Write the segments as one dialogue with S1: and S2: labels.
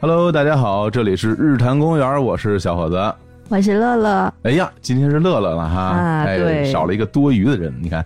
S1: Hello，大家好，这里是日坛公园，我是小伙子。
S2: 我是乐乐，
S1: 哎呀，今天是乐乐了哈，
S2: 啊
S1: 哎，
S2: 对
S1: 少了一个多余的人，你 看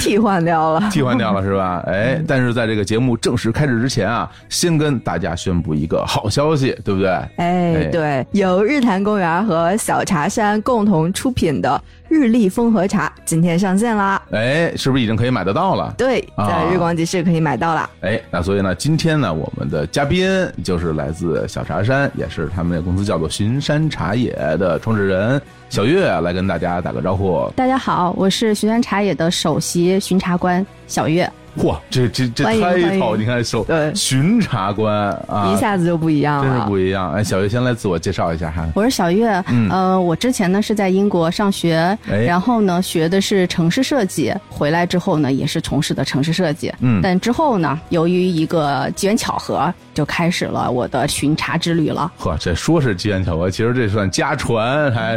S2: 替换掉了。
S1: 替换掉了是吧？
S2: 嗯
S1: 哎，但是在这个节目正式开始之前啊，先跟大家宣布一个好消息，对不对？
S2: 哎，对，由日坛公园和小茶山共同出品的日历风和茶今天上线啦。
S1: 哎，是不是已经可以买得到了？
S2: 对，在
S1: 啊
S2: 日光集市可以买到啦。
S1: 哎，那所以呢，今天呢，我们的嘉宾就是来自小茶山，也是他们的公司叫做巡山茶野的创始人小月，来跟大家打个招呼。
S3: 大家好，我是巡山茶野的首席巡查官小月。
S1: 哇，这这这
S2: 欢迎欢迎
S1: title，你看手
S2: 对
S1: 巡察官啊，
S2: 一下子就不一样
S1: 真是
S2: 了。
S1: 不一样。哎，小月先来自我介绍一下哈。
S3: 我是小月，
S1: 嗯
S3: 呃，我之前呢是在英国上学，
S1: 哎
S3: 然后呢学的是城市设计，回来之后呢也是从事的城市设计，
S1: 嗯
S3: 但之后呢，由于一个机缘巧合，就开始了我的巡查之旅了。
S1: 呵，这说是机缘巧合，其实这算家传。还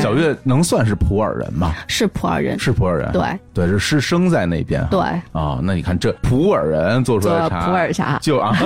S1: 小月能算是普洱人吗？
S3: 是普洱人，
S1: 是啊普洱人，
S3: 对
S1: 对，是是生在那边哈。
S3: 对
S1: 啊、那你看这普洱人做出来的
S2: 做
S1: 茶，
S2: 普洱茶
S1: 就 啊，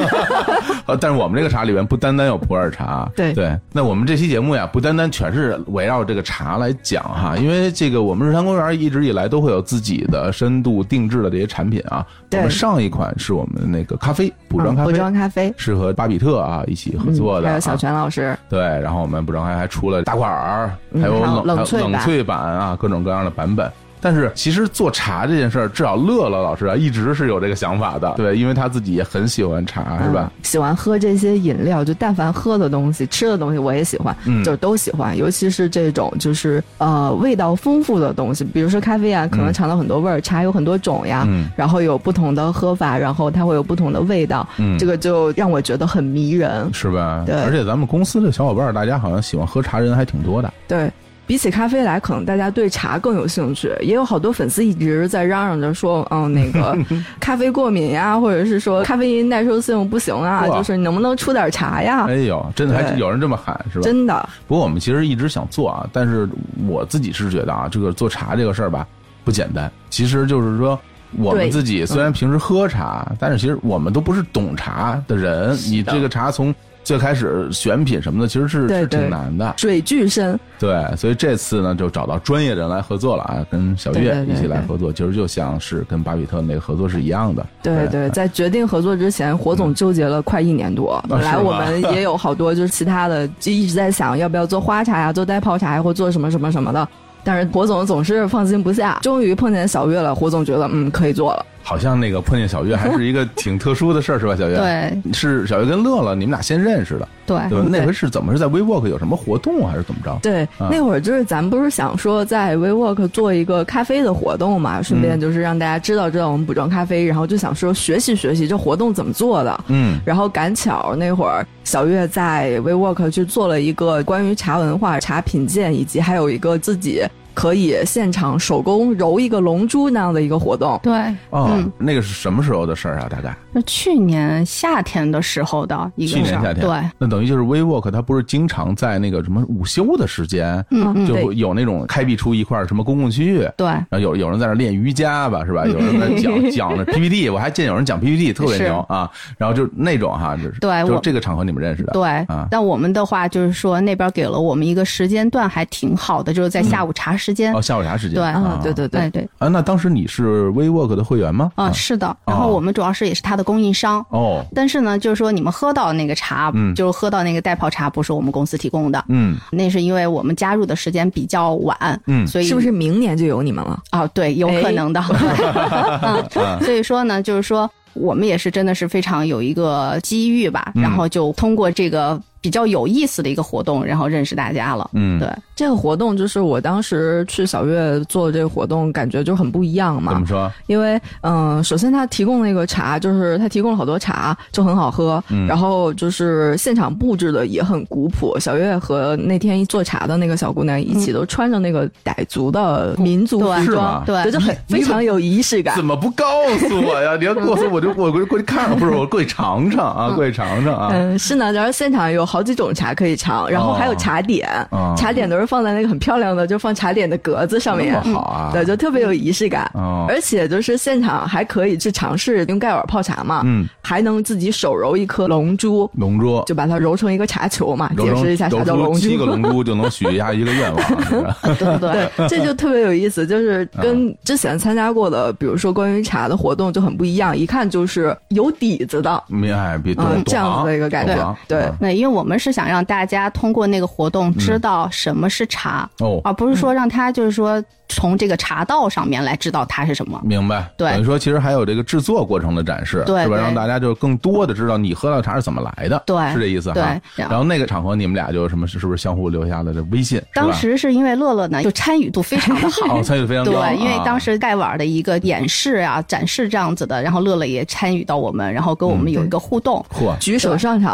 S1: 呃但是我们这个茶里面不单单有普洱茶，
S2: 对
S1: 对。那我们这期节目呀，不单单全是围绕这个茶来讲哈，因为这个我们日坛公园一直以来都会有自己的深度定制的这些产品啊。我
S2: 对
S1: 们上一款是我们那个咖啡补妆
S2: 嗯
S1: 咖啡，
S2: 补妆咖啡
S1: 是和巴比特啊一起合作的、啊
S2: 嗯
S3: 嗯
S2: 还有小泉老师，
S1: 对，然后我们补妆还还出了大挂耳，
S2: 嗯
S1: 还有
S2: 还有
S1: 冷
S2: 冷
S1: 还有
S2: 萃
S1: 冷
S2: 版
S1: 萃版啊，各种各样的版本。但是其实做茶这件事儿，至少乐乐老师啊，一直是有这个想法的，对，因为他自己也很喜欢茶，啊是吧？
S2: 嗯？喜欢喝这些饮料，就但凡喝的东西、吃的东西，我也喜欢，
S1: 嗯
S2: 就是都喜欢。尤其是这种就是呃味道丰富的东西，比如说咖啡啊，可能
S1: 嗯
S2: 尝到很多味儿，茶有很多种呀，
S1: 嗯
S2: 然后有不同的喝法，然后它会有不同的味道，
S1: 嗯
S2: 这个就让我觉得很迷人。
S1: 是吧？
S2: 对
S1: 而且咱们公司的小伙伴儿，大家好像喜欢喝茶人还挺多的。
S2: 对。比起咖啡来，可能大家对茶更有兴趣，也有好多粉丝一直在嚷嚷着说，嗯，那个咖啡过敏呀，或者是说咖啡因耐受性不行啊，
S1: 哇
S2: 就是你能不能出点茶呀？
S1: 哎呦，真的还
S2: 啊对
S1: 有人这么喊，是吧？
S2: 真的，
S1: 不过我们其实一直想做啊，但是我自己是觉得啊，这个做茶这个事儿吧不简单。其实就是说，我们
S3: 对
S1: 自己虽然平时喝茶，但是其实我们都不是懂茶的人。你这个茶从最开始选品什么的，其实是
S2: 对
S1: 是挺
S2: 对
S1: 难的。
S2: 水巨深，
S1: 对，所以这次呢，就找到专业人来合作了啊，跟小月
S2: 对对对
S1: 一起来
S2: 对
S1: 合作，其实就像是跟巴比特那个合作是一样的。
S2: 对对，在决定合作之前，火总纠结了快一年多。本来我们也有好多就是其他的，就一直在想要不要做花茶呀、做袋泡茶呀，或做什么什么什么的。但是火总总是放心不下，终于碰见小月了，火总觉得嗯可以做了。
S1: 好像那个碰见小月还是一个挺特殊的事儿，是吧？小月，，
S3: 对
S1: 是小月跟乐乐你们俩先认识的，
S3: 哎对，
S1: 对吧？那
S2: 对
S1: 回是怎么是在 WeWork 有什么活动还是怎么着？
S2: 对，嗯
S1: 啊
S2: 那会儿就是咱们不是想说在 WeWork 做一个咖啡的活动嘛，顺便就是让大家知道知道我们补妆咖啡，然后就想说学习学习这活动怎么做的。
S1: 嗯，
S2: 然后赶巧那会儿，小月在 WeWork 去做了一个关于茶文化、茶品鉴，以及还有一个自己可以现场手工揉一个龙珠那样的一个活动。
S3: 对，
S1: 哦，
S3: 嗯
S1: 那个是什么时候的事儿啊？大概
S3: 是去年夏天的时候的一
S1: 去
S3: 个
S1: 年
S3: 事儿，
S1: 夏天。
S3: 对，，
S1: 那等于就是 WeWork，它不是经常在那个什么午休的时间，
S3: 嗯嗯，
S1: 就
S2: 对
S1: 会有那种开辟出一块什么公共区域。
S3: 对，
S1: 然后有有人在那练瑜伽吧，是吧？有人在 讲讲着 PPT，我还见有人讲 PPT，特别
S3: 是
S1: 牛啊！然后就那种哈，就是
S3: 对
S1: 就
S3: 我
S1: 这个场合你们认识的，
S3: 对，
S1: 啊
S3: 但我们的话就是说，那边给了我们一个时间段，还挺好的，就是在下午茶时间。
S1: 哦，下午茶时间
S3: 对
S2: 啊
S1: 啊，，
S2: 对对对，
S3: 哎对，
S1: 啊，那当时你是 WeWork 的会员吗？
S3: 啊、是的。然后我们主要是也是它的供应商。
S1: 哦，
S3: 但是呢，就是说你们喝到那个茶，
S1: 嗯
S3: 就是喝到那个袋泡茶，不是我们公司提供的，
S1: 嗯
S3: 那是因为我们加入的时间比较晚，
S1: 嗯
S3: 所以
S2: 是不是明年就有你们了？
S3: 啊，对，有
S2: 哎
S3: 可能的。
S1: 啊
S3: 嗯，所以说呢，就是说我们也是真的是非常有一个机遇吧，
S1: 嗯
S3: 然后就通过这个比较有意思的一个活动，然后认识大家了。
S1: 嗯，
S3: 对，
S2: 这个活动就是我当时去小月做这个活动，感觉就很不一样嘛。
S1: 怎么说？
S2: 因为嗯、呃首先他提供那个茶，就是他提供了好多茶，就很好喝，
S1: 嗯
S2: 然后就是现场布置的也很古朴。小月和那天做茶的那个小姑娘一起都穿着那个傣族的民族
S3: 对
S2: 服
S1: 是
S2: 装
S1: 吗，
S3: 对
S2: 对，就很
S1: 你
S2: 非常有仪式感
S1: 怎。么不告诉我
S2: 嗯
S1: 呀？你要告诉我，我就我过去过去看，不是我过去尝尝啊，过去尝尝啊。
S2: 嗯，是呢，然后现场有好几种茶可以尝，然后还有茶点，
S1: 哦
S2: 茶点都是放在那个很漂亮的，就放茶点的格子上面
S1: 那，么好啊，
S2: 嗯对，就特别有仪式感。
S1: 哦
S2: 而且就是现场还可以去尝试用盖碗泡茶嘛，
S1: 嗯，
S2: 还能自己手揉一颗龙珠，
S1: 龙珠，
S2: 就把它揉成一个茶球嘛。
S1: 揉
S2: 解
S1: 成
S2: 释一下啥
S1: 揉
S2: 叫
S1: 出
S2: 龙珠。
S1: 七个龙珠就能许下一个愿望，是吧
S3: 对对对，
S2: 对，这就特别有意思，就是
S1: 啊
S2: 跟之前参加过的，比如说关于茶的活动就很不一样，一看就是有底子的。
S1: 明白？哎别懂
S2: 嗯
S1: 懂啊
S2: 这样
S1: 行
S2: 子的一个感
S1: 懂
S2: 觉
S1: 行
S2: 对
S1: 嗯
S3: 那因为我们是想让大家通过那个活动知道什么是茶，
S1: 嗯哦，
S3: 而不是说让他就是说从这个茶道上面来知道它是什么。
S1: 明白，
S3: 对
S1: 等于说其实还有这个制作过程的展示，
S3: 对
S1: 是吧？
S3: 对
S1: 让大家就更多的知道你喝到茶是怎么来的，
S3: 对
S1: 是这意思
S3: 对
S1: 哈。
S3: 然后
S1: 然后那个场合你们俩就什么是不是相互留下了这微信？是吧
S3: 当时是因为乐乐呢，就参与度非常 的好
S1: 哦，。参与得非常高，
S3: 对，因为当
S1: 啊
S3: 时盖碗的一个演示啊、展示这样子的，然后乐乐也参与到我们，然后跟我们有一个互动。
S1: 嚯，
S2: 举手 上场，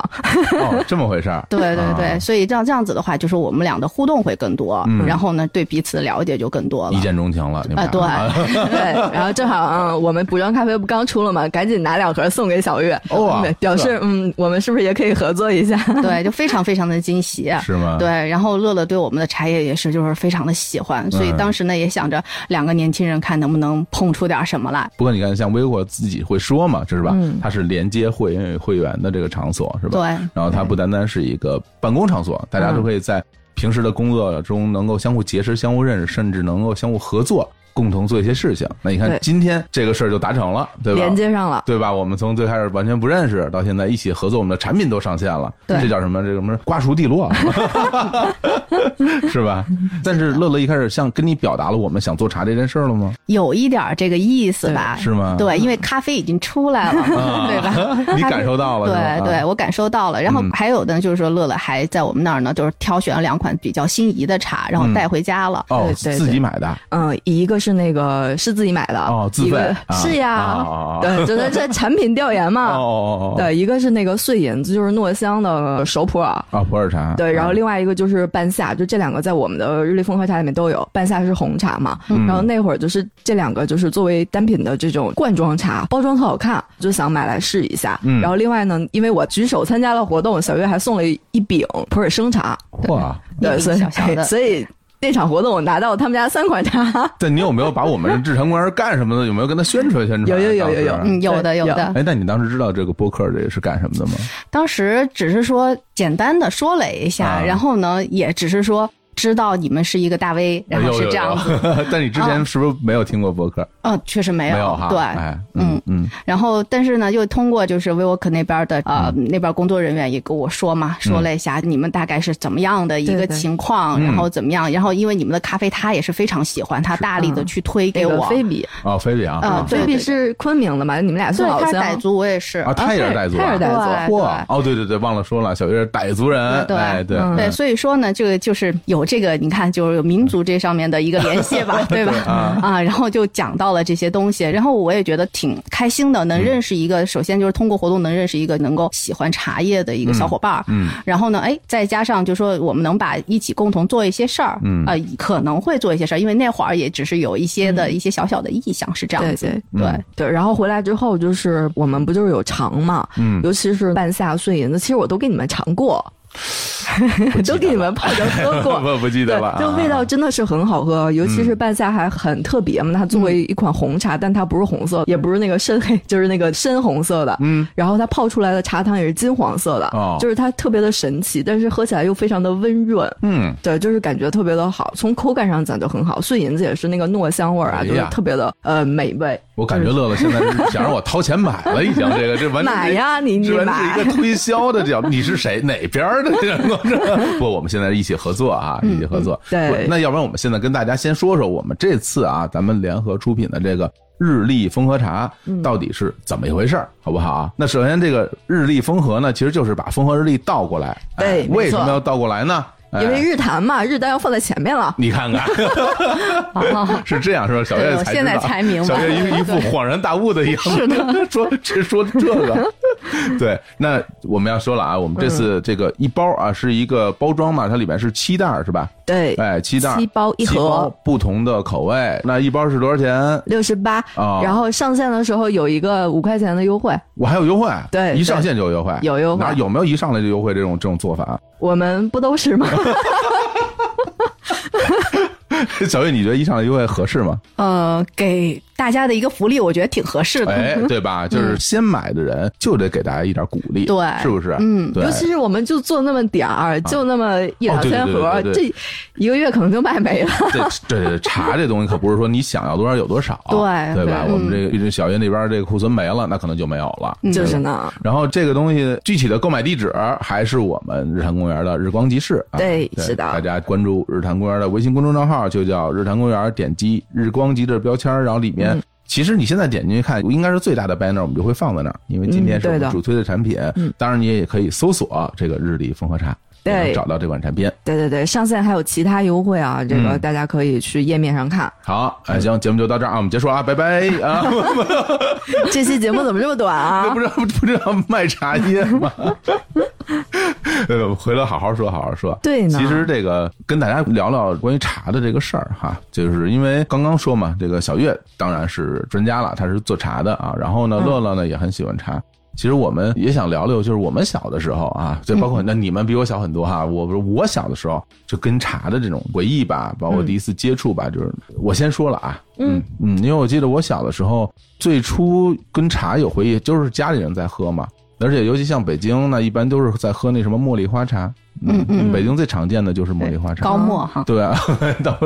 S1: 哦，这么回事儿，
S3: 对对对，
S1: 啊
S3: 所以这样这样子的话，就是我们俩的互动会更多，
S1: 嗯
S3: 然后呢，对彼此的了解就更多
S1: 一
S3: 了。
S1: 见钟情了，你们
S3: 啊对
S1: 俩
S2: 对，然后正好、嗯、我们补妆咖啡不刚出了嘛，赶紧拿两盒送给小月，
S1: 哦啊
S2: 对 表示嗯，我们是不是也可以合作一下？
S3: 对，就非常非常的惊喜。
S1: 是啊吗？
S3: 对，然后乐乐对我们的茶叶也是就是非常的喜
S1: 嗯
S3: 欢，所以当时呢也想着两个年轻人看能不能碰出点什么来。
S1: 不过你看，像微果自己会说嘛，这是吧？
S2: 嗯
S1: 它是连接会员会员的这个场所，是吧？
S3: 对，
S1: 然后它不单单是一个办公场所，大家
S2: 嗯
S1: 都可以在平时的工作中能够相互结识、相互认识，甚至能够相互合作，共同做一些事情。那你看
S2: 对
S1: 今天这个事儿就达成了，对吧？啊
S2: 连接上了，
S1: 对吧？我们从最开始完全不认识，到现在一起合作，我们的产品都上线了，
S3: 对
S1: 这叫什么？这个什么瓜熟蒂落， 是吧？但是乐乐一开始像跟你表达了我们想做茶这件事儿了吗？
S3: 有一点儿这个意思
S2: 哎
S3: 吧。
S1: 是吗？啊
S3: 对，因为咖啡已经出来了 嘛，对吧？
S1: 吧？你感受到了，是吧
S3: 对对，，我感受到了。然后
S1: 啊嗯
S3: 还有的就是说，乐乐还在我们那儿呢，就是挑选了两款比较心仪的茶，然后带回家了。
S1: 哦，
S2: 对对对
S1: 自己买的，
S2: 嗯，一个是那个是自己买的
S1: 哦自费
S2: 一个
S1: 啊
S2: 是呀，
S1: 哦哦哦
S2: 对，就是这产品调研
S1: 哦
S2: 嘛，
S1: 哦哦，哦，
S2: 对，一个是那个碎银子，就是糯香的手普洱。
S1: 啊，普洱茶，
S2: 对，然后
S1: 啊
S2: 另外一个就是半夏，就这两个在我们的日历风和茶里面都有。半夏是红茶嘛，
S1: 嗯
S2: 然后那会儿就是这两个就是作为单品的这种罐装茶，包装特好看，就想买来试一下。
S1: 嗯
S2: 然后另外呢，因为我举手参加了活动，小月还送了一饼普洱生茶，
S1: 哇，
S2: 对，
S3: 一
S2: 所以
S3: 饼小小的
S2: 所以那场活动我拿到他们家三款茶，
S1: 但你有没有把我们制成官是干什么的？有没有跟他宣传宣传？
S2: 有有有有有
S1: 当时
S3: 嗯，有的
S2: 对
S3: 有的。
S1: 哎，那你当时知道这个播客这是干什么的吗？
S3: 当时只是说简单的说了一下，
S1: 啊
S3: 然后呢，也只是说知道你们是一个大 V，然后是这样子。
S1: 哎有。有有 但你之前是不是没有听过播客？
S3: 嗯，确实没
S1: 没
S3: 有，
S1: 哈。
S3: 对。
S1: 哎，嗯嗯
S3: 然后，但是呢，又通过就是 WeWork 那边的呃、
S2: 嗯
S3: 那边工作人员也跟我说嘛，说了一下你们大概是怎么样的一
S2: 对
S3: 个
S2: 对
S3: 情况，
S1: 嗯
S3: 然后怎么样，然后因为你们的咖啡他也是非常喜欢，他大力的去推给
S2: 那个
S3: 我。
S2: 菲比，
S1: 哦，菲比啊，
S3: 嗯
S1: 啊
S3: 对
S2: 菲比是昆明的嘛，你们俩
S3: 对
S2: 算，老
S3: 他是
S2: 乡，
S3: 傣族，我也是。
S1: 啊，他也是傣族啊，
S2: 他也是傣
S3: 族对
S1: 嚯，哦，对对对，忘了说了，小月是傣族人，
S3: 对对
S1: 哎对
S2: 嗯
S3: 对，所以说呢，这个就是有这个，你看，就是有民族这上面的一个联系 吧， 对吧？
S1: 啊
S3: 啊，然后就讲到了这些东西，然后我也觉得挺开心的，
S2: 嗯
S3: 能认识一个，首先就是通过活动能认识一个能够喜欢茶叶的一个小伙伴儿。
S1: 嗯，
S3: 然后呢，哎，再加上就说我们能把一起共同做一些事儿，
S1: 嗯
S3: 呃，可能会做一些事儿，因为那会儿也只是有一些的一些小小的意向是这样
S2: 对
S3: 子，
S2: 对
S3: 对
S1: 嗯
S2: 对，然后回来之后就是我们不就是有尝嘛，
S1: 嗯
S2: 尤其是半夏碎银子，其实我都给你们尝过， 都给你们泡着喝过。
S1: 我不记得
S2: 对
S1: 了啊，，嗯
S2: 就味道真的是很好喝，尤其是半夏还很特别嘛。它作为一款红茶，但它不是红色，也不是那个深黑，就是那个深红色的。
S1: 嗯，
S2: 然后它泡出来的茶汤也是金黄色的，
S1: 哦
S2: 就是它特别的神奇，但是喝起来又非常的温润。
S1: 嗯，
S2: 对，就是感觉特别的好，从口感上讲就很好。碎银子也是那个糯香味儿啊，
S1: 哎呀
S2: 就是特别的呃美味。
S1: 我感觉乐乐现在是想让我掏钱买了，已经这个这完全
S2: 买呀，你你
S1: 这完全是 一
S2: 买
S1: 个推销的角，你是谁哪边儿的这个？不，我们现在一起合作啊，一起合作。
S2: 嗯对
S1: 不那要不然我们现在跟大家先说说我们这次啊，咱们联合出品的这个。日历风和茶
S2: 嗯
S1: 到底是怎么一回事儿，好不好啊？那首先，这个日历风和呢，其实就是把风和日历倒过来。
S2: 对
S1: 哎
S2: 没错
S1: 为什么要倒过来呢？哎
S2: 因为日坛嘛，日单要放在前面了。
S1: 你看看，
S2: 哦
S1: 是这样是吧？小月
S3: 对
S1: 才
S3: 我现在
S1: 知道
S3: 才明 白
S1: 小月一一副恍然大悟的样子，说这说这个，对，那我们要说了啊，我们这
S2: 嗯
S1: 次这个一包啊是一个包装嘛，它里边是七袋儿是吧？
S2: 对，
S1: 哎，七袋儿
S2: 七包一盒
S1: 七包不同的口味，那一包是多少钱？
S2: 六十八。
S1: 哦
S2: 然后上线的时候有一个五块钱的优惠，
S1: 我还有优惠，
S2: 对对
S1: 一上线就有优惠，
S2: 有优惠
S1: 哪有没有一上来就优惠这种这种做法？
S2: 我们不都是吗？
S1: 小月，你觉得一上来优惠合适吗？
S3: 呃，给大家的一个福利，我觉得挺合适 的。
S1: 哎，对吧？就是先买的人就得给大家一点鼓励，
S3: 对
S1: 是不是？
S3: 嗯
S1: 对啊
S2: 尤其是我们就做那么点儿，就那么一两千
S1: 哦
S2: 盒，
S1: 对对对对
S2: 这一个月可能就卖没了。
S1: 这这这茶这东西可不是说你想要多少有多少，
S3: 对
S1: 对吧？
S3: 对
S1: 我们这个毕竟小月那边这个库存没了，那可能就没有了。
S3: 嗯
S2: 就是呢，
S1: 然后这个东西具体的购买地址还是我们日坛公园的日光集市啊。
S2: 对是的
S1: 大家关注日坛公园的微信公众账号，就叫日坛公园，点击日光集市标签，然后里
S2: 嗯
S1: 面、其实你现在点进去看，应该是最大的 banner，我们就会放在那儿，因为今天
S2: 嗯
S1: 是我
S2: 对
S1: 们
S2: 的嗯
S1: 主推的产品。当然，你也可以搜索这个日立风和茶，
S2: 对
S1: 然后找到这款产品。
S2: 对对对，上线还有其他优惠啊，这个
S1: 嗯
S2: 大家可以去页面上看。
S1: 好，哎，行，节目就到这儿啊，我们结束啊，拜 拜啊！
S2: 这期节目怎么这么 短
S1: 那
S2: 啊
S1: 不？知道不知道卖茶叶吗？ 呃，回来好好说，好好说。
S2: 对呢
S1: 其实这个跟大家聊聊关于茶的这个事儿哈，就是因为刚刚说嘛，这个小月当然是专家了，他是做茶的啊。然后
S2: 嗯
S1: 呢，乐乐呢也很喜欢茶。其实我们也想聊聊，就是我们小的时候啊，就包括
S2: 嗯
S1: 那你们比我小很多哈，我我小的时候就跟茶的这种回忆吧，包括
S2: 嗯
S1: 第一次接触吧，就是我先说了啊，嗯嗯，因为我记得我小的时候最初跟茶有回忆，就是家里人在喝嘛，而且尤其像北京，那一般都是在喝那什么茉莉花茶，
S3: 嗯嗯，
S1: 北京最常见的就是茉莉花茶，
S3: 高沫哈，
S1: 对啊， 到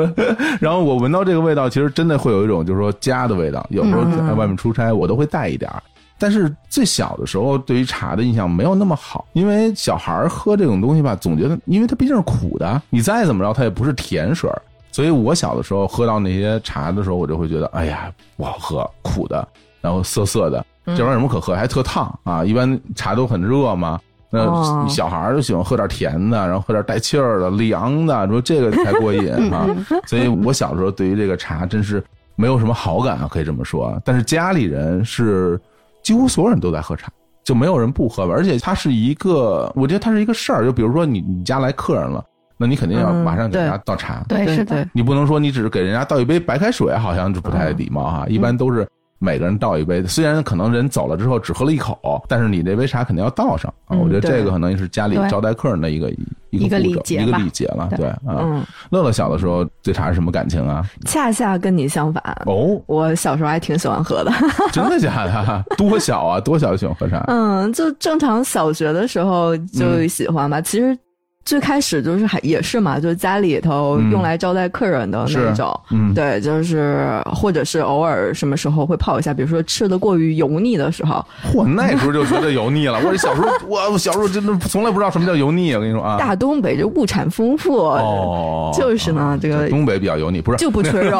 S1: 然后我闻到这个味道，其实真的会有一种就是说家的味道。有时候在外面出差，我都会带一点儿。但是最小的时候，对于茶的印象没有那么好，因为小孩儿喝这种东西吧，总觉得，因为它毕竟是苦的，你再怎么着，它也不是甜水儿。所以我小的时候喝到那些茶的时候，我就会觉得，哎呀，不好喝，苦的，然后涩涩的，这玩意儿有什么可喝？还特烫啊！一般茶都很热嘛，那
S2: 哦
S1: 小孩儿就喜欢喝点甜的，然后喝点带气儿的、凉的，说这个才过瘾
S3: 嗯
S1: 啊。
S2: 嗯
S1: 所以我小时候对于这个茶真是没有什么好感啊，可以这么说。但是家里人是几乎所有人都在喝茶，就没有人不喝吧。而且它是一个，我觉得它是一个事儿。就比如说你你家来客人了，那你肯定要
S2: 嗯
S1: 马上给人家
S2: 对
S1: 倒茶，
S3: 对
S2: 对
S3: 是
S2: 对
S3: 的，
S1: 你不能说你只是给人家倒一杯白开水，好像就不太礼貌哈、
S2: 嗯
S1: 一般都是每个人倒一杯，虽然可能人走了之后只喝了一口，但是你这杯茶肯定要倒上啊。
S2: 嗯
S1: 我觉得
S2: 对
S1: 这个可能是家里
S3: 对
S1: 招待客人的一个一
S3: 一
S1: 个
S3: 个
S1: 步骤
S3: 礼节
S1: 一个
S3: 吧
S1: 礼节了。对啊，
S2: 嗯，
S1: 乐乐小的时候对茶是什么感情 啊？
S2: 恰恰跟你相反，
S1: 哦，
S2: 我小时候还挺喜欢喝的。
S1: 真的假的？ 多小啊？多小就喜欢喝茶？
S2: 嗯，就正常小学的时候就
S1: 嗯
S2: 喜欢吧。其实最开始就是还也是嘛，就是家里头
S1: 嗯
S2: 用来招待客人的
S1: 是
S2: 那种。
S1: 嗯，
S2: 对，就是或者是偶尔什么时候会泡一下，比如说吃的过于油腻的时候，
S1: 嚯，那时候就觉得油腻了。 我这小时候，我我小时候真的从来不知道什么叫油腻。我跟你说啊，
S2: 大东北这物产丰富，
S1: 哦，
S2: 就是呢这个
S1: 东北比较油腻，不是
S2: 就不纯 肉。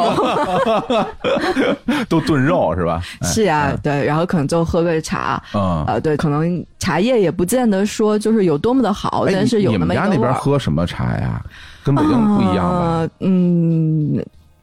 S1: 哎都炖肉是吧？哎
S2: 是呀、对，然后可能就喝个茶。
S1: 嗯，
S2: 呃，对，可能茶叶也不见得说就是有多么的好，
S1: 哎，
S2: 但是
S1: 你
S2: 有
S1: 你
S2: 那么
S1: 们
S2: 一
S1: 家
S2: 个
S1: 那
S2: 味
S1: 边
S2: 儿。
S1: 喝什么茶呀？跟北京不一样吧？
S2: 呃嗯，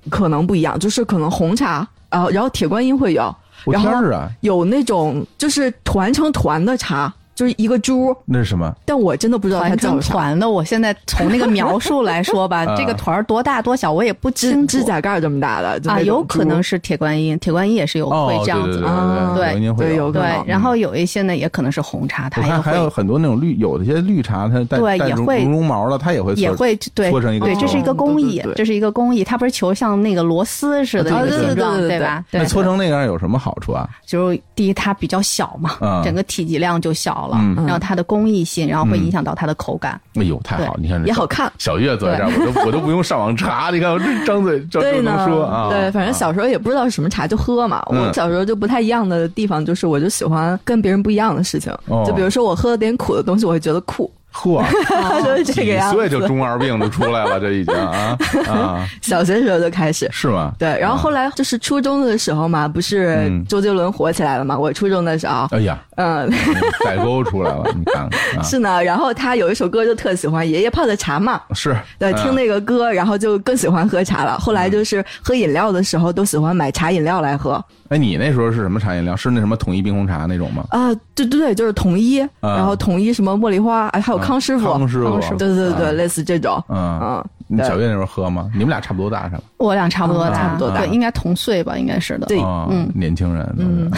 S2: 可能不一样，就是可能红茶，然后然后铁观音会有，
S1: 我
S2: 然
S1: 天
S2: 后
S1: 儿啊，
S2: 有那种就是团成团的茶，就是一个珠，
S1: 那是什么？
S2: 但我真的不知道它
S3: 团成
S2: 叫啥。
S3: 团的，我现在从那个描述来说吧
S1: 啊，
S3: 这个团儿多大多小我也不
S2: 指
S3: 清楚
S2: 指甲盖儿这么大的就
S3: 啊，
S2: 那种
S3: 有可
S2: 珠
S3: 能是铁观音，铁观音也是有会
S1: 哦，
S3: 这
S1: 对
S3: 样
S1: 对
S3: 子
S1: 对
S3: 的，
S2: 啊
S1: 对，
S3: 对
S1: 有一年会
S2: 对有可能
S3: 对，然后有一些呢也可能是红茶，
S1: 我
S3: 它也
S1: 看还有
S3: 会
S1: 很多那种绿，有的些绿茶它带
S3: 对
S1: 带
S3: 也
S1: 绒
S3: 会
S1: 绒毛的，它也会
S3: 也
S1: 搓
S3: 会对
S1: 搓成一个
S3: 对，
S1: 球
S3: 这是一个工艺
S2: 对对对，
S3: 这是一个工艺，它不是球像那个螺丝似的
S1: 啊
S3: 那个
S1: 对对
S3: 形状，
S2: 对对对
S3: 吧？
S1: 那
S3: 对，
S1: 搓成那样有什么好处啊？
S3: 就是第一它比较小
S1: 嗯
S3: 嘛，整个体积量就小了
S1: 嗯，
S3: 然后它的工艺性，然后会影响到它的口 感。
S1: 哎呦，太好！
S3: 对
S1: 你看这
S2: 也
S1: 小
S2: 好看。
S1: 小月坐在这儿，我都我都不用上网查，你看我这张嘴张
S2: 对
S1: 就
S2: 呢
S1: 能说啊。，
S2: 对，反正小时候也不知道什么茶就喝嘛。
S1: 嗯
S2: 我小时候就不太一样的地方，就是我就喜欢跟别人不一样的事情。
S1: 哦
S2: 就比如说我喝了点苦的东西，我会觉得酷，
S1: 嚯，啊哦
S2: 就是 这个
S1: 几
S2: 样
S1: 岁
S2: 子。
S1: 就中二病就出来了，这已经 啊啊，
S2: 小学时候就开始，
S1: 是吗？
S2: 对，然后后来就是初中的时候嘛，不是
S1: 嗯
S2: 周杰伦火起来了嘛？我初中的时候，
S1: 哎呀，
S2: 嗯，
S1: 代沟出来了，你看看啊，
S2: 是呢。然后他有一首歌就特喜欢《爷爷泡的茶》嘛，
S1: 是
S2: 对，听那个
S1: 嗯
S2: 歌，然后就更喜欢喝茶了。后来就是喝饮料的时候都喜欢买茶饮料来喝，
S1: 哎，你那时候是什么茶饮料？是那什么统一冰红茶那种吗？
S2: 啊，对对对，就是统一，然后统一什么茉莉花，哎，还有
S1: 啊
S2: 康师傅，
S1: 嗯康师傅
S2: 对对对，
S1: 啊
S2: 类似这种，
S1: 嗯，
S2: 嗯，
S1: 你
S2: 对
S1: 小月那时候喝吗？你们俩差不多大是吧？
S3: 我俩差不多
S2: 嗯
S3: 大，
S2: 差不多大
S3: 对，应该同岁吧，应该是的。
S2: 对
S1: 啊
S3: 嗯
S1: 年轻人，
S2: 嗯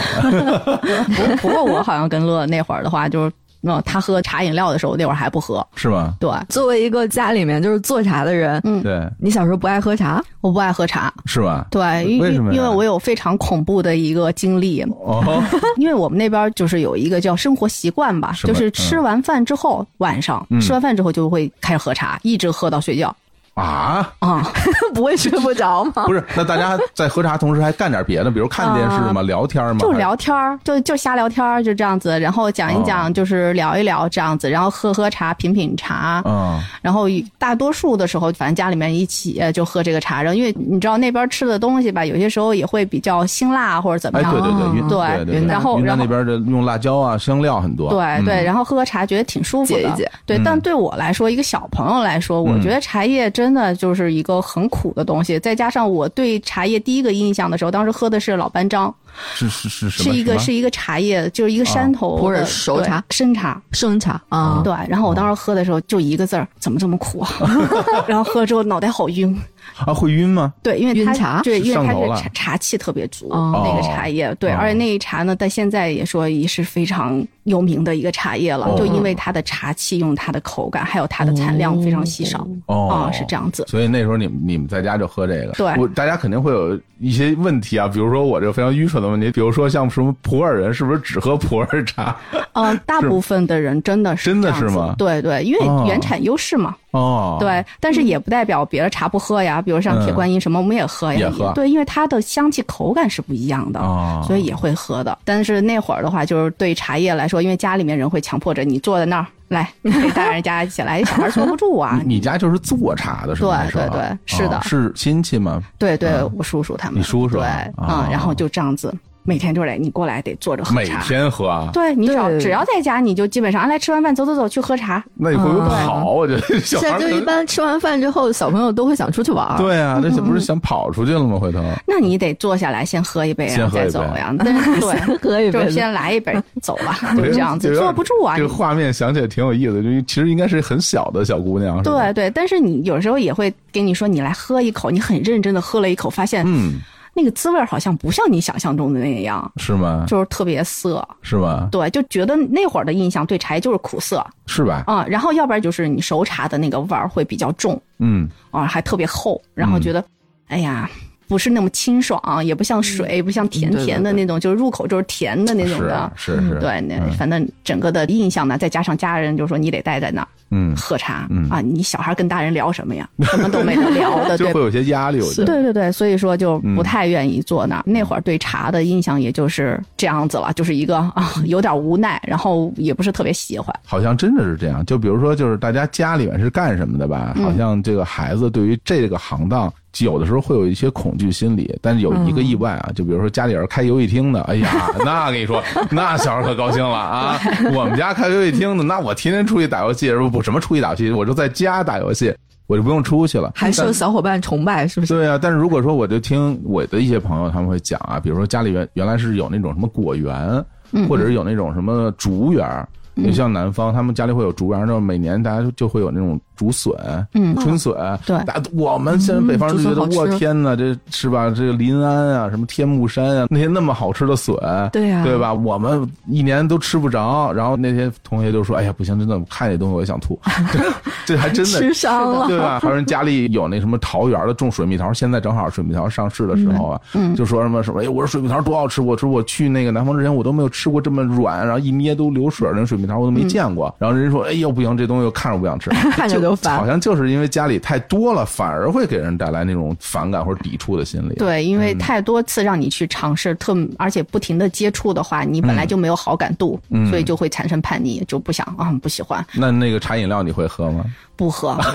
S3: 不不过我好像跟乐那会儿的话，就是嗯，他喝茶饮料的时候，那会儿还不喝。
S1: 是吧？
S3: 对，
S2: 作为一个家里面就是做茶的人，
S1: 对，
S2: 你小时候不爱喝茶，
S3: 我不爱喝茶。
S1: 是吧？
S3: 对，因
S1: 为什么呀
S3: 因为我有非常恐怖的一个经历，
S1: 哦，
S3: 因为我们那边就是有一个叫生活习惯吧，
S1: 什么
S3: 就是吃完饭之后，晚上
S1: 嗯
S3: 吃完饭之后就会开始喝茶，一直喝到睡觉
S1: 啊，
S3: 啊。
S2: 不会睡不着吗？
S1: 不是，那大家在喝茶同时还干点别的，比如看电视吗？聊天吗？
S3: 就聊天儿，就就瞎聊天儿，就这样子，然后讲一
S1: 哦
S3: 讲，就是聊一聊这样子，然后喝喝茶，品品茶，
S1: 啊，
S3: 然后大多数的时候，反正家里面一起呃就喝这个茶，然后因为你知道那边吃的东西吧，有些时候也会比较辛辣或者怎么
S1: 哎，
S3: 样
S1: 对
S3: 的，
S1: 对对，云
S3: 对
S1: 对对对，
S2: 云南
S3: 然后
S1: 云南
S3: 然
S1: 那
S3: 后
S1: 边的用辣椒啊、香料很多，
S3: 对对，
S1: 嗯
S3: 然后喝喝茶觉得挺舒服的。
S2: 解一解
S3: 对
S1: 嗯，
S3: 但对我来说，一个小朋友来说，我
S1: 嗯
S3: 觉得茶叶真的就是一个很苦的东西。再加上我对茶叶第一个印象的时候，当时喝的是老班章，
S1: 是是是什
S3: 是
S1: 么？
S3: 一个
S1: 什么
S3: 是一个茶叶，就是一个山头的
S2: 哦普洱熟茶、
S3: 对生茶。
S2: 生茶啊，
S3: 对，然后我当时喝的时候就一个字儿，怎么这么苦啊？ 然后喝了之后脑袋好晕，
S1: 啊，会晕吗？
S3: 对，因为
S2: 晕
S3: 它
S2: 茶
S3: 对，因
S1: 上
S3: 为它
S1: 头
S3: 是
S1: 了
S3: 茶茶气特别足，
S2: 哦
S3: 那个茶叶，对，
S1: 哦
S3: 而且那一茶呢，在现在也说也是非常有名的一个茶叶了，
S1: 哦
S3: 就因为它的茶气，用它的口感，还有它的产量非常稀少，
S1: 哦
S3: 啊、，是这
S1: 样。
S3: 样子。
S1: 所以那时候你们你们在家就喝这个，
S3: 对
S1: 我大家肯定会有一些问题啊，比如说我这非常愚蠢的问题，比如说像什么普洱人是不是只喝普洱茶？
S3: 嗯、大部分的人真的
S1: 哦
S3: 是
S1: 真的
S3: 这样
S1: 是
S3: 子
S1: 吗
S3: 对对，因
S1: 哦
S3: 为原产优势嘛，
S1: 哦，，嗯
S3: 对，但是也不代表别的茶不喝呀，比如像铁观音什么，我们也喝呀，
S1: 也喝
S3: 对，因为它的香气口感是不一样的。
S1: 哦，
S3: 所以也会喝的。但是那会儿的话，就是对茶叶来说，因为家里面人会强迫着你坐在那儿来陪大人家一起来，小孩儿坐不住啊。
S1: 你你家就是做茶的是吧？
S3: 对
S1: 那时候
S3: 对对
S1: 哦
S3: 是的
S1: 是亲戚吗？
S3: 对对
S1: 嗯，
S3: 我叔叔他们，
S1: 你叔叔
S3: 对
S1: 啊，
S3: 嗯
S1: 哦，
S3: 然后就这样子，每天就得你过来得坐着喝
S1: 每
S3: 茶。
S1: 天喝啊？
S3: 对你只要
S2: 对
S3: 只要在家，你就基本上啊来吃完饭走走走去喝茶。
S1: 那你会不会
S2: 嗯
S1: 跑？我觉得小
S2: 现
S1: 孩
S2: 在
S1: 儿
S2: 就
S1: 可
S2: 一
S1: 能
S2: 般吃完饭之后，小朋友都会想出去玩儿，
S1: 对 啊，那不是想跑出去了吗？回头
S3: 那你得坐下来先喝一杯，
S1: 先
S3: 然后
S1: 喝一
S3: 再
S1: 杯
S3: 走呀。但 是对，
S2: 喝一杯
S3: 就
S2: 呗，
S3: 是先来一杯，走吧，就这样
S1: 有
S3: 子，
S1: 点
S3: 坐不住啊。
S1: 这
S3: 你
S1: 个画面想起来挺有意思，就其实应该是很小的小姑娘。是吧
S3: 对，对，但是你有时候也会跟你说，你来喝一口，你很认真的喝了一口，发现
S1: 嗯，
S3: 那个滋味儿好像不像你想象中的那样，
S1: 是吗？
S3: 就是特别涩。
S1: 是吗？
S3: 对，就觉得那会儿的印象对茶叶就是苦涩
S1: 是吧？
S3: 啊、然后要不然就是你熟茶的那个味儿会比较重
S1: 嗯，
S3: 啊、还特别厚，然后觉得，哎呀，不是那么清爽，啊也不像水，也不像甜
S2: 嗯对
S3: 甜的
S2: 对对
S3: 那种，就是入口就是甜的那种
S1: 是
S3: 的。
S1: 是是，
S3: 对，那
S1: 嗯
S3: 反正整个的印象呢，再加上家人就说你得待在那儿
S1: 嗯，
S3: 喝茶、
S1: 嗯
S3: 啊，你小孩跟大人聊什么呀？什么都没得聊 的，
S1: 就
S3: 对吧
S1: 会有些压力，我觉得。
S3: 对对对，所以说就
S1: 嗯
S3: 不太愿意坐那儿。那会儿对茶的印象也就是这样子了，就是一个 啊有点无奈，然后也不是特别喜欢。
S1: 好像真的是这样，就比如说，就是大家家里面是干什么的吧，好像这个孩子对于这个行当，有的时候会有一些恐惧心理。但是有一个意外啊，就比如说家里人开游戏厅的，哎呀，那跟你说，那小孩可高兴了啊！我们家开游戏厅的，那我天天出去打游戏，说不什么出去打游戏，我就在家打游戏，我就不用出去了。
S2: 还受小伙伴崇拜， 是不是？
S1: 对啊，但是如果说我就听我的一些朋友他们会讲啊，比如说家里原原来是有那种什么果园，
S2: 嗯
S1: 或者是有那种什么竹园儿。你像南方，他们家里会有竹园儿，然后每年大家就就会有那种竹笋，
S3: 嗯
S1: 春笋，
S3: 对
S1: 大家我们现在北方人就觉得，
S2: 嗯
S1: 我
S2: 竹笋好吃
S1: 天呐，这是吧？这个临安啊，什么天目山啊，那些那么好吃的笋，
S2: 对啊呀
S1: 对吧？我们一年都吃不着。然后那些同学就说：“哎呀，不行，真的，我看这东西我就想吐， 这还真的
S2: 吃伤 了，
S1: 对吧？还有人家里有那什么桃园的种水蜜桃，现在正好水蜜桃上市的时候啊，
S3: 嗯
S1: 就说什么什么，哎，我说水蜜桃多好吃，我说我去那个南方之前我都没有吃过这么软，然后一捏都流水儿那种水蜜桃我
S3: 嗯
S1: 都没见过。然后人家说，哎呦不行，这东西我看着不想 吃，
S2: 看着就
S1: 好
S2: 烦。
S1: 像就是因为家里太多了，反而会给人带来那种反感或者抵触的心理。，
S3: 对，因为太多次让你去尝试，特而且不停的接触的话，你本来就没有好感度，所以就会产生叛逆，就不想啊、不喜欢，
S1: 那那个茶饮料你会喝吗？
S3: 不喝。啊，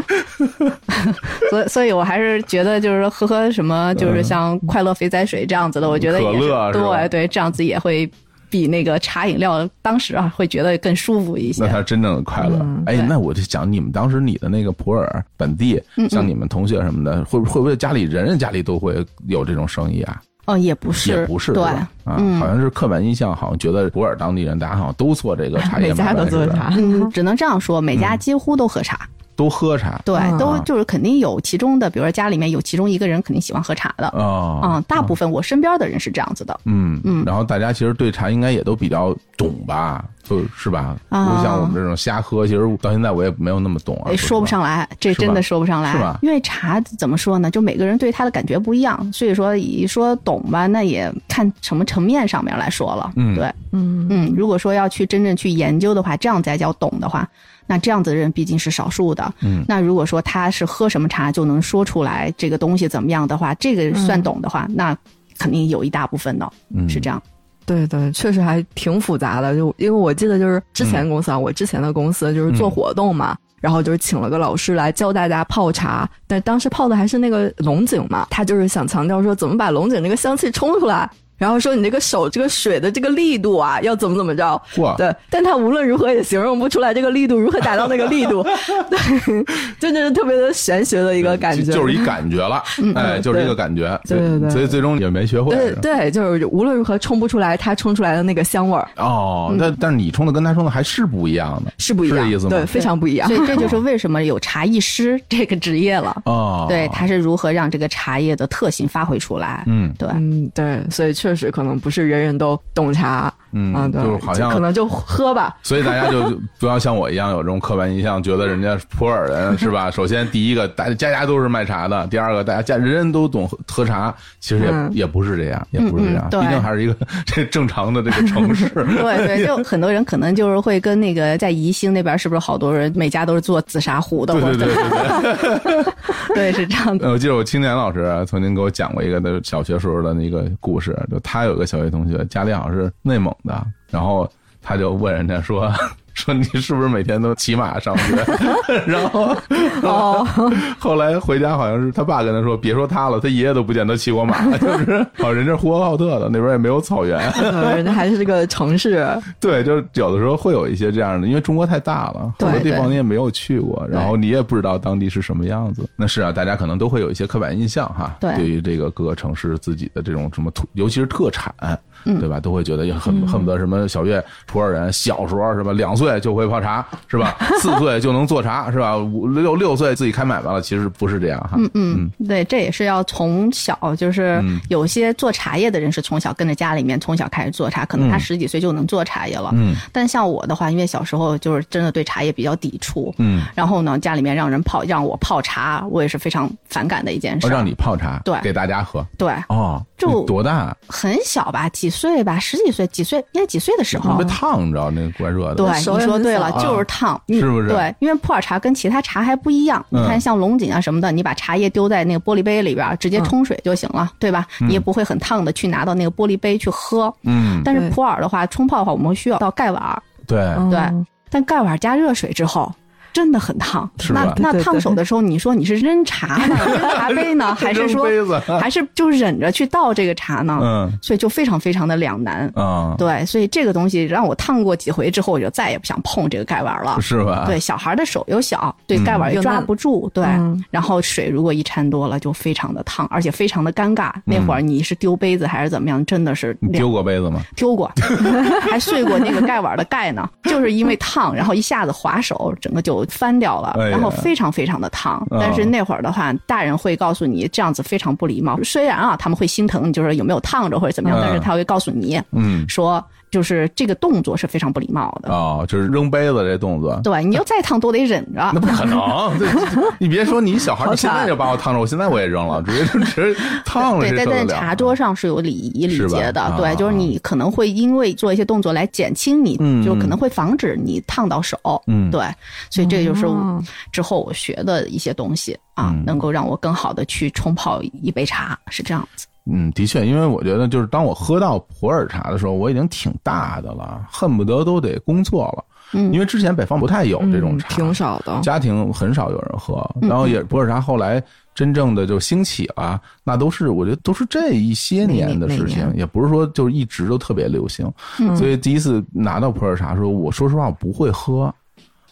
S3: 所以所以我还是觉得就是说喝喝什么，就是像快乐肥仔水这样子的，我觉得
S1: 嗯可
S3: 也是
S1: 乐是吧
S3: 对对，这样子也会比那个茶饮料当时啊会觉得更舒服一些
S1: 那。才是真正的快乐。
S2: 嗯
S1: 哎
S3: 对，
S1: 那我就想，你们当时你的那个普洱本地，
S3: 嗯
S1: 像你们同学什么的，会不会不会家里人人家里都会有这种生意啊？
S3: 哦，也不是，
S1: 也不是，
S3: 对，
S1: 吧？啊，
S2: 嗯
S1: 好像是刻板印象，好像觉得普洱当地人，大家好像都做这 个茶叶
S2: 每
S1: 买卖似的，
S2: 家都做茶，
S3: 嗯，只能这样说，每家
S1: 嗯
S3: 几乎都喝茶，
S1: 都喝茶。
S3: 对，
S2: 啊
S3: 都就是肯定有其中的，比如说家里面有其中一个人肯定喜欢喝茶的，
S1: 啊
S3: 嗯，，大部分我身边的人是这样子的，
S1: 嗯嗯，然后大家其实对茶应该也都比较懂吧，就是吧？
S3: 啊
S1: 不像我们
S2: 哦
S1: 这种瞎喝，其实到现在我也没有那么懂啊
S3: 哎，，说不上来，这
S1: 是吧
S3: 真的说不上
S1: 是
S3: 来
S1: 吧，
S3: 因为茶怎么说呢，就每个人对它的感觉不一样，所以说一说懂吧，那也看什么层面上面来说了，
S1: 嗯
S3: 对，
S2: 嗯，
S3: 嗯，如果说要去真正去研究的话，这样才叫懂的话，那这样子的人毕竟是少数的。
S1: 嗯，
S3: 那如果说他是喝什么茶就能说出来这个东西怎么样的话，这个算懂的话，那肯定有一大部分的，
S1: 嗯
S3: 是这样。
S2: 对对，确实还挺复杂的。就因为我记得就是之
S1: 嗯
S2: 前公司啊，我之前的公司就是做活动嘛。然后就是请了个老师来教大家泡茶，但当时泡的还是那个龙井嘛，他就是想强调说怎么把龙井那个香气冲出来，然后说你这个手这个水的这个力度啊，要怎么怎么着，
S1: 哇，
S2: 对，但他无论如何也形容不出来这个力度如何达到那个力 度，对，真的是特别的玄学的一个感觉，嗯
S1: 就就 是一感觉了，哎，就是一个感觉，
S2: 对对对
S1: 所以最终也没学会。
S2: 对
S1: 是吧
S2: 对，就是无论如何冲不出来他冲出来的那个香味儿
S1: 哦，
S2: 嗯
S1: 但但是你冲的跟他冲的还是不一样的
S2: 是不一
S1: 是这
S2: 样
S1: 意思吗，
S2: 对，非常不一样
S3: 所。以 这就是为什么有茶艺师这个职业了。
S1: 哦。
S3: 对，他是如何让这个茶叶的特性发挥出来？
S1: 嗯
S3: 对，
S2: 嗯，对，所以确实可能不是人人都懂茶，
S1: 嗯
S2: 啊，对，
S1: 就是好像
S2: 可能就喝 吧，
S1: 所以大家就就不要像我一样有这种刻板印象，觉得人家普洱 人是吧？首先，第一个，大家家都是卖茶的；第二个，大家家人人都懂喝喝茶，其实也、
S2: 嗯
S1: 也不是这样，也不是这样，
S3: 嗯嗯对
S1: 毕竟还是一个 这正常的这个城市。
S3: 对对，就很多人可能就是会跟那个在宜兴那边，是不是好多人每家 都是做紫砂壶的？
S1: 对对
S3: 或者
S1: 对对对。
S3: 对，是这样的。
S1: 呃我记得我青年老师啊曾经给我讲过一个的小学时候的那个故事，就他有一个小学同学，家里好像是内蒙的，然后他就问人家说。 说你是不是每天都骑马上学？ 然后，
S2: 哦，
S1: 后来回家好像是他爸跟他说，别说他了，他爷爷都不见他骑过马， 就是好哦人家呼和浩特的那边也没有草 原，
S2: 呃人家还是这个城市，
S1: 对，就是有的时候会有一些这样的，因为中国太大了，
S3: 对
S1: 很多地方你也没有去过，然后你也不知道当地是什么样子。那是啊，大家可能都会有一些刻板印象哈，
S3: 对
S1: 于这个各个城市自己的这种什么土，尤其是特产，对吧？都会觉得也恨恨不得什么小月普洱人小时候是吧，两岁就会泡茶是 吧，四岁就能做茶是吧，五六六岁自己开买卖了，其实不是这样哈，
S3: 嗯，对，这也是要从小，就是
S1: 嗯
S3: 有些做茶叶的人是从小跟着家里面从小开始做茶，可能他
S1: 嗯
S3: 十几岁就能做茶叶了。
S1: 嗯
S3: 但像我的话，因为小时候就是真的对茶叶比较抵触，
S1: 嗯，
S3: 然后呢，家里面让人泡让我泡茶，我也是非常反感的一件事。
S1: 哦让你泡茶，
S3: 对
S1: 给大家喝
S3: 对，
S1: 哦，
S3: 就
S1: 你多大？
S3: 很小吧，几岁吧，十几岁，几岁应该几岁的时
S1: 会
S3: 候
S1: 被，烫着那怪热的，
S3: 哦对，
S2: 手也
S3: 你说
S2: 很
S3: 对
S2: 小
S3: 了，
S1: 啊
S3: 就是烫，你
S1: 是不是
S3: 对，因为普洱茶跟其他茶还不一样。
S1: 嗯
S3: 你看，像龙井啊什么的，你把茶叶丢在那个玻璃杯里边儿，直接冲水就行了，对吧？你也不会很烫的去拿到那个玻璃杯去喝。
S1: 嗯，
S3: 但是
S2: 对
S3: 普洱的话，冲泡的话，我们需要到盖碗儿，
S1: 对，
S3: 对
S2: 嗯
S3: 但盖碗加热水之后。真的很烫，
S1: 是吧
S3: 那那
S2: 对对对
S3: 烫手的时候，你说你是扔茶 呢，扔茶杯呢，还是说
S1: 扔杯子啊
S3: 还是就忍着去倒这个茶呢？
S1: 嗯
S3: 所以就非常非常的两难。
S1: 啊，
S3: 对，所以这个东西让我烫过几回之后，我就再也不想碰这个盖碗了。
S1: 是吧？
S3: 对，小孩的手又小，对盖碗
S2: 嗯
S3: 又
S2: 又
S3: 抓
S2: 嫩
S3: 不住，对。
S2: 嗯
S3: 然后水如果一掺多了，就非常的烫，而且非常的尴尬。那会儿你是丢杯子还是怎么样，真的是
S1: 你嗯
S3: 两
S1: 丢过杯子吗？
S3: 丢过， 还碎过那个盖碗的盖 呢，就是因为烫，然后一下子划手，整个就翻掉了
S1: 哎，呀
S3: 然后非常非常的烫。
S1: 嗯
S3: 但是那会儿的话，大人会告诉你这样子非常不礼貌。虽然啊，他们会心疼，就是有没有烫着或者怎么样，
S1: 嗯
S3: 但是他会告诉你
S1: 嗯，
S3: 说，就是这个动作是非常不礼貌的。
S1: 哦，就是扔杯子这动作，
S3: 对，你就再烫都得忍着。
S1: 那不可 能。这这你别说你小孩，
S2: 好
S1: 你现在
S2: 惨
S1: 就把我烫着，我现在我也扔 了，直接就直接烫了，
S3: 对，
S1: 这
S3: 在
S1: 受得
S3: 在
S1: 了啊
S3: 茶桌上是有礼仪礼
S1: 是吧
S3: 节的，
S1: 啊
S3: 对，就是你可能会因为做一些动作来减轻你，
S1: 嗯
S3: 就可能会防止你烫到手，
S1: 嗯
S3: 对，所以这就是
S2: 哦
S3: 之后我学的一些东西啊，
S1: 嗯
S3: 能够让我更好的去冲泡一杯茶，是这样子。
S1: 嗯，的确，因为我觉得就是当我喝到普洱茶的时候，我已经挺大的了，恨不得都得工作了。
S3: 嗯
S1: 因为之前北方不太有这种
S2: 嗯
S1: 茶，
S2: 挺少的。
S1: 家庭很少有人喝，然后也普洱茶后来真正的就兴起了，那都是我觉得都是这一些年的事
S2: 哪
S1: 情
S2: 哪，
S1: 也不是说就一直都特别流行。
S3: 嗯
S1: 所以第一次拿到普洱茶的时候，我说实话我不会喝。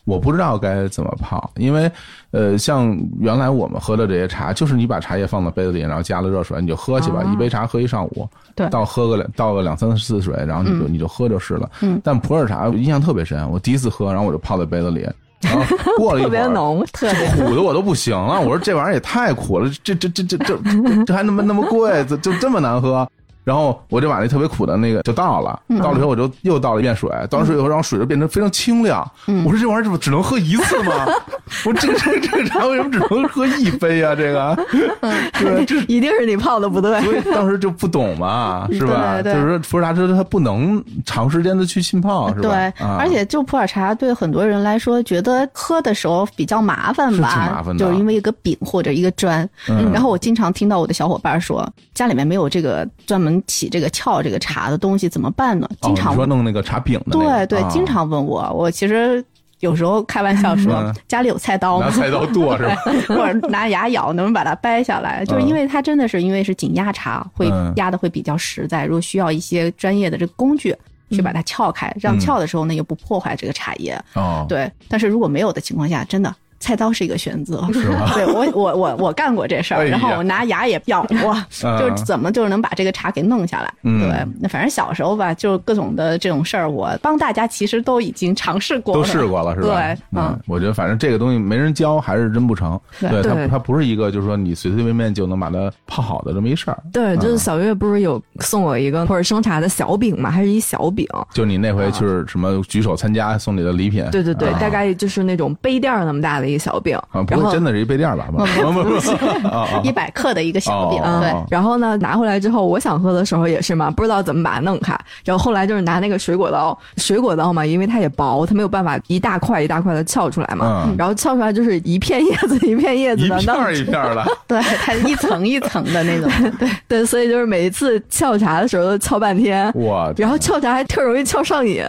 S1: 我不知道该怎么泡，因为，呃，像原来我们喝的这些茶，就是你把茶叶放到杯子里，然后加了热水，你就喝去吧，
S2: 啊
S1: 一杯茶喝一上午，
S3: 对
S1: 倒喝个两倒个两三次水，然后你就、你就喝就是了。
S3: 嗯
S1: 但普洱茶我印象特别深，我第一次喝，然后我就泡在杯子里，然后过了一
S2: 特
S1: 会
S2: 别
S1: 儿，
S2: 浓，特别
S1: 苦的我都不行了。我说这玩意儿也太苦了，这这这这这这这还那么那么贵，这就这么难喝。然后我就把那特别苦的那个就倒了，
S2: 嗯
S1: 倒了以后我就又倒了一遍水，倒完水以后，然后水就变成非常清亮。
S2: 嗯
S1: 我说这玩意儿怎么只能喝一次吗？ 我说这个这个这个茶为什么只能喝一杯啊？这个，
S2: 嗯
S1: 对，这
S2: 一定是你泡的 不对。
S1: 所以当时就不懂 嘛，是吧？
S3: 对对对
S1: 就是说普洱茶它它不能长时间的去浸泡，是吧？
S3: 对，
S1: 啊
S3: 而且就普洱茶对很多人来说，觉得喝的时候比较麻烦吧，
S1: 是挺麻烦的
S3: 就是因为一个饼或者一个砖。
S1: 嗯
S3: 然后我经常听到我的小伙伴说，家里面没有这个专门起这个泡这个茶的东西，怎么办呢？
S1: 哦
S3: 经常、
S1: 你说弄那个茶饼的那
S3: 对
S1: 个，
S3: 对，
S1: 啊
S3: 经常问我，我其实。有时候开玩笑说，
S1: 嗯
S3: 家里有菜刀吗
S1: 拿？菜刀剁是吧？
S3: 或者拿牙咬，能不能把它掰下来？就是因为它真的是因为是紧压茶，会
S1: 嗯
S3: 压的会比较实在。如果需要一些专业的这个工具去把它撬开，让撬的时候呢又不破坏这个茶叶。
S1: 嗯哦，
S3: 对，但是如果没有的情况下，真的。菜刀是一个选择，
S1: 是吗
S3: 对我我我我干过这事
S1: 哎
S3: 儿，
S1: 呀
S3: 然后我拿牙也咬过，
S1: 嗯
S3: 就是怎么就是能把这个茶给弄下来。
S1: 嗯
S3: 对，那反正小时候吧，就是各种的这种事儿，我帮大家其实都已经尝试过了，
S1: 都试过了是吧？
S3: 对
S1: 嗯
S3: 嗯，
S1: 我觉得反正这个东西没人教还是真不成。
S3: 对
S1: 它
S2: 对
S1: 它不是一个就是说你随随便便就能把它泡好的这么一事儿。
S2: 对，
S1: 啊
S2: 就是小月不是有送我一个或者生茶的小饼嘛，还是一小饼。
S1: 就你那
S3: 啊
S1: 回就是什么举手参加送你的礼品，
S2: 对对对，
S1: 啊
S2: 大概就是那种杯垫儿那么大的一小饼
S1: 啊，，不
S2: 然
S1: 会
S2: 后
S1: 真的是一杯垫儿吧？不不不不，啊啊
S3: 一百克的一个小饼，
S1: 哦
S3: 对，
S2: 嗯，然后呢，拿回来之后，我想喝的时候也是嘛，不知道怎么把它弄开。然后后来就是拿那个水果刀，水果刀嘛，因为它也薄，它没有办法一大块一大块的撬出来嘛。
S1: 嗯，
S2: 然后撬出来就是一片叶子一片叶子
S1: 一
S2: 的
S1: 片
S2: 弄，
S1: 儿一片 儿的，
S3: 对，它一层一层的那种， 对，
S2: 对，所以就是每一次撬茶的时候都撬半天，
S1: 我
S2: 然后翘茶还特容易翘上瘾，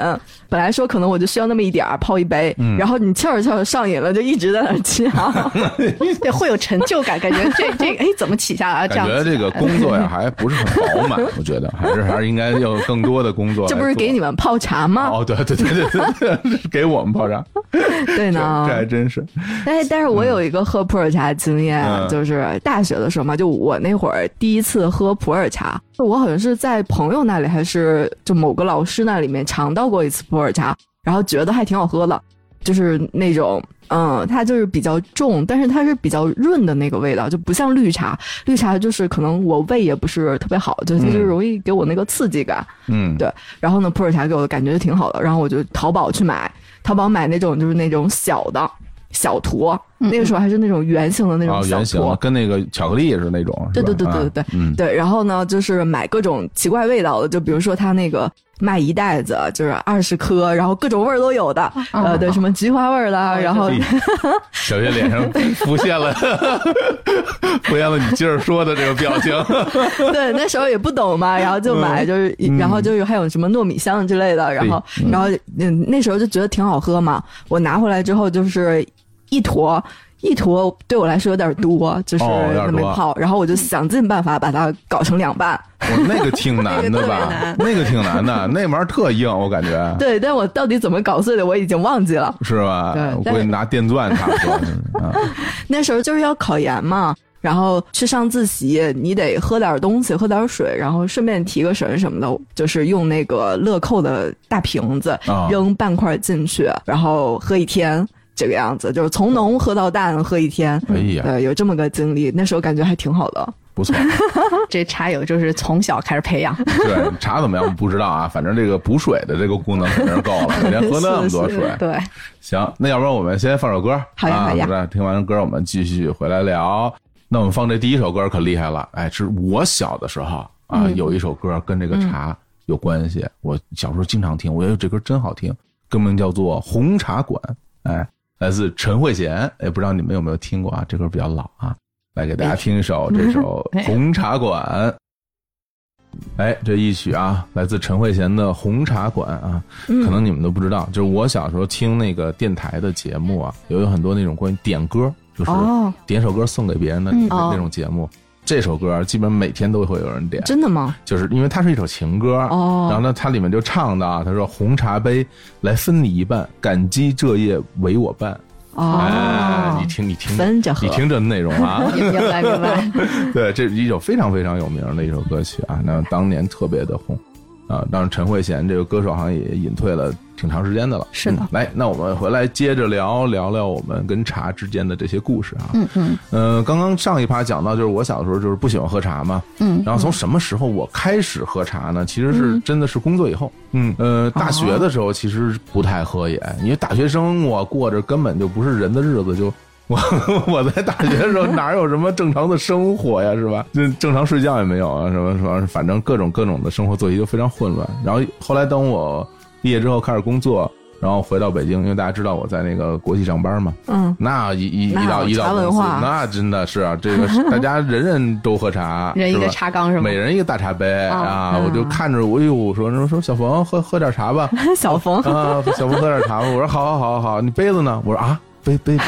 S2: 本来说可能我就需要那么一点儿泡一杯，
S1: 嗯
S2: 然后你翘着翘着上瘾了，就一直在那儿 啊翘。
S3: 对，会有成就感，感觉这这哎怎么起下来啊？这
S1: 感
S3: 样
S1: 觉这
S3: 子
S1: 个工作 呀还不是很饱满，我觉得还是还是应该有更多的工作来
S2: 这
S1: 做。
S2: 不是给你们泡茶吗？
S1: 哦，对对对对 对，是给我们泡茶，
S2: 对
S1: 这
S2: 呢
S1: 这。还真是，
S2: 但是但是我有一个喝普洱茶的经验啊，
S1: 嗯
S2: 就是大学的时候嘛，就我那会儿第一次喝普洱茶，我好像是在朋友那里还是就某个老师那里面尝到过一次普洱茶，然后觉得还挺好喝的，就是那种。嗯，它就是比较重，但是它是比较润的那个味道，就不像绿茶。绿茶就是可能我胃也不是特别好，就它就
S1: 嗯
S2: 容易给我那个刺激感。
S1: 嗯，
S2: 对，然后呢，普洱茶给我的感觉就挺好的，然后我就淘宝去买，淘宝买那种就是那种小的小坨，那个时候还是那种圆形的那
S1: 啊
S2: 种，小
S1: 嗯圆形
S2: 坨。
S1: 跟那个巧克力是那种，是
S2: 对
S1: 吧
S2: 对对对对对
S1: 啊、嗯，
S2: 对，然后呢，就是买各种奇怪味道的，就比如说它那个卖一袋子，就是二十颗，然后各种味儿都有的，
S1: 哦
S2: 呃，对，什么菊花味儿的，然后
S1: 哎 小月脸上浮现了， 浮现了你接着说的这个表 情。
S2: 对，那时候也不懂嘛，然后
S1: 嗯
S2: 就买，就是、然后就是还有什么糯米香之类的，然后、然后嗯，那时候就觉得挺好喝嘛。我拿回来之后就是一坨。一坨对我来说有点多，就是
S1: 哦有点
S2: 那么一
S1: 多嗯
S2: 泡，然后我就想尽办法把它搞成两半。
S1: 我那个挺难的吧？那个挺难的，那玩意儿特硬，我感觉
S2: 对，但我到底怎么搞碎的，我已经忘记了。
S1: 是吧？
S2: 对
S1: 我
S2: 但
S1: 估计拿电钻差不多。 嗯
S2: 那时候就是要考研嘛，然后去上自习，你得喝点东西，喝点水，然后顺便提个神什么的，就是用那个乐扣的大瓶子
S1: 啊
S2: 扔半块进去，然后喝一天。这个样子就是从浓喝到淡，喝一天。
S1: 哎呀
S2: 对，有这么个经历，那时候感觉还挺好的。
S1: 不错，
S3: 这茶友就是从小开始培养，
S1: 对茶怎么样不知道啊，反正这个补水的这个功能肯定是够了， 每天喝那么多
S2: 是
S1: 水
S2: 是。
S3: 对，
S1: 行，那要不然我们先放首歌，
S2: 好呀
S1: 啊
S2: 好呀
S1: 那听完歌我们继续回来聊。那我们放这第一首歌可厉害了，哎，是我小的时候啊，
S2: 嗯
S1: 有一首歌跟这个茶有关系，我小时候经常听，我觉得这歌真好听，歌名叫做《红茶馆》，哎，来自陈慧娴，也不知道你们有没
S2: 哎
S1: 有听过啊，这歌比较老啊，来给大家听一首这首《红茶馆》。哎，这一曲啊，来自陈慧娴的《红茶馆》啊，
S2: 嗯
S1: 可能你们都不知道，就是我小时候听那个电台的节目啊，有有很多那种关于点歌，就是
S2: 哦，
S1: 点首歌送给别人的
S3: 嗯
S1: 那种节目。这首歌基本每天都会有人点，
S2: 真的吗？
S1: 就是因为它是一首情歌，
S2: 哦
S1: 然后呢，它里面就唱到啊，他说红茶杯来分你一半，感激这夜为我伴。哎，
S2: 哦
S1: 你，听，你听，
S2: 分着喝
S1: 你听这内容啊，
S3: 明白明白，
S1: 对，这是一首非常非常有名的一首歌曲啊，那当年特别的红啊。当然，陈慧娴这个歌手好像也隐退了挺长时间的了。
S3: 是的
S1: 嗯来，那我们回来接着聊聊聊我们跟茶之间的这些故事啊。
S3: 嗯嗯
S1: 嗯、刚刚上一趴讲到，就是我小时候就是不喜欢喝茶嘛，
S3: 嗯，
S1: 然后从什么时候我开始喝茶呢？其实是真的是工作以后，嗯呃，大学的时候其实不太喝也，因为大学生我过着根本就不是人的日子，就我 我在大学的时候哪有什么正常的生活呀，是吧？就正常睡觉也没有啊，什么什么，反正各种各种的生活作息就非常混乱。然后后来等我毕业之后开始工作。然后回到北京，因为大家知道我在那个国企上班嘛，
S2: 嗯，
S1: 那一一一
S2: 那
S1: 到一
S2: 茶
S1: 到
S2: 文
S1: 公司
S2: 化
S1: 那真的是啊，这个是大家人人都喝茶，
S3: 人一
S1: 是
S3: 个
S1: 吧
S3: 茶缸是吗？
S1: 每人一个大茶杯
S2: 哦
S3: 啊
S1: 啊！
S2: 嗯
S1: 我就看着我，哎呦，我说说说小冯喝喝点茶 吧
S2: 小冯
S1: 啊，小冯喝点茶吧。我说好好好好，你杯子呢？我说啊，杯 杯杯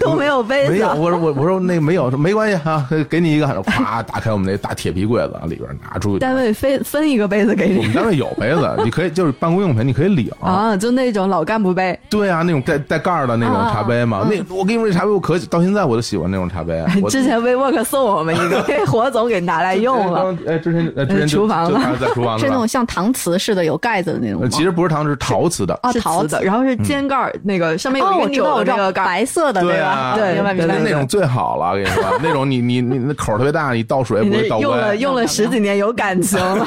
S2: 都没有杯
S1: 没
S2: 子
S1: 有，，我说我我说那个没有，说没关系啊， 给你一个，咵打开我们那大铁皮柜子，啊里边拿出
S2: 单位分分一个杯子给
S1: 我们
S2: 你
S1: 单位有杯子， 你可以就是办公用品，你可以领。
S2: 啊，就那种老干部杯，
S1: 对啊，那种带带盖儿的那种茶杯嘛，那我跟你说，这茶杯我可到现在我都喜欢那种茶 杯。我
S2: 哦之前 WeWork 送我 们一个，给火总给拿来用了。
S1: 哎，之前哎之前就
S2: 厨房
S1: 就
S2: 了
S1: 他在厨 房
S3: 是
S1: 是
S3: 那
S1: 吧
S3: 种？像搪瓷似的有盖子的那种
S1: 呃
S3: 吗？
S1: 其实不是糖，是陶瓷的。
S3: 啊，
S2: 是
S3: 陶
S2: 瓷的，然后是
S1: 嗯
S2: 尖盖儿，那个上面有
S3: 哦，
S2: 一
S3: 我
S2: 个
S3: 知道，
S2: 钮
S3: 我
S2: 的
S3: 知
S2: 那
S3: 道，
S2: 个盖儿，
S3: 白色的那
S1: 对
S3: 个，
S1: 啊，
S2: 对
S3: 明白明
S2: 对
S3: 白。
S1: 那种最好了，我跟你 说，那种你你你那口儿特别大，你倒水
S2: 你
S1: 不会
S2: 这
S1: 倒
S2: 用了
S1: 歪，
S2: 用了十几年，有感情了。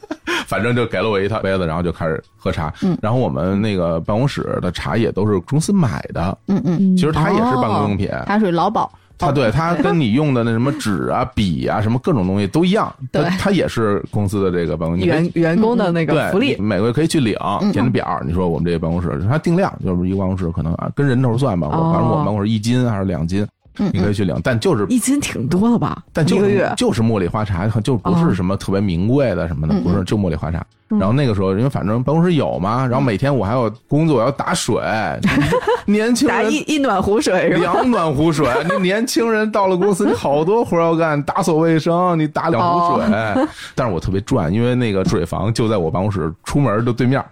S1: 反正就给了我一套杯子，然后就开始喝茶。
S2: 嗯
S1: 然后我们那个办公室的茶叶都是公司买的，
S3: 嗯嗯，
S1: 其实它也是办公用品，
S2: 哦
S3: 它属于劳保。
S1: 它对它跟你用的那什么纸啊、笔啊、什么各种东西都一样，它
S3: 对
S1: 它也是公司的这个办公用品。
S2: 员员工的那个
S1: 对，
S2: 福利嗯
S1: 你，每个月可以去领，填的表儿。你说我们这个办公室，它定量，就是一个办公室可能啊，跟人头算吧。我
S2: 哦嗯
S1: 反正我们办公室一斤还是两斤，你可以去领，但就是
S2: 一斤挺多了吧？
S1: 但就
S2: 一
S1: 是
S2: 个月哦
S1: 就是茉莉花茶，就不是什么特别名贵的什么的，
S2: 嗯
S1: 不是就茉莉花茶。然后那个时候，因为反正办公室有嘛，然后每天我还要工作，我要打 水，年轻
S2: 打
S1: 人
S2: 一一暖壶水是吧？
S1: 两暖壶 水，你年轻人到了公司，你好多活儿要干，打扫卫生，你打两壶水。
S2: 哦
S1: 但是我特别赚，因为那个水房就在我办公室出门的对面儿。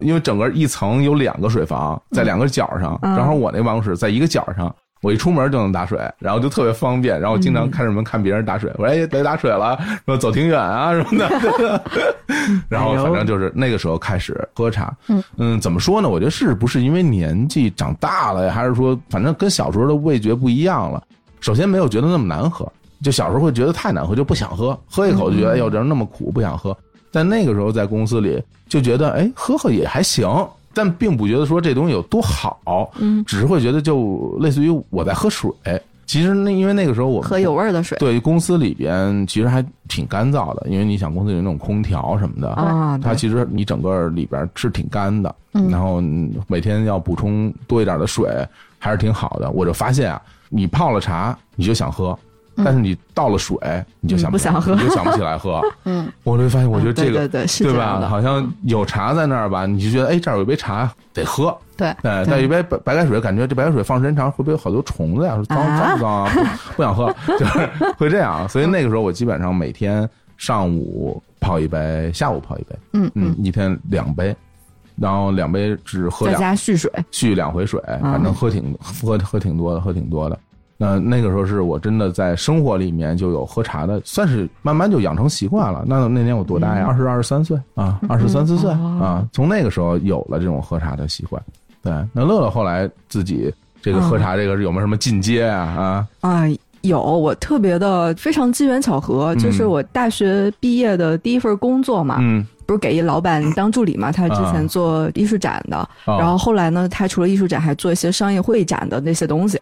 S1: 因为整个一层有两个水房，在两个角儿上，
S2: 嗯
S1: 然后我那办公室在一个角儿上，我一出门就能打水，然后就特别方便。然后我经
S2: 嗯
S1: 常看着门看别人打水，我说哎，来打水了，说走挺远啊什么的。然后反正就是那个时候开始喝茶。嗯，怎么说呢？我觉得是不是因为年纪长大了呀，还是说反正跟小时候的味觉不一样了？首先没有觉得那么难喝，就小时候会觉得太难喝，就不想喝，喝一口就觉得哎呦这那么苦，不想喝。但那个时候在公司里就觉得哎喝喝也还行。但并不觉得说这东西有多好，嗯，只是会觉得就类似于我在喝水。其实那因为那个时候我们
S2: 喝有味儿的水
S1: 对公司里边其实还挺干燥的，因为你想公司有那种空调什么的，
S2: 啊，嗯
S1: 它
S2: 对
S1: 其实你整个里边是挺干的，然后你每天要补充多一点的水还是挺好的。我就发现啊，你泡了茶你就想喝，但是你倒了水你就想起来
S2: 嗯嗯不想喝
S1: 你就想不起来 喝。
S3: 嗯，
S1: 我就发现，我觉得这
S2: 对
S1: 个
S2: 对对是这样
S1: 吧？
S2: 的
S1: 好像有茶在那儿吧，你就觉得哎，这儿有一杯茶得喝。
S3: 对，
S1: 哎，带一杯白白开水，感觉这白开水放时间长会不会有好多虫子呀？说脏
S2: 啊
S1: 脏不脏啊？不不想喝， 就是会这样。所以那个时候我基本上每天上午泡一杯，下午泡一杯，
S3: 嗯
S1: 嗯，一天两杯，然后两杯只喝
S2: 在
S1: 两
S2: 家蓄水，
S1: 续两回水，
S2: 啊
S1: 反正喝挺喝喝挺多的，喝挺多的。那那个时候是我真的在生活里面就有喝茶的，算是慢慢就养成习惯了。那那年我多大呀？二十二十三岁啊，二十三四岁
S2: 嗯哦
S1: 啊，从那个时候有了这种喝茶的习惯。对，那乐乐后来自己这个喝茶这个是有没有什么进阶啊？啊，
S2: 啊、有我特别的非常机缘巧合，就是
S1: 嗯
S2: 我大学毕业的第一份工作嘛，
S1: 嗯，
S2: 不是给一老板当助理嘛，他之前
S1: 啊
S2: 做艺术展的，
S1: 哦
S2: 然后后来呢，他除了艺术展还做一些商业会展的那些东西。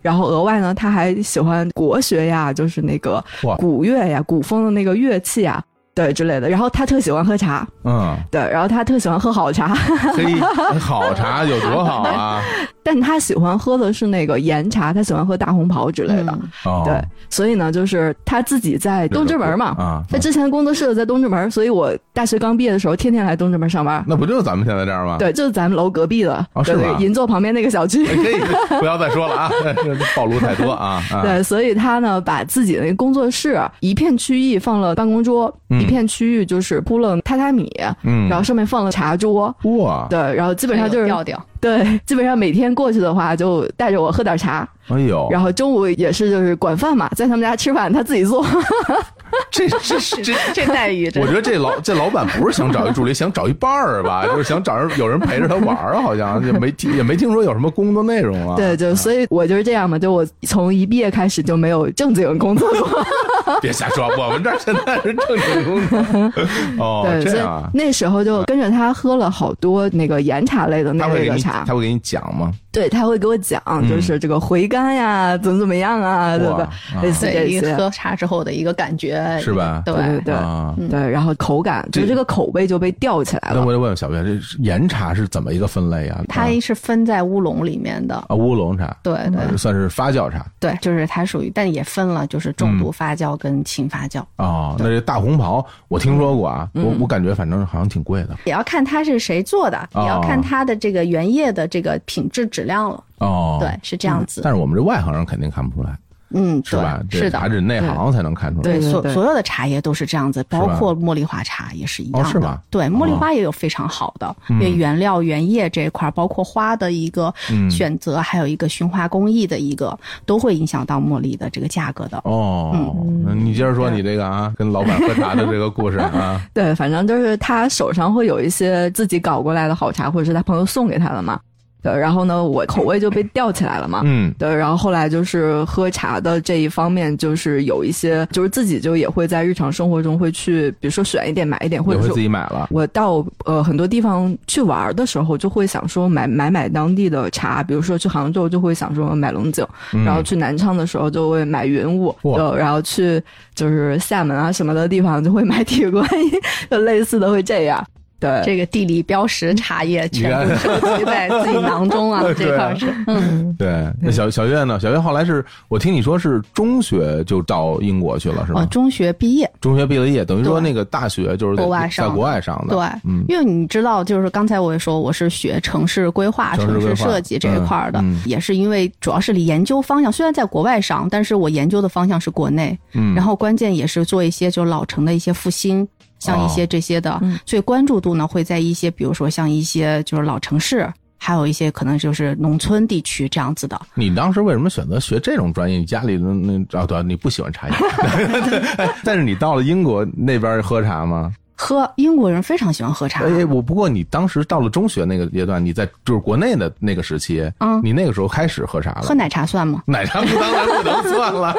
S2: 然后额外呢，他还喜欢国学呀，就是那个
S1: 哇
S2: 古乐呀、古风的那个乐器呀，对之类的。然后他特喜欢喝茶，
S1: 嗯，
S2: 对，然后他特喜欢喝好茶，
S1: 嘿，好茶有多好啊？
S2: 但他喜欢喝的是那个岩茶，他喜欢喝大红袍之类的。
S3: 嗯
S1: 哦
S2: 对，所以呢，就是他自己在东直门嘛，
S1: 啊，
S2: 他之前工作室在东直门，所以我大学刚毕业的时候，天天来东直门上班。
S1: 那不就是咱们现在这儿吗？
S2: 对，就是咱们楼隔壁的，
S1: 嗯哦是
S2: 对
S1: 吗
S2: 对，银座旁边那个小区。
S1: 哎，可以不要再说了啊，暴露太多啊。啊，
S2: 对，所以他呢，把自己的那个工作室啊一片区域放了办公桌，
S1: 嗯
S2: 一片区域就是铺了榻榻米，
S1: 嗯，啊
S2: 然后上面放了茶桌。
S1: 哇，
S2: 对，然后基
S3: 基
S2: 本上就是
S3: 调调，
S2: 对，基本上每天过去的话，就带着我喝点茶，
S1: 哎呦，
S2: 然后中午也是就是管饭嘛，在他们家吃饭，他自己做。
S1: 啊这这这。
S3: 这待遇真
S1: 我觉得这老这老板不是想找一助理，想找一伴儿吧，就是想找人有人陪着他玩儿，啊好像也没听也没听说有什么工作内容啊。
S2: 对，就所以我就是这样嘛，就我从一毕业开始就没有正经工作过。
S1: 别瞎说，我们这儿现在是正经工 作。哦，
S2: 对，
S1: 这
S2: 所以
S1: 样啊，
S2: 那时候就跟着他喝了好多那个岩茶类的那
S1: 他会
S2: 类
S1: 给
S2: 的
S1: 你
S2: 茶
S1: 他。会给你讲吗？
S2: 对，他会给我讲，就是这个回甘呀，怎么怎么样啊，对
S1: 哇
S2: 吧？类似
S3: 对
S2: 这
S3: 一
S2: 些
S3: 个。喝茶之后的一个感觉，
S1: 是吧
S3: 对，
S2: 对对
S1: 啊，
S3: 嗯
S2: 对，然后口感，就
S1: 这
S2: 这个口味就被吊起来
S1: 那
S2: 了
S1: 我。得问问小月，这是岩茶是怎么一个分类啊？
S3: 它是分在乌龙里面的。
S1: 啊乌龙茶，
S3: 对对
S1: 啊算是发酵茶
S3: 对，就是它属于，但也分了，就是
S1: 嗯
S3: 重度发酵跟轻发酵，
S1: 哦。那这大红袍我听说过
S3: 嗯
S1: 啊，我我感觉反正好像挺贵的
S3: 也要看它是谁做的，
S1: 哦
S3: 也要看它的这个原液的这个品质质量了。
S1: 哦。
S3: 对，，是这样子。
S1: 但是我们这外行人肯定看不出来，
S3: 嗯，
S1: 是吧？
S3: 对，
S1: 这
S3: 是
S1: 还
S3: 的。嗯
S1: 得内行才能看出来。
S2: 对对
S3: 所
S2: 对
S3: 所有的茶叶都是这样子，包
S1: 吧
S3: 括茉莉花茶也是一
S1: 哦嗯
S3: 样
S1: 是
S3: 的。
S1: 吧
S3: 对，茉莉花也有非常好的，因为原料、原液这一块儿，包括花的一个
S1: 嗯
S3: 选择，还有一个驯化工艺的一个，都会影响到茉莉的这个价格的。
S1: 哦，
S3: 嗯
S1: 那你接着说你这个啊，跟老板喝茶的这个故 事啊，
S2: 对，反正就是他手上会有一些自己搞过来的好茶，或者是他朋友送给他的嘛。对，然后呢，我口味就被吊起来了嘛。
S1: 嗯，
S2: 对，然后后来就是喝茶的这一方面，就是有一些，就是自己就也会在日常生活中会去，比如说选一点买一点，或
S1: 也
S2: 者
S1: 会
S2: 是
S1: 自己买了。
S2: 我到呃很多地方去玩儿的时候，就会想说买买买当地的茶，比如说去杭州就会想说买龙井，
S1: 嗯
S2: 然后去南昌的时候就会买云雾，
S1: 哇
S2: 就然后去就是厦门啊什么的地方就会买铁观音，就类似的会这样。
S1: 呃
S2: 对，
S3: 这个地理标识茶叶全部收集在自己囊中啊
S1: 对，
S3: 这块儿是 嗯，
S1: 对，那小小月呢？小月后来是我听你说是中学就到英国去了，是
S3: 哦，
S1: 吗？
S3: 中学毕业，
S1: 中学毕了业，等于说
S3: 对
S1: 那个大学就是在
S3: 国外上
S1: 在
S3: 的
S1: 国外上的。
S3: 对，
S1: 嗯，
S3: 因为你知道，就是刚才我也说，我是学城市规划、
S1: 城市
S3: 城
S1: 规划
S3: 市设计这一块儿的
S1: 嗯嗯，
S3: 也是因为主要是研究方向，虽然在国外上，但是我研究的方向是国内，
S1: 嗯
S3: 然后关键也是做一些就老城的一些复兴。像
S1: 哦
S3: 一些这些的，
S2: 嗯
S3: 所以关注度呢会在一些，比如说像一些就是老城市，还有一些可能就是农村地区这样子的。
S1: 你当时为什么选择学这种专业？你家里的那啊，对，你不喜欢茶叶，哎但是你到了英国那边喝茶吗？
S3: 喝英国人非常喜欢喝茶，
S1: 哎，我不过你当时到了中学那个阶段，你在就是国内的那个时期，
S3: 嗯
S1: 你那个时候开始喝茶了，？
S3: 喝奶茶算吗
S1: 奶茶不当然不能算 了，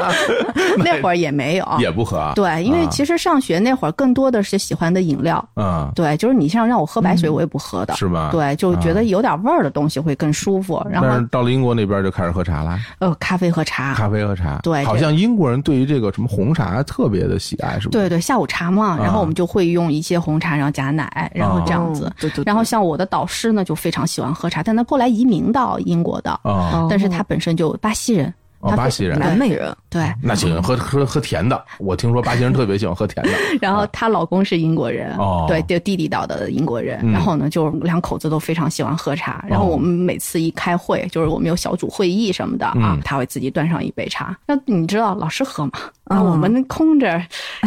S3: 那会儿也没有，
S1: 哎 也不喝啊，
S3: 哦对，因为
S1: 啊
S3: 其实上学那会儿更多的是喜欢的饮料，
S1: 嗯，
S3: 对，就是你像让我喝白水，我也不喝的，
S1: 是吧？。
S3: 对，就觉得有点味儿的东西会更舒服。然
S1: 但是
S3: 后
S1: 到了英国那边就开始喝茶啦，
S3: 呃，咖啡和茶，
S1: 咖啡和茶。
S3: 对
S1: 好
S3: 这
S1: 像英国人对于这个什么红茶特别的喜爱，是不是？
S3: 对对，下午茶嘛，然
S1: 啊
S3: 后我们就会用一些红茶，然后加奶，然后这样子
S2: 嗯。对对对
S3: 然后像我的导师呢，就非常喜欢喝茶，但他后来移民到英国的，
S1: 啊，
S2: 哦
S3: 但是他本身就巴西人，
S1: 哦
S3: 哦他嗯
S1: 巴西人
S2: 南美人，
S3: 对，
S1: 那喜欢喝喝喝甜的，我听说巴西人特别喜欢喝甜的。
S3: 然后她老公是英国人，
S1: 哦
S3: 对，就地地道的英国人。然后呢，就两口子都非常喜欢喝茶。然后我们每次一开会，就是我们有小组会议什么的啊
S1: 嗯，
S3: 他会自己端上一杯茶。那你知道老师喝嘛？
S2: 嗯
S3: 那我们空着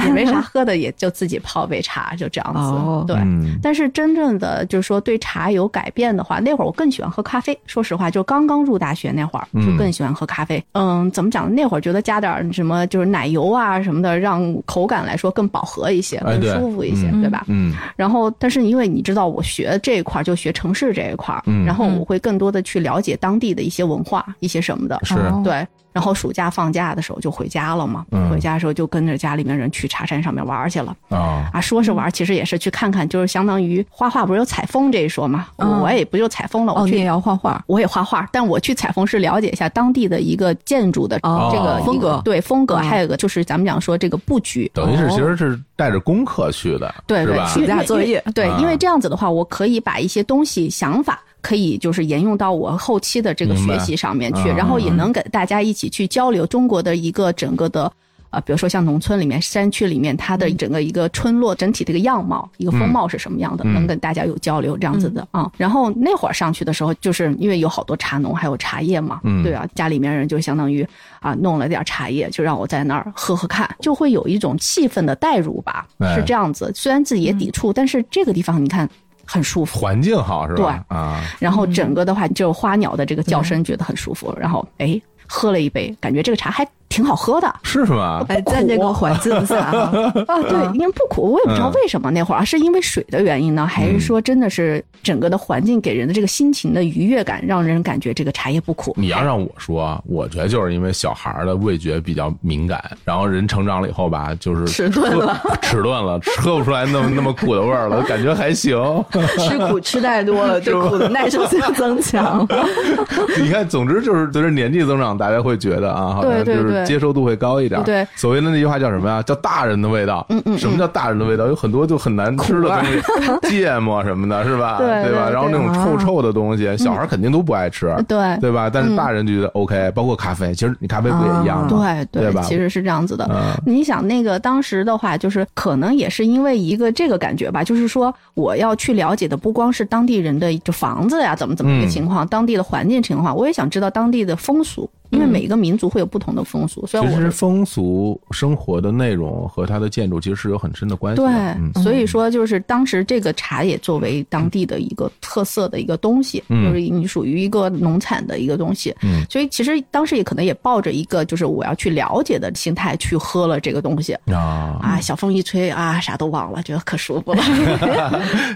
S3: 也没啥喝的，也就自己泡杯茶，就这样
S2: 哦
S3: 子。对。
S1: 嗯，
S3: 但是真正的就是说对茶有改变的话，那会儿我更喜欢喝咖啡。说实话，就刚刚入大学那会儿，
S1: 嗯
S3: 就更喜欢喝咖啡。嗯怎么讲？那会儿觉得加点儿什么就是奶油啊什么的，让口感来说更饱和一些，
S1: 哎
S3: 更
S1: 对
S3: 舒服一些，
S1: 嗯
S3: 对吧？
S1: 嗯
S3: 然后，但是因为你知道，我学这一块儿就学城市这一块儿，
S1: 嗯
S3: 然后我会更多的去了解当地的一些文化、一些什么的。
S1: 是
S2: 哦
S3: 对，然后暑假放假的时候就回家了嘛，
S1: 嗯
S3: 回家的时候就跟着家里面人去茶山上面玩儿去了。
S2: 哦
S1: 啊，
S3: 啊，说是
S2: 嗯
S3: 玩儿，其实也是去看看，就是相当于画画，不是有采风这一说嘛？
S2: 嗯
S3: 我也不就采风了，
S2: 哦，
S3: 我
S2: 你也
S3: 去。
S2: 要画画，
S3: 我也画画，但我去采风是了解一下当地的一个建筑的
S2: 哦
S3: 这个
S2: 风
S3: 一个
S2: 格
S3: 对风格，
S2: 嗯
S3: 还有一个就是咱们讲说这个布局，
S1: 等于
S2: 哦
S1: 是其实是带着功课去的，
S3: 对
S1: 是
S3: 对，
S1: 吧
S3: 因？
S2: 暑
S3: 为
S2: 假作业
S3: 因为对，
S1: 啊
S3: 因为这样子的话，我可以把一些东西想法可以就是沿用到我后期的这个
S1: 明白
S3: 学习上面去，
S1: 嗯
S3: 然后也能给大家一起去交流中国的一个整个的。啊，比如说像农村里面、山区里面，它的
S2: 嗯
S3: 整个一个村落整体的一个样貌、一个风貌是什么样的，
S1: 嗯
S3: 能跟大家有交流这样子的
S2: 嗯
S3: 啊、然后那会儿上去的时候，就是因为有好多茶农还有茶叶嘛，
S1: 嗯
S3: 对啊，家里面人就相当于啊弄了点儿茶叶，就让我在那儿喝喝看，就会有一种气氛的代入吧，
S1: 哎
S3: 是这样子。虽然自己也抵触，但是这个地方你看很舒服。
S1: 环境好是吧？啊，
S3: 然后整个的话，就花鸟的这个叫声觉得很舒服。然后哎，喝了一杯，感觉这个茶还挺好喝的
S1: 是吗？
S2: 哎，在这个环境下啊，
S3: 啊。对，因为不苦，我也不知道
S1: 嗯
S3: 为什么那会儿啊，是因为水的原因呢，还是说真的是整个的环境给人的这个心情的愉悦感，让人感觉这个茶叶不苦？
S1: 你要让我说，我觉得就是因为小孩儿的味觉比较敏感，然后人成长了以后吧，就是
S2: 迟钝了，
S1: 迟钝了，喝不出来那么那么苦的味儿了，感觉还行。
S2: 吃苦吃太 多了，对苦的耐受性增强。
S1: 你看，总之就是随着年纪增长，大家会觉得啊，好像
S3: 对对
S1: 就是
S3: 对
S1: 接受度会高一点。
S3: 对
S1: 所谓的那句话叫什么呀？叫大人的味道。嗯嗯。什么叫大人的味道？有很多就很难吃的东 西，芥末什么的，是吧？
S3: 对对
S1: 吧？
S3: 对
S1: 然后那种
S2: 啊
S1: 臭臭的东西，小孩肯定都不爱吃，
S3: 对
S1: 嗯对吧？但是大人就觉得 OK，包括咖啡，其实你咖啡不也一样吗？
S3: 对
S1: 对吧？
S3: 其实是这样子的。
S1: 嗯
S3: 你想，那个当时的话，就是可能也是因为一个这个感觉吧，就是说我要去了解的不光是当地人的这房子呀，怎么怎么
S1: 嗯
S3: 一个情况，当地的环境情况，我也想知道当地的风俗，因为每个民族会有不同的风俗。虽然
S1: 其
S3: 我
S1: 实
S3: 是
S1: 风俗生活的内容和它的建筑其实是有很深的关系的。
S3: 对，
S1: 嗯
S3: 所以说就是当时这个茶也作为当地的一个特色的一个东西，
S1: 嗯
S3: 就是你属于一个农产的一个东西，
S1: 嗯
S3: 所以其实当时也可能也抱着一个就是我要去了解的心态去喝了这个东西，
S1: 啊。
S3: 啊，小风一吹啊，啥都忘了，觉得可舒服了。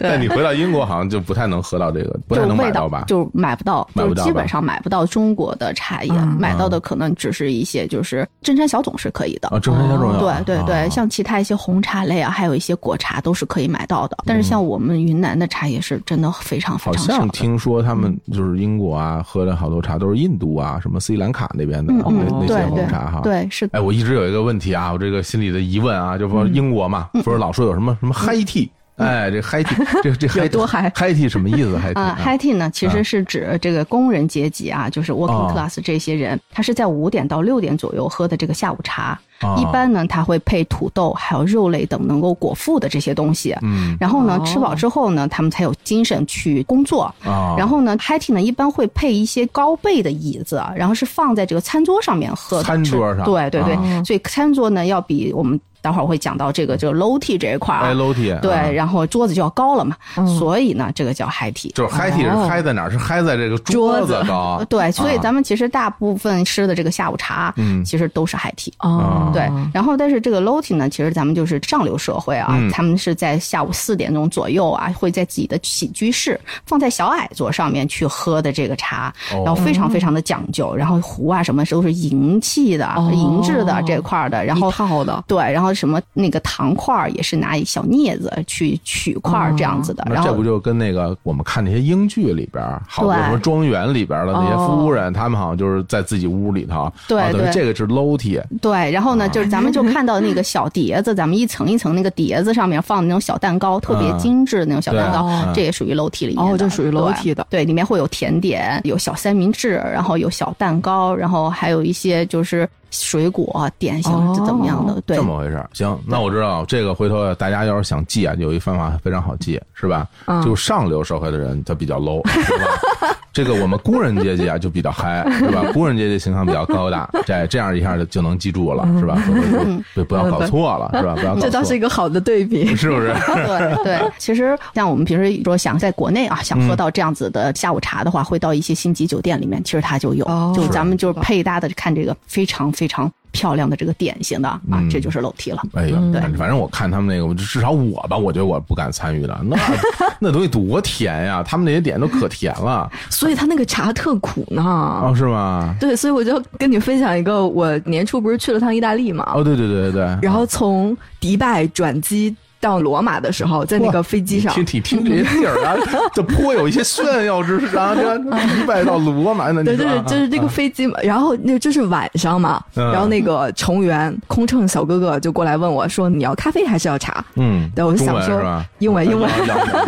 S1: 但你回到英国好像就不太能喝到这个， 不
S3: 就
S1: 太能买
S3: 味
S1: 到
S3: 道
S1: 吧？
S3: 就买不到，
S1: 买不
S3: 就
S1: 到
S3: 基
S1: 吧
S3: 本上买不到中国的茶叶，
S2: 嗯
S3: 买到的可能只是一些就是正山小种是可以的。
S1: 啊，正山小种有
S3: 对对对，
S1: 啊
S3: 像其他一些红茶类啊，还有一些果茶都是可以买到的。但是像我们云南的茶叶是真的非常非
S1: 嗯好
S3: 常少
S1: 像
S3: 的。嗯
S1: 听说他们就是英国啊，喝的好多茶都是印度啊，什么斯里兰卡那边的
S3: 嗯
S1: 那
S3: 嗯，
S1: 那
S3: 对
S1: 些红
S3: 对
S1: 茶哈。。
S3: 对是
S1: 哎，我一直有一个问题啊，我这个心里的疑问啊，就
S3: 嗯
S1: 说英国嘛，不是老说有什么什么嗨 tea，哎，这嗨 tea，这 这嗨
S2: 有多嗨
S1: 嗨 tea 什么意思？嗨 tea
S3: 啊
S1: 啊
S3: ，high tea 呢，其
S1: 啊
S3: 实是指这个工人阶级啊，就是 working
S1: 哦
S3: class 这些人，他是在五点到六点左右喝的这个下午茶。
S1: 啊
S3: 一般呢，它会配土豆还有肉类等能够果腹的这些东西。
S1: 嗯
S3: 然后呢
S2: 哦，
S3: 吃饱之后呢，他们才有精神去工作。
S1: 啊，
S3: 然后呢 h i t y 呢一般会配一些高背的椅子，啊然后是放在这个餐桌上面喝的吃。
S1: 餐桌上哦
S3: 对对对，
S2: 啊
S3: 所以餐桌呢要比我们待会儿会讲到这个这个 low tea 这一块儿啊。
S1: 哎 low tea，
S3: 对，
S1: 啊
S3: 然后桌子就要高了嘛，
S2: 嗯
S3: 所以呢，这个叫 high tea。
S1: 就是嗨 tea 是
S2: 哦
S1: 嗨在哪儿？是嗨在这个
S2: 桌
S1: 子
S2: 子
S1: 高
S3: 呃对，所以
S1: 啊
S3: 咱们其实大部分吃的这个下午茶，
S1: 嗯
S3: 其实都是 high tea。
S1: 啊
S2: 哦，
S3: 对，然后但是这个 l o t i 呢，其实咱们就是上流社会啊，
S1: 嗯
S3: 他们是在下午四点钟左右啊，会在自己的起居室放在小矮桌上面去喝的这个茶，
S1: 哦
S3: 然后非常非常的讲究，然后壶啊什么都是银器的、
S2: 哦
S3: 银质的这块儿的，然后
S2: 一套的
S3: 对，然后什么那个糖块儿也是拿一小镊子去取块儿这样子的，
S1: 哦那
S3: 然
S1: 这
S3: 后
S1: 不就跟那个我们看那些英剧里边儿，好多
S3: 对
S1: 什么庄园里边儿的那些
S2: 哦
S1: 夫人，他们好像就是在自己屋里头，
S3: 对
S1: 啊等于
S3: 对
S1: 这个是 low t
S3: 对，然后
S1: 哦
S3: 呢，就是咱们就看到那个小碟子，咱们一层一层那个碟子上面放那种小蛋糕，特别精致的那种小蛋
S2: 对
S3: 糕
S1: 哦，
S3: 这也属于楼梯里面的。
S2: 哦这属于楼梯的
S3: 对，对里面会有甜点，有小三明治，然后有小蛋糕，然后还有一些就是水果、点心
S2: 哦
S3: 是怎么样的？对
S1: 这，么回事儿。行，那我知道这个，回头大家要是想记啊，有一方法非常好记，是吧？
S2: 嗯
S1: 就上流社会的人他比较 low，是吧？这个我们工人阶级啊就比较嗨，是吧？工人阶级情商比较高大，这这样一下就就能记住了，是吧？
S3: 嗯
S1: 不不要搞错了，是吧？不要搞错，
S2: 这倒是一个好的对比。
S1: 是不是？
S3: 对对，其实像我们平时说想在国内
S1: 嗯
S3: 啊，想喝到这样子的下午茶的话，会到一些星级酒店里面，其实它就有
S2: 哦，
S3: 就是咱们就是配搭的看这个非常非常漂亮的这个点心的啊
S1: 嗯，
S3: 这就是楼梯了。
S1: 哎呀，
S2: 嗯
S1: 反反正我看他们那个，我就至少我吧，我觉得我不敢参与了。那 那东西多甜呀，他们那些点都可甜了
S2: 所以他那个茶特苦呢。
S1: 哦，是吗？
S2: 对，所以我就跟你分享一个，
S1: 哦
S2: 我年初不是去了趟意大利嘛，
S1: 哦，对对对对对，
S2: 然后从迪拜转机。到罗马的时候，在那个飞机上，
S1: 听你听这些地儿 啊，这颇有一些炫耀之势啊！这迪拜到罗马呢，
S2: 对，就是就是这个飞机嘛，然后那这是晚上嘛，
S1: 啊嗯
S2: 然后那个乘务员空乘小哥哥就过来问我说：“你要咖啡还是要茶
S1: 嗯，
S2: 对我就
S1: 中文
S2: 想说
S1: 是吧？
S2: 英文英文
S1: 啊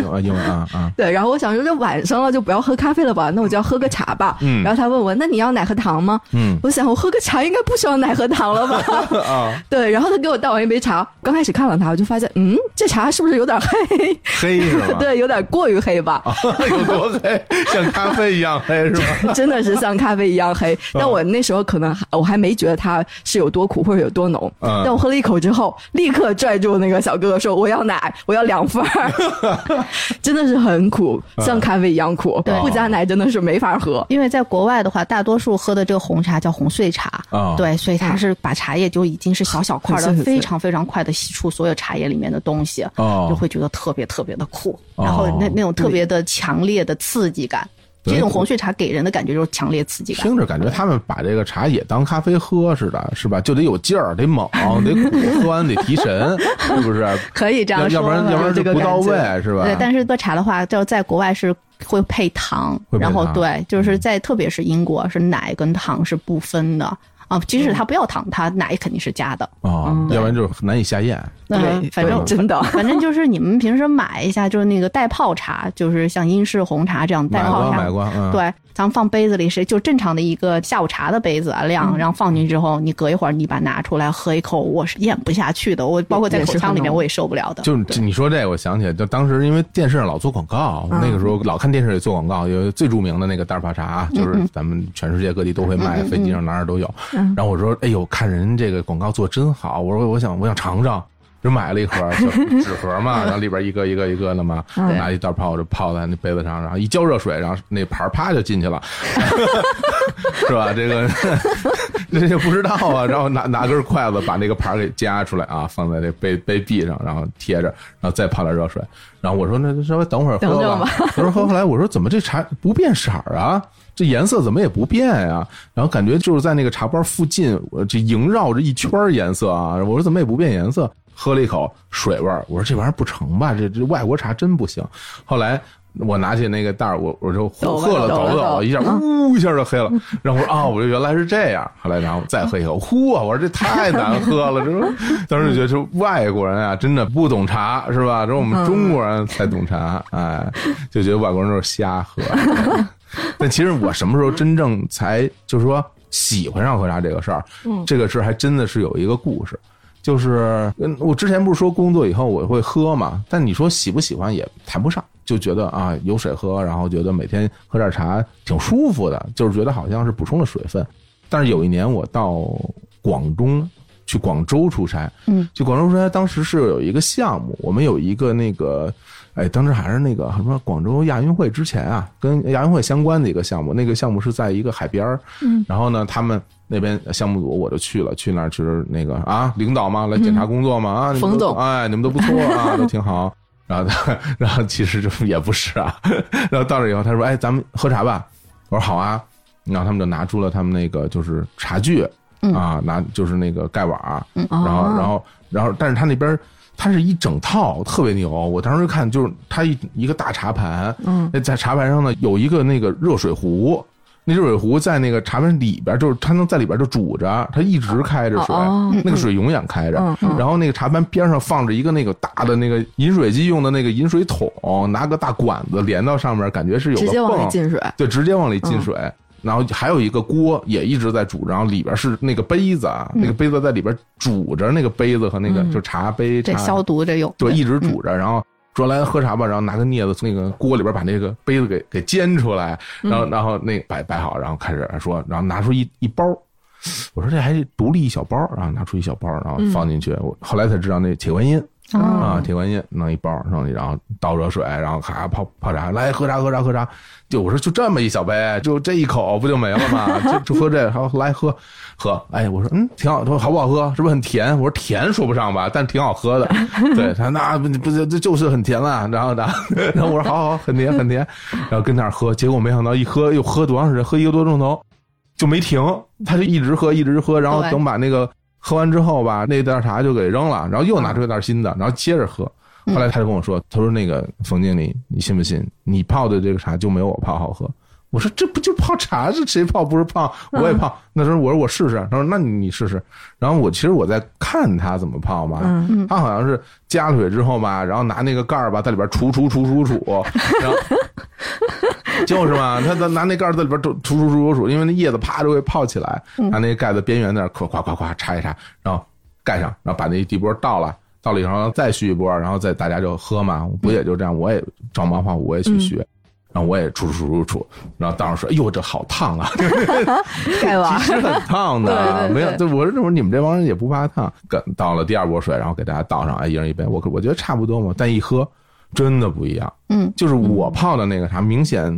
S1: 英文英文啊啊？”！
S2: 对，然后我想说这晚上了就不要喝咖啡了吧，那我就要喝个茶吧。
S1: 嗯
S2: 然后他问我：“那你要奶和糖吗？”
S1: 嗯
S2: 我想我喝个茶应该不需要奶和糖了吧？
S1: 啊，
S2: 对，然后他给我倒完一杯茶，刚开始看了他，我就发现，嗯，这茶是不是有点黑？
S1: 黑是吧？
S2: 对，有点过于黑吧，
S1: 有多黑？像咖啡一样黑是吧？
S2: 真的是像咖啡一样
S1: 哦
S2: 黑。 但我那时候可能还我还没觉得它是有多苦或者有多浓，
S1: 嗯
S2: 但我喝了一口之后，立刻拽住那个小哥哥说：“我要奶，我要两份儿。” 真的是很苦，
S1: 嗯
S2: 像咖啡一样苦，
S1: 对
S2: 不加奶真的是没法喝。
S3: 因为在国外的话，大多数喝的这个红茶叫红碎茶，
S1: 啊
S3: 对，所以它是把茶叶就已经是小小块
S2: 很 碎很，
S3: 的
S2: 碎
S3: 非常非常快的吸出所有茶叶里面的东西，
S1: 哦
S3: 就会觉得特别特别的苦，
S1: 哦
S3: 然后那那种特别的强烈的刺激感，
S1: 对
S3: 这种红碎茶给人的感觉就是强烈刺激感。
S1: 听着感觉他们把这个茶也当咖啡喝似的，是吧？就得有劲儿，得猛，得苦，喝完得提神，是不是？
S3: 可 以这
S1: 要
S3: 样
S1: 要
S3: 说
S1: 不然
S3: 吧，
S1: 要不然就
S2: 这个
S1: 不到
S2: 感觉
S1: 位，是吧？
S3: 对，但是喝茶的话，就在国外是会配糖，
S1: 会配
S3: 然后
S1: 糖嗯
S3: 对，就是在特别是英国，是奶跟糖是不分的啊，即
S1: 嗯
S3: 使他不要糖，他奶肯定是加的。
S1: 啊，要不然就难以下咽。
S3: 嗯
S2: 对，
S3: 反正
S2: 对真的。
S3: 反正就是你们平时买一下，就是那个带泡茶，就是像英式红茶这样带
S1: 买
S3: 泡
S1: 过
S3: 茶
S1: 买，过，嗯，
S3: 对，咱们放杯子里是就正常的一个下午茶的杯子
S1: 嗯
S3: 啊量，然后放进去之后，你隔一会儿你把它拿出来喝一口，我是咽不下去的，我包括在
S2: 也
S3: 口
S2: 是很
S3: 腔里面
S2: 浓
S3: 我也受不了的。
S1: 就就你说这个，我想起来，就当时因为电视上老做广告，
S2: 嗯
S1: 那个时候老看电视里做广告，有最著名的那个袋儿泡茶啊，就是
S2: 嗯
S1: 咱们全世界各地都会卖，飞机上哪儿都有。然后我说，哎呦，看人这个广告做真好，我说我想我想尝尝。就买了一盒小 纸盒嘛，然后里边一个一个一个的嘛，
S2: 嗯
S1: 拿一袋泡就泡在那杯子上，然后一浇热水，然后那盘儿啪就进去 了，是吧？这个 这也不知道啊。然后拿拿根筷子把那个盘儿给夹出来啊，放在这杯杯壁上，然后贴着，然后再泡点热水。然后我说那就稍微等会儿喝
S2: 等等
S1: 吧
S2: 吧。
S1: 我说喝后来我说怎么这茶不变色儿啊？这颜色怎么也不变呀、然后感觉就是在那个茶包附近，我这萦绕着一圈儿颜色啊。我说怎么也不变颜色？喝了一口水味儿，我说这玩意儿不成吧？这这外国茶真不行。后来我拿起那个袋儿，我我就
S2: 抖了
S1: 喝了
S2: 抖了
S1: 抖
S2: 抖嗯了
S1: 一下，呜一下就黑了。然后我说啊，我说原来是这 样。后来然后再喝一口，呼啊，我说这太难喝了。这 说当时就觉得这外国人啊，真的不懂茶是吧？这我们中国人才懂茶，
S2: 嗯
S1: 哎，就觉得外国人都是瞎喝。 但其实我什么时候真正才就是说喜欢上喝茶这个事儿，
S2: 嗯
S1: 这个事儿还真的是有一个故事。就是，嗯，我之前不是说工作以后我会喝嘛，但你说喜不喜欢也谈不上，就觉得啊有水喝，然后觉得每天喝点茶挺舒服的，就是觉得好像是补充了水分。但是有一年我到广东去广州出差，
S3: 嗯，
S1: 去广州出差当时是有一个项目，我们有一个那个，哎，当时还是那个什么广州亚运会之前啊，跟亚运会相关的一个项目，那个项目是在一个海边儿，嗯，然后呢，他们。那边项目组我就去了，去那儿就是那个啊，领导嘛来检查工作嘛、啊，你们
S2: 冯
S1: 都
S2: 总
S1: 哎，你们都不错啊，都挺好。 然后，然后其实就是也不是啊。 然后到了以后，他说：“哎，咱们喝茶吧。”我说：“好啊。”然后他们就拿出了他们那个就是茶具，
S3: 嗯
S1: 啊，拿就是那个盖碗儿，
S2: 然
S1: 然后然后然后，但是他那边儿它是一整套，特别牛。我当时看就是它一一个大茶盘，
S2: 嗯，
S1: 那在茶盘上呢有一个那个热水壶。那热水壶在那个茶盘里边儿，就是它能在里边儿就煮着，它一直开着水，
S2: 哦
S1: 那个水永远开着。
S2: 嗯嗯
S1: 然后那个茶盘边上放着一个那个大的那个饮水机用的那个饮水桶，拿个大管子连到上面，感觉是有个
S2: 直接往
S1: 泵啊
S2: 里进水，
S1: 对，直接往里
S3: 嗯
S1: 进水。然后还有一个锅也一直在煮，然后里边是那个杯子啊，
S3: 嗯
S1: 那个杯子在里边煮着那个杯子和那个、
S2: 嗯
S1: 就茶杯
S3: 这
S1: 茶
S3: 消毒嗯这有
S1: 对，一直煮着，然后。说来喝茶吧，然后拿个镊子从那个锅里边把那个杯子给给煎出来，
S3: 嗯
S1: 然后然后那个摆摆好，然后开始说，然后拿出一一包，我说这还独立一小包，然后拿出一小包，然后
S3: 嗯
S1: 放进去，我后来才知道那铁观音，啊，
S3: 啊，
S1: 铁观音弄一包上去，然后倒热水，然后咔泡泡茶，来喝茶喝茶喝茶。就我说就这么一小杯，就这一口不就没了吗？就就喝这个，好来喝喝。哎，我说嗯挺好，他说好不好喝？是不是很甜？我说甜说不上吧，但挺好喝的。对他那不不就就是很甜啦。然后然后然后我说好好很甜很甜，然后跟那儿喝，结果没想到一喝又喝多长时间？喝一个多钟头就没停，他就一直喝一直喝，然后
S3: 对
S1: 等把那个喝完之后吧，那袋茶就给扔了，然后又拿出一袋新的，然后接着喝。后来他就跟我说，他说那个冯经理，你信不信？你泡的这个茶就没有我泡好喝。我说这不就泡茶是谁泡不是泡？我也泡。那时候我说我试试，他说那你试试。然后我其实我在看他怎么泡嘛，
S2: 嗯
S1: 他好像是加了水之后吧，然后拿那个盖儿吧，在里边杵杵杵杵杵，然后 就是嘛，他他拿那盖儿在里边杵杵杵杵杵，因为那叶子啪就会泡起来，
S2: 嗯
S1: 拿那盖子边缘那儿咵咵咵咵插一插，然后盖上，然后把那地波倒了。倒了以后，然后再续一波，然后再大家就喝嘛，不也就这样？我也照猫画虎，我也去
S2: 嗯
S1: 学，然后我也杵杵杵杵杵，然后当时说：“哎呦，这好烫啊！”
S2: 盖娃
S1: 其，实很烫的啊，
S2: 对对对
S1: 没有。对，我是这么，你们这帮人也不怕烫。跟倒了第二波水，然后给大家倒上，哎，一人一杯。我我觉得差不多嘛，但一喝真的不一样。
S3: 嗯，
S1: 就是我泡的那个茶明显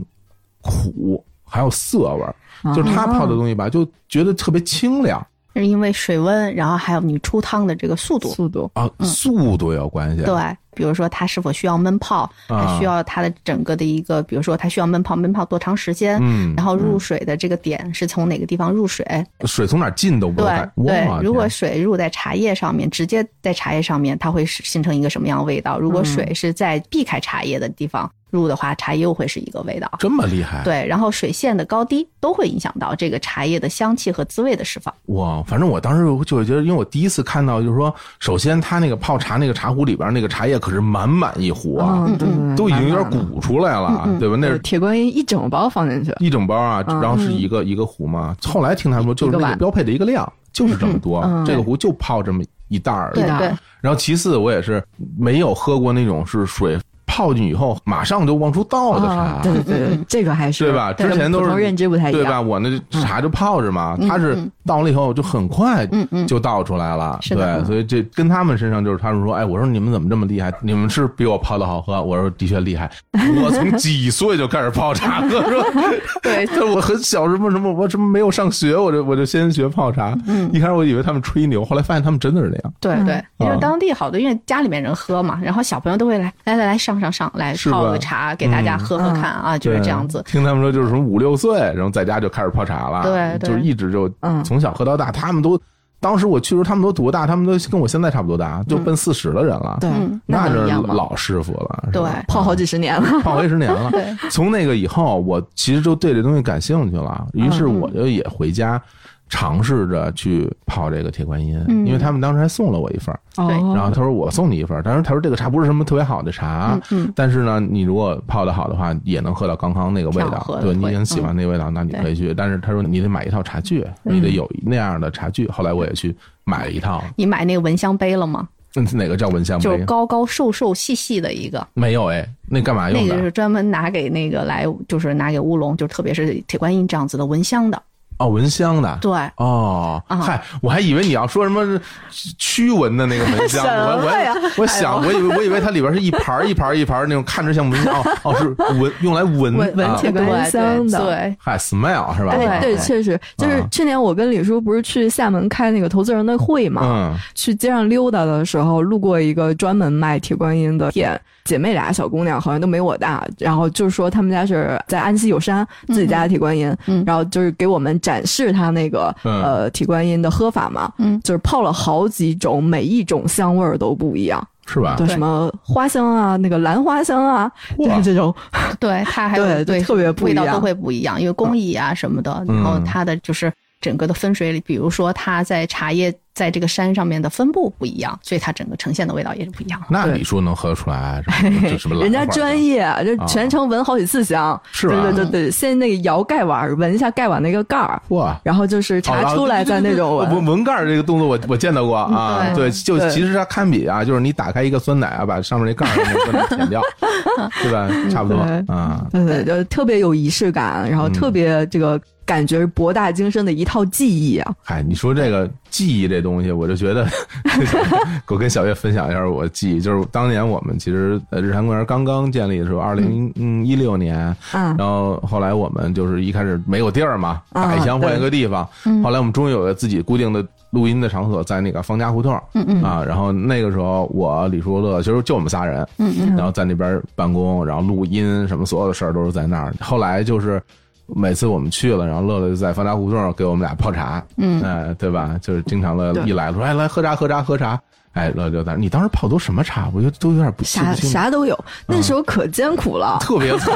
S1: 苦，还有涩味儿，啊
S2: 啊
S1: 就是
S2: 哦
S1: 他泡的东西吧，就觉得特别清凉
S3: 是因为水温，然后还有你出汤的这个速度。
S2: 速度，
S1: 啊，速度有关系。
S3: 对，比如说它是否需要焖泡，
S1: 啊
S3: 它需要它的整个的一个，比如说它需要焖泡，焖泡多长时间，
S1: 嗯，
S3: 然后入水的这个点是从哪个地方入水？
S1: 水从哪儿进都不太
S3: 对对
S1: 哇，
S3: 如果
S1: 天
S3: 水入在茶叶上面，直接在茶叶上面，它会是形成一个什么样的味道？如果水是在避开茶叶的地方入的话，茶叶又会是一个味道。
S1: 这么厉害，
S3: 对，然后水线的高低都会影响到这个茶叶的香气和滋味的释放。
S1: 哇，反正我当时就是觉得，因为我第一次看到，就是说，首先他那个泡茶那个茶壶里边那个茶叶可是满满一壶啊，
S2: 嗯，对对对，
S1: 都已经有点
S2: 慢慢的，嗯
S1: 鼓出来了啊，对吧？那
S2: 对
S1: 是
S2: 铁观音一整包放进去，
S1: 一整包啊，然后是一个一个壶嘛。后来听他们说，就是
S2: 一个
S1: 那个
S2: 碗
S1: 标配的一个量，就是这么多
S2: 嗯，嗯
S1: 这个壶就泡这么一袋儿。
S3: 对
S2: 的
S3: 对，
S1: 然后其次，我也是没有喝过那种是水泡进去以后马上就往出倒的
S2: 啊，
S1: 茶。
S2: 对对对
S3: 嗯
S2: 对，这个还是
S1: 对吧之前都是
S2: 跟普通认知不太一
S1: 对吧？
S2: 样，
S1: 我那茶就泡着嘛，
S3: 哎嗯
S1: 它是倒了以后就很快
S3: 嗯嗯，
S1: 就倒出来了。
S3: 是的嗯
S1: 对，所以这跟他们身上就是他们说，哎，我说你们怎么这么厉害？你们是比我泡的好喝。我说的确厉害， 我从几岁就开始泡茶喝，说
S3: 对
S1: 但我很小什么什么，我什么没有上学，我就我就先学泡茶。
S3: 嗯
S1: 一开始我以为他们吹牛，后来发现他们真的是那样。
S3: 对
S2: 嗯
S3: 对，就是当地好多，因为家里面人喝嘛，然后小朋友都会来来来来上上上来
S1: 是
S3: 泡
S1: 吧
S3: 个茶给大家
S1: 嗯
S3: 喝喝看啊，就是
S1: 对
S3: 这样子。
S1: 听他们说就是什么五六岁，然后在家就开始泡茶了，
S3: 对对
S1: 就是一直就
S2: 嗯
S1: 从小喝到大。他们都当时我去的时候，他们都多大？他们都跟我现在差不多大，就奔四十的人了。
S2: 对
S3: 嗯，
S1: 那
S2: 能
S1: 是
S2: 一样吗？
S1: 老师傅了，是
S3: 对
S1: 吧
S2: 泡好几十年了，
S1: 泡好几十年了。
S3: 对，
S1: 从那个以后，我其实就对这东西感兴趣了，于是我
S3: 嗯
S1: 就也回家尝试着去泡这个铁观音，
S3: 嗯
S1: 因为他们当时还送了我一份儿，
S2: 哦
S1: 然后他说我送你一份儿，当时他说这个茶不是什么特别好的茶，
S3: 嗯嗯
S1: 但是呢，你如果泡的好的话，也能喝到刚刚那个味
S3: 挺好
S1: 道
S3: 喝，的
S1: 对你
S3: 会
S1: 很喜欢那味道，那你可以去。但是他说你得买一套茶具，你得有那样的茶具。后来我也去买了一套，
S3: 你买那个蚊香杯了吗？
S1: 嗯哪个叫蚊香
S3: 就是
S1: 杯？
S3: 高高瘦瘦细细的一个，
S1: 没有哎，那干嘛
S3: 那
S1: 用的
S3: 个？是专门拿给那个来，就是拿给乌龙，就特别是铁观音这样子的蚊香的。
S1: 哦，蚊香的。
S3: 对，
S1: 哦，
S3: 啊
S1: 嗨，我还以为你要说什么驱蚊的那个蚊香，
S2: 什么
S1: 我
S2: 哎呀
S1: 我我想，我以为我以为它里边是一盘儿一盘儿一盘儿那种，看着像蚊香，哦，哦是闻用来闻
S2: 闻闻
S1: 啊
S2: 铁观音香的
S3: 对，
S1: 嗨，smell 是吧？
S2: 哎，对，确实就是
S1: 啊
S2: 去年我跟李叔不是去厦门开那个投资人的会嘛，
S1: 嗯，
S2: 去街上溜达的时候，路过一个专门卖铁观音的店，姐妹俩小姑娘好像都没我大，然后就说他们家是在安溪有山自己家的铁观音，
S3: 嗯
S2: 然后就是给我们展示他那个、
S1: 嗯
S2: 呃铁观音的喝法嘛，
S3: 嗯
S2: 就是泡了好几种，每一种香味儿都不一样，
S1: 是吧？
S2: 对
S3: 对
S2: 什么花香啊，那个兰花香啊，就
S1: 哇
S2: 是这种，
S3: 对，它还
S2: 对
S3: 有
S2: 就特别不一
S3: 味
S2: 样
S3: 道都会不一样，因为工艺啊什么的，然后
S1: 嗯
S3: 它的就是整个的分水岭，比如说它在茶叶在这个山上面的分布不一样，所以它整个呈现的味道也是不一样。
S1: 那
S2: 对
S1: 李叔能喝出来，这这什么兰
S2: 人家
S1: 花
S2: 专
S1: 香
S2: 业，这全程闻好几次香，
S1: 是吧
S2: 对对对对，先那个摇盖碗儿闻一下盖碗那个盖儿，
S1: 哇。
S2: 然后就是
S1: 哦
S2: 查出来
S1: 对对
S2: 在
S1: 对
S2: 那种
S1: 对对文文盖儿这个动作我，我见到过啊。
S3: 嗯
S1: 对，
S3: 对
S1: 就
S2: 对
S1: 其实它堪比啊，就是你打开一个酸奶啊，把上面那盖儿那个酸奶舔 掉，对吧？差不多
S2: 嗯对
S1: 啊。
S2: 对对，就特别有仪式感，然后
S1: 嗯
S2: 特别这个感觉博大精深的一套技艺啊。
S1: 嗨，你说这个记忆这东西，我就觉得，我跟小月分享一下我的记忆，就是当年我们其实呃日坛公园刚刚建立的时候，二零一六年，
S2: 嗯
S1: 然后后来我们就是一开始没有地儿嘛，
S2: 啊
S1: 打一枪换一个地方，
S3: 嗯
S1: 后来我们终于有了自己固定的录音的场所，在那个方家胡同，
S3: 嗯嗯
S1: 啊，然后那个时候我李叔乐其实就我们仨人，
S3: 嗯嗯，
S1: 然后在那边办公，然后录音什么所有的事儿都是在那儿。后来就是每次我们去了，然后乐乐就在方家胡同给我们俩泡茶，
S3: 嗯
S1: 哎，对吧？就是经常乐乐
S2: 对
S1: 一来说，哎，来喝茶喝茶喝茶。哎，老刘大，你当时泡都什么茶？我觉得都有点不记不嗯
S2: 啥
S1: 清了，
S2: 啥都有，那时候可艰苦了，
S1: 特别 惨。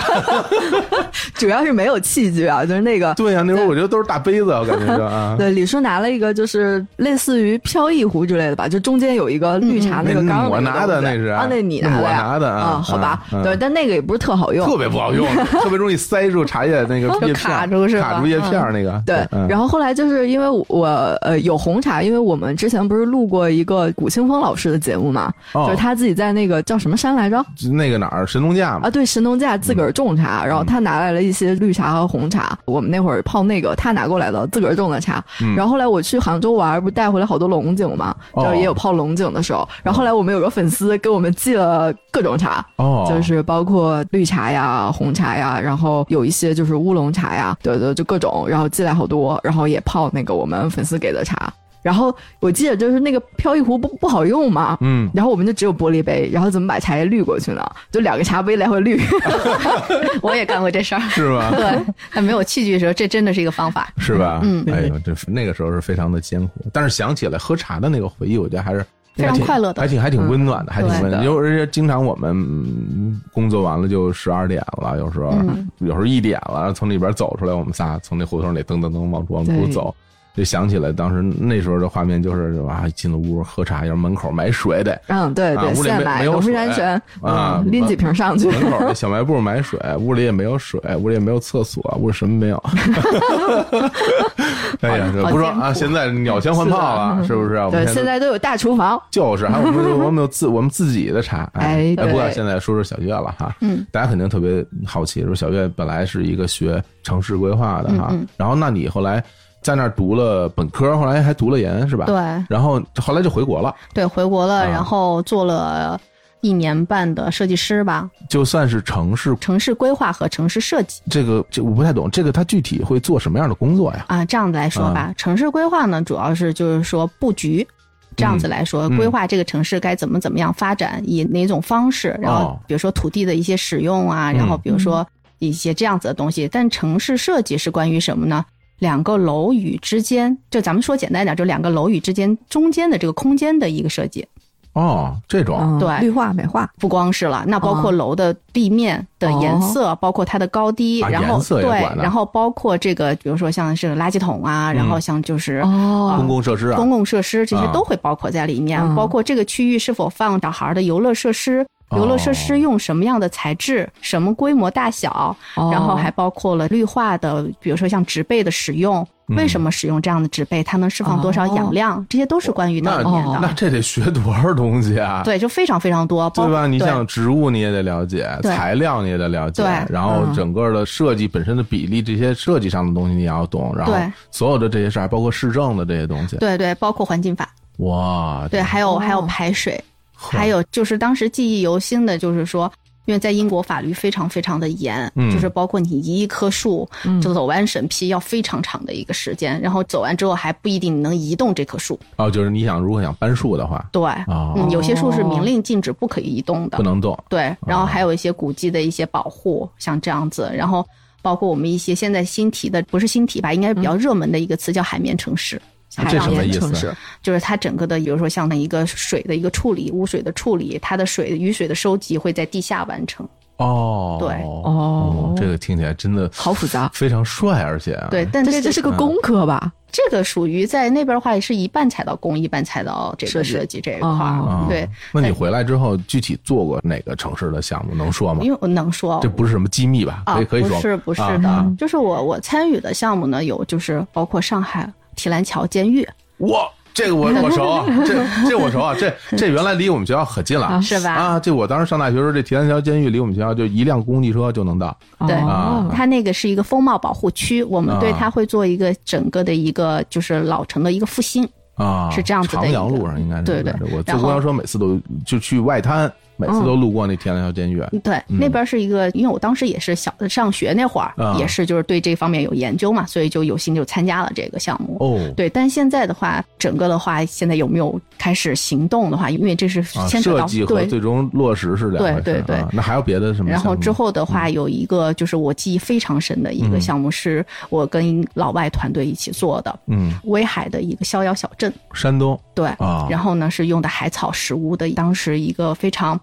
S2: 主要是没有器具啊，就是那个。
S1: 对呀、那时候我觉得都是大杯子，我感觉就啊，
S2: 对，李叔拿了一个，就是类似于飘逸壶之类的吧，就中间有一个绿茶那个缸
S1: 嗯那
S2: 儿
S1: 我
S2: 个东西。
S1: 拿的那是
S2: 啊，那你
S1: 那
S2: 拿的
S1: 我
S2: 呀？
S1: 拿的啊
S2: 啊，好吧，
S1: 嗯嗯
S2: 对，但那个也不是特好用，
S1: 特别不好 用，特别容易塞住茶叶那个叶片，
S3: 卡住是吧
S1: 卡住叶片儿那个。
S2: 对，
S1: 嗯
S2: 然后后来就是因为我呃有红茶，因为我们之前不是录过一个古清风老师的节目嘛，
S1: 哦
S2: 就是他自己在那个叫什么山来着
S1: 那个哪儿神农架嘛
S3: 呃
S2: 啊，，对，神农架自个儿种茶，然后他拿来了一些绿茶和红茶，我们那会儿泡那个他拿过来的自个儿种的茶，
S1: 嗯
S2: 然后后来我去杭州玩，不是带回来好多龙井嘛，
S1: 哦
S2: 就是也有泡龙井的时候，然后后来我们有个粉丝给我们寄了各种茶，
S1: 哦，
S2: 就是包括绿茶呀、红茶呀，然后有一些就是乌龙茶呀，对对，就各种，然后寄来好多，然后也泡那个我们粉丝给的茶。然后我记得就是那个飘逸壶不不好用嘛，
S1: 嗯，
S2: 然后我们就只有玻璃杯，然后怎么把茶叶滤过去呢？就两个茶杯来回滤。
S3: 我也干过这事 儿。
S1: 是吧？
S3: 对，那没有器具的时候，这真的是一个 方法。
S1: 是吧？
S3: 嗯，
S1: 哎呦，这那个时候是非常的艰苦，但是想起来喝茶的那个回忆，我觉得还是
S3: 非常
S1: 还挺
S3: 快乐的嗯
S1: 还挺还挺温暖的，还挺温
S2: 对
S1: 暖。
S2: 的
S1: 有而且经常我们嗯工作完了就十二点了，有时候
S3: 嗯
S1: 有时候一点了，从里边走出来，我们仨从那胡同里噔噔噔往往出
S2: 对
S1: 走。就想起来当时那时候的画面，就是啊，进了屋喝茶，要是门口买水得
S2: 嗯，对
S1: 啊
S2: 对，
S1: 屋里
S2: 现
S1: 没
S2: 买
S1: 没有
S2: 农夫
S1: 水
S2: 山泉，
S1: 啊
S2: 嗯，拎几瓶上去。
S1: 门口的小卖部买水，屋里也没有水，屋里也没有厕所，屋里什么没有。 哎呀，这
S3: 好
S1: 不说
S3: 艰苦
S1: 啊，现在鸟枪换炮了，是不是？我们
S2: 对，现在都有大厨房，
S1: 就是，还有我们我们有自我们自己的茶。哎，
S2: 哎
S1: 不过
S2: 对
S1: 现在说说小月了哈，
S3: 嗯，
S1: 大家肯定特别好奇，说小月本来是一个学城市规划的哈
S3: 嗯嗯，
S1: 然后那你后来在那儿读了本科，后来还读了研是吧？
S3: 对。
S1: 然后后来就回国了，
S3: 对，回国
S1: 啊
S3: 了，然后做了一年半的设计师吧，
S1: 就算是城市
S3: 城市规划和城市设计
S1: 这个，这我不太懂，这个他具体会做什么样的工作呀？
S3: 啊、这样子来说吧，城市规划呢，主要是就是说布局。这样子来说，
S1: 嗯
S3: 规划这个城市该怎么怎么样发展，以哪种方式，然
S1: 哦
S3: 后比如说土地的一些使用啊，
S1: 嗯
S3: 然后比如说一些这样子的东西。但城市设计是关于什么呢？两个楼宇之间，就咱们说简单点，就两个楼宇之间中间的这个空间的一个设计。
S1: 哦，这种，
S2: 嗯
S3: 对
S2: 绿化美化，
S3: 不光是了，那包括
S2: 哦
S3: 楼的地面的颜色，包括它的高低，
S1: 啊
S3: 然
S1: 颜
S3: 后
S1: 色也
S3: 对
S1: 管，呢嗯
S3: 然后包括这个，比如说像是垃圾桶啊，然后像就是。
S2: 哦
S1: 公共设施啊，
S3: 嗯公共设施这些
S1: 啊
S3: 都会包括在里面，
S2: 嗯
S3: 包括这个区域是否放小孩的游乐设施，
S1: 哦
S3: 游乐设施用什么样的材质、什么规模大小，
S2: 哦
S3: 然后还包括了绿化的，比如说像植被的使用，
S1: 嗯
S3: 为什么使用这样的植被，它能释放多
S2: 哦
S3: 少氧量，这些都是关于到
S1: 那
S3: 里面的。
S1: 那这得学多少东西啊？
S3: 对，就非常非常多，包
S1: 对吧？你
S3: 对
S1: 像植物你也得了解，
S3: 对
S1: 材料你也得了解
S3: 对，
S1: 然后
S2: 嗯
S1: 整个的设计本身的比例，这些设计上的东西你也要懂，然后
S3: 对
S1: 所有的这些事儿，还包括市政的这些东西。
S3: 对对，包括环境法。
S1: 哇，
S3: 对，还有、
S2: 哦
S3: 还有排水，
S1: 呵
S3: 还有就是当时记忆犹新的，就是说，因为在英国法律非常非常的严，
S1: 嗯
S3: 就是包括你移一棵树，
S2: 嗯
S3: 就走完审批要非常长的一个时间，然后走完之后还不一定能移动这棵树。
S1: 哦，就是你想如果想搬树的话，
S3: 对，
S1: 哦
S3: 嗯，有些树是
S2: 哦
S3: 明令禁止不可以移动的
S1: 不。能哦动。
S3: 对，然后还有一些古迹的一些保护，像这样子，然后包括我们一些现在新提的，不是新提吧，应该是
S1: 嗯
S3: 比较热门的一个词叫海绵城市。
S2: 海
S1: 这
S2: 洋
S1: 什么
S2: 盐
S1: 意思
S2: 城市，
S3: 就是它整个的，比如说像那一个水的一个处理，污水的处理，它的水雨水的收集会在地下完成。
S1: 哦，
S3: 对
S1: 哦，这个听起来真的
S2: 好复杂。
S1: 非常帅，而且啊
S3: 对，，但
S2: 这
S3: 这
S2: 这
S3: 个
S1: 嗯
S2: 是个工科吧？
S3: 这个属于在那边的话，也是一半踩到工，一半踩到这个
S2: 设计
S3: 设计这一块
S1: 哦
S3: 儿。对，
S1: 那你回来之后具体做过哪个城市的项目，能说吗？
S3: 因为我能说
S1: 哦这不是什么机密吧？
S3: 哦啊
S1: 可以，可以
S3: 不
S1: 说
S3: 是不是
S1: 啊啊
S3: 的，就是我我参与的项目呢，有就是包括上海提篮桥监狱，
S1: 哇，这个我我熟 啊，这这我熟啊，这这原来离我们学校可近了
S2: 啊
S3: 是吧？
S1: 啊！这我当时上大学的时候，这提篮桥监狱离我们学校就一辆公共汽车就能到。
S3: 对
S2: 哦
S1: 啊
S3: 它那个是一个风貌保护区，我们对
S1: 啊
S3: 它会做一个整个的一个就是老城的一个复兴。
S1: 啊，
S3: 是这样子的
S1: 长
S3: 一个
S1: 阳路上应该是
S3: 对对
S1: 我坐
S3: 然后
S1: 公交车每次都就去外滩，每次都路过那提篮桥监狱。
S3: 对，那边是一个，因为我当时也是小上学那会儿，
S1: 嗯啊
S3: 也是就是对这方面有研究嘛，所以就有幸就参加了这个项目。
S1: 哦，
S3: 对，但现在的话，整个的话，现在有没有开始行动的话，因为这是
S1: 啊，
S3: 牵扯
S1: 设
S3: 到、
S1: 计和
S3: 对。
S1: 最终落实是两回事。
S3: 对对对
S1: 啊那还有别的什么项目吗？嗯
S3: 然后之后的话，有一个就是我记忆非常深的一个项目，是我跟老外团队一起做的，
S1: 嗯，
S3: 威海的一个逍遥小镇。
S1: 山东
S3: 对，
S1: 啊
S3: 然后呢是用的海草石屋的当时一个非常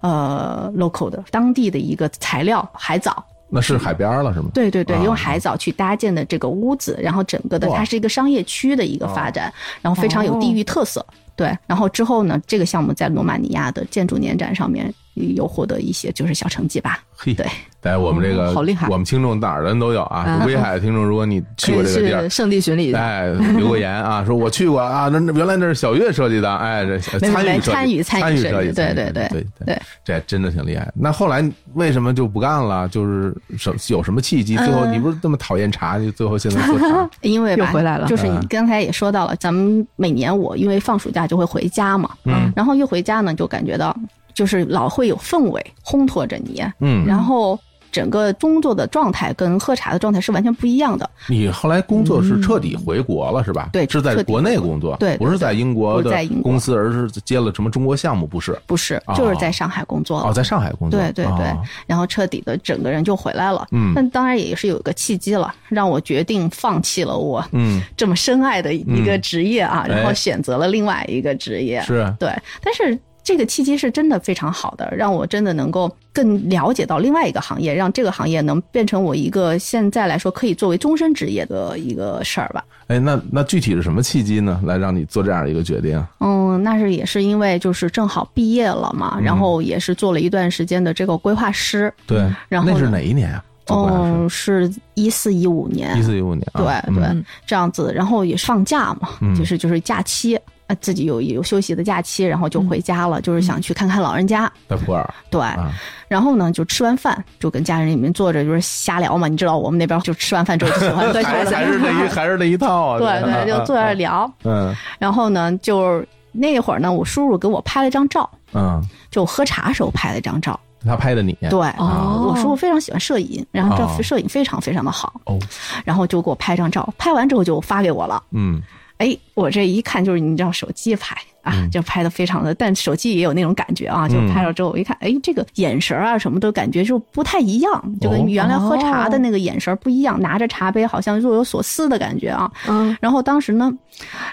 S3: 呃 local 的当地的一个材料海藻，
S1: 那是海边了是吗？
S3: 对对对
S1: 啊，
S3: 用海藻去搭建的这个屋子，然后整个的
S1: 哇啊
S3: 它是一个商业区的一个发展，然后非常有地域特
S1: 哦
S3: 色。对，然后之后呢，这个项目在罗马尼亚的建筑年展上面有获得一些就是小成绩吧。
S1: 嘿，
S3: 对，哦
S1: 来我们这个
S2: 嗯好厉害
S1: 我们听众哪儿的人都有啊。
S2: 嗯
S1: 威海的听众，如果你去过这个地
S2: 是
S1: 儿，
S2: 圣地巡礼的，
S1: 哎，留个言啊， 说我去过啊，那那原来那是小月设计的，哎，这参与设
S3: 没
S1: 计
S3: 参与
S1: 参
S3: 参与设计
S1: 设计，
S3: 对
S1: 参与
S3: 对
S1: 设计
S3: 对
S1: 对
S3: 对，
S1: 这真的挺厉害。那后来为什么就不干了？就是什有什么契机？最后
S3: 呃
S1: 你不是这么讨厌茶，你最后现在做 茶
S3: 因为吧，
S2: 又回来了
S1: 嗯
S3: 就是你刚才也说到了，咱们每年我因为放暑假就会回家嘛，
S1: 嗯
S3: 然后一回家呢，就感觉到就是老会有氛围烘托着你，
S1: 嗯，
S3: 然后整个工作的状态跟喝茶的状态是完全不一样的。
S1: 你后来工作是彻底回国了是吧？
S3: 嗯对
S1: 是在
S3: 彻底
S1: 国内工作，
S3: 对对
S1: 不是在英国
S3: 不是
S1: 的
S3: 在英国
S1: 公司，而是接了什么中国项目，不是？
S3: 不是
S1: 哦，
S3: 就是在上海工作了。
S1: 哦，在上海工作，
S3: 对对对
S1: 哦
S3: 然后彻底的整个人就回来了。
S1: 嗯
S3: 但当然也是有一个契机了，让我决定放弃了我
S1: 嗯，
S3: 这么深爱的一个职业啊，
S1: 嗯
S3: 然后
S1: 哎
S3: 选择了另外一个职业。
S1: 是，啊
S3: 对，但是这个契机是真的非常好的，让我真的能够更了解到另外一个行业，让这个行业能变成我一个现在来说可以作为终身职业的一个事儿吧。
S1: 哎，那那具体是什么契机呢？来让你做这样的一个决定啊？
S3: 嗯，那是也是因为就是正好毕业了
S1: 嗯
S3: 嘛，然后也是做了一段时间的这个规划师，
S1: 对，
S3: 然后
S1: 那是
S3: 嗯呢
S1: 哪一年啊？做规划师
S3: 嗯，是一四一五
S1: 一
S3: 年，
S1: 四一五年啊，
S3: 对对，
S1: 嗯
S3: 这样子，然后也放假嘛，
S1: 嗯
S3: 就是就是假期，呃，自己有有休息的假期，然后就回家了，就是想去看看老人家，
S1: 在普洱
S3: 对，
S1: 嗯啊，
S3: 然后呢，就吃完饭就跟家人里面坐着就是瞎聊嘛，你知道我们那边就吃完饭之后就喜 欢喝茶
S1: 还是还是那 一还是那一套啊，
S3: 对 对，就坐
S1: 啊
S3: 着
S1: 啊
S3: 聊。
S1: 嗯
S3: 然后呢，就是那会儿呢，我叔叔给我拍了一张照，
S1: 嗯，
S3: 就喝茶时候拍了一张照。
S1: 他拍的你，
S3: 对，
S1: 哦
S3: 我叔叔非常喜欢摄影，然后
S1: 哦
S3: 这摄影非常非常的好，
S1: 哦，
S3: 然后就给我拍张照，拍完之后就发给我了。
S1: 嗯，
S3: 哎，我这一看就是你知道手机拍啊，就拍的非常的，但手机也有那种感觉啊，就
S1: 嗯
S3: 拍了之后我一看，哎，这个眼神啊什么都感觉就不太一样，
S1: 哦
S3: 就跟原来喝茶的那个眼神不一样，拿着茶杯好像若有所思的感觉啊。
S2: 嗯，
S3: 然后当时呢，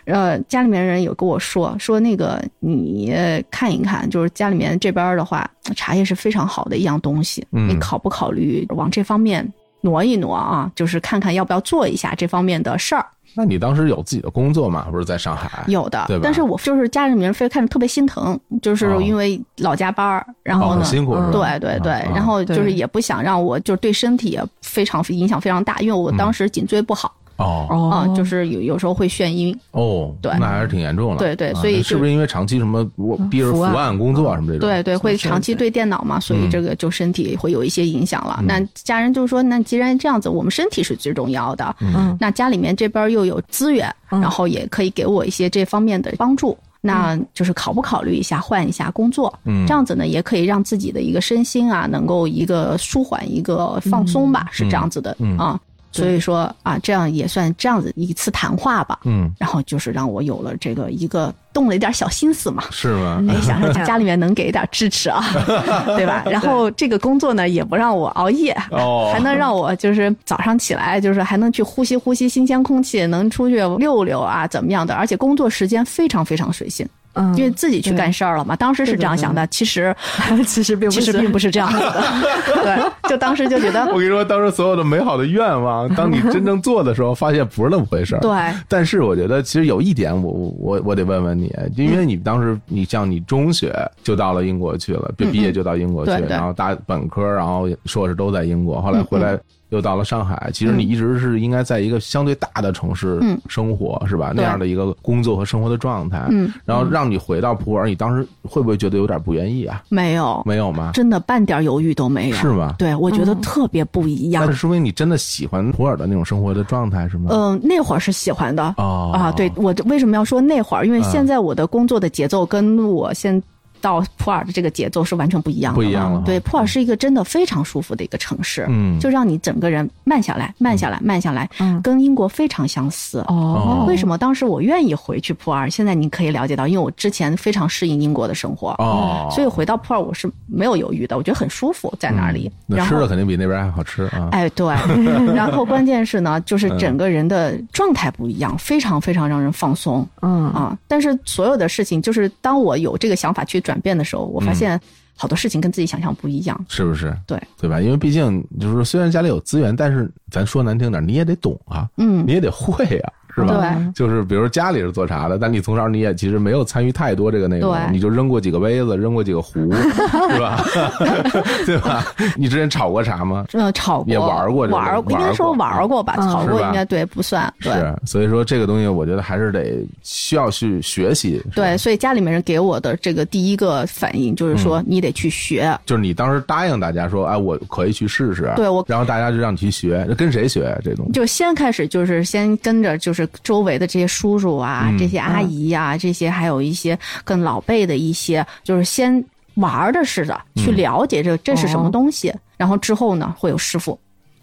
S3: 呃，家里面人有跟我说说那个你呃看一看，就是家里面这边儿的话，茶叶是非常好的一样东西，
S1: 嗯
S3: 你考不考虑往这方面挪一挪啊？就是看看要不要做一下这方面的事儿。
S1: 那你当时有自己的工作吗？不是在上海？
S3: 有的
S1: 对吧，
S3: 但是我就是家里面非看着特别心疼，就是因为老加班儿，然
S1: 哦，
S3: 后
S1: 很
S3: 呢。
S1: 辛苦是吧？
S3: 对对对，
S1: 啊
S3: 然后就
S2: 对
S3: 是也不想让我就是对身体也非常影响非常大，因为我
S1: 嗯
S3: 当时颈椎不好
S1: 哦
S3: 啊、
S2: 哦，
S3: 就是是有有时候会眩晕，
S1: 哦，
S3: 对
S1: 那还是挺严重了。
S3: 对对
S1: 啊
S3: 所以就是嗯
S1: 不是因为长期什么我逼着伏
S2: 伏案
S1: 案工作什么这种？
S3: 对对，会
S2: 是
S3: 长期
S2: 是
S3: 对电脑嘛，所以
S1: 嗯
S3: 这个就身体会有一些影响了。
S1: 嗯
S3: 那家人就说，那既然这样子，我们身体是最重要的，
S2: 嗯
S3: 那家里面这边又有资源，
S2: 嗯
S3: 然后也可以给我一些这方面的帮助。那
S2: 嗯
S3: 就是考不考虑一下换一下工作，
S1: 嗯
S3: 这样子呢也可以让自己的一个身心啊，能够一个舒缓，一个放松吧，是这样子的、
S1: 嗯
S3: 啊。所以说啊，这样也算这样子一次谈话吧。
S1: 嗯，
S3: 然后就是让我有了这个一个动了一点小心 思嘛，
S1: 是吗？
S3: 哎，想着家里面能给一点支持啊， 对吧？然后这个工作呢，也不让我熬夜，
S1: 哦，
S3: 还能让我就是早上起来，就是还能去呼吸呼吸新鲜空气，能出去溜溜啊，怎么样的？而且工作时间非常非常随性，
S2: 嗯，
S3: 因为自己去干事儿了嘛。当时是这样想的，其实
S2: 其实并不
S3: 其
S2: 是，
S3: 实并不是这样子 的，对，就当时就觉得
S1: 我跟你说，当时所有的美好的愿 望，当你真正做的时候，发现不是那么回事儿。
S3: 对。
S1: 但是我觉得，其实有一点我，我我我得问问你，因为你当
S3: 嗯
S1: 时，你像你中学就到了英国去了，毕、毕业就到英国去，
S3: 对嗯对
S1: 然后大本科，然后硕士都在英国，后来回来又到了上海。其实你一直是应该在一个相对大的城市
S3: 嗯
S1: 生活，是吧？那
S3: 对
S1: 样的一个工作和生活的状态，
S3: 嗯，
S1: 然后让你回到普洱，你当时会不会觉得有点不愿意啊？
S3: 没有，
S1: 没有吗？
S3: 真的半点犹豫都没有。
S1: 是吗？
S3: 对，我
S2: 嗯
S3: 觉得特别不一样
S1: 那是。说明你真的喜欢普洱的那种生活的状态，是吗？
S3: 嗯，那会儿是喜欢的，
S1: 哦
S3: 啊，对，我为什么要说那会儿？因为
S1: 嗯
S3: 现在我的工作的节奏跟我现到普洱的这个节奏是完全不一样的，
S1: 不一样了哈
S3: 对，普洱是一个真的非常舒服的一个城市，
S1: 嗯
S3: 就让你整个人慢下来，慢下来，慢下来，
S2: 嗯
S3: 跟英国非常相似。
S2: 哦，
S3: 为什么当时我愿意回去普洱？现在你可以了解到，因为我之前非常适应英国的生活，
S1: 哦，
S3: 嗯所以回到普洱我是没有犹豫的，我觉得很舒服在那里。
S1: 嗯那
S3: 然
S1: 吃
S3: 后
S1: 的肯定比那边还好吃啊。
S3: 哎， 对，然后关键是呢，就是整个人的状态不一样，非常非常让人放松
S2: 嗯
S3: 啊。但是所有的事情，就是当我有这个想法去转变的时候，我发
S1: 嗯
S3: 现好多事情跟自己想象不一样。
S1: 是不是？
S3: 对
S1: 对吧？因为毕竟就是说，虽然家里有资源，但是咱说难听点，你也得懂啊，
S3: 嗯
S1: 你，也得会啊，是吧？
S3: 对
S1: 就是比如家里是做茶的，但你从小你也其实没有参与太多这个内容，
S3: 对
S1: 你就扔过几个杯子，扔过几个 壶，是吧？ 对吧？你之前炒过茶吗？
S3: 呃，炒过，
S1: 也玩过这个
S3: 玩应该说玩过吧，
S2: 嗯
S3: 炒
S1: 是
S3: 过
S1: 吧
S3: 应该对不算，
S1: 是
S3: 对，
S1: 所以说这个东西我觉得还是得需要去学习。是吧
S3: 对，，所以家里面人给我的这个第一个反应就是说，
S1: 嗯
S3: 你得去学。
S1: 就是你当时答应大家说，哎，我可以去试试，
S3: 对我
S1: 然后大家就让你去学，那跟谁学啊这东西？
S3: 就先开始就是先跟着就是周围的这些叔叔啊、
S1: 嗯
S3: 这些阿姨啊、这些还有一些更老辈的一些，就是先玩儿的似的去了解这这是什么东西，然后之后呢会有师傅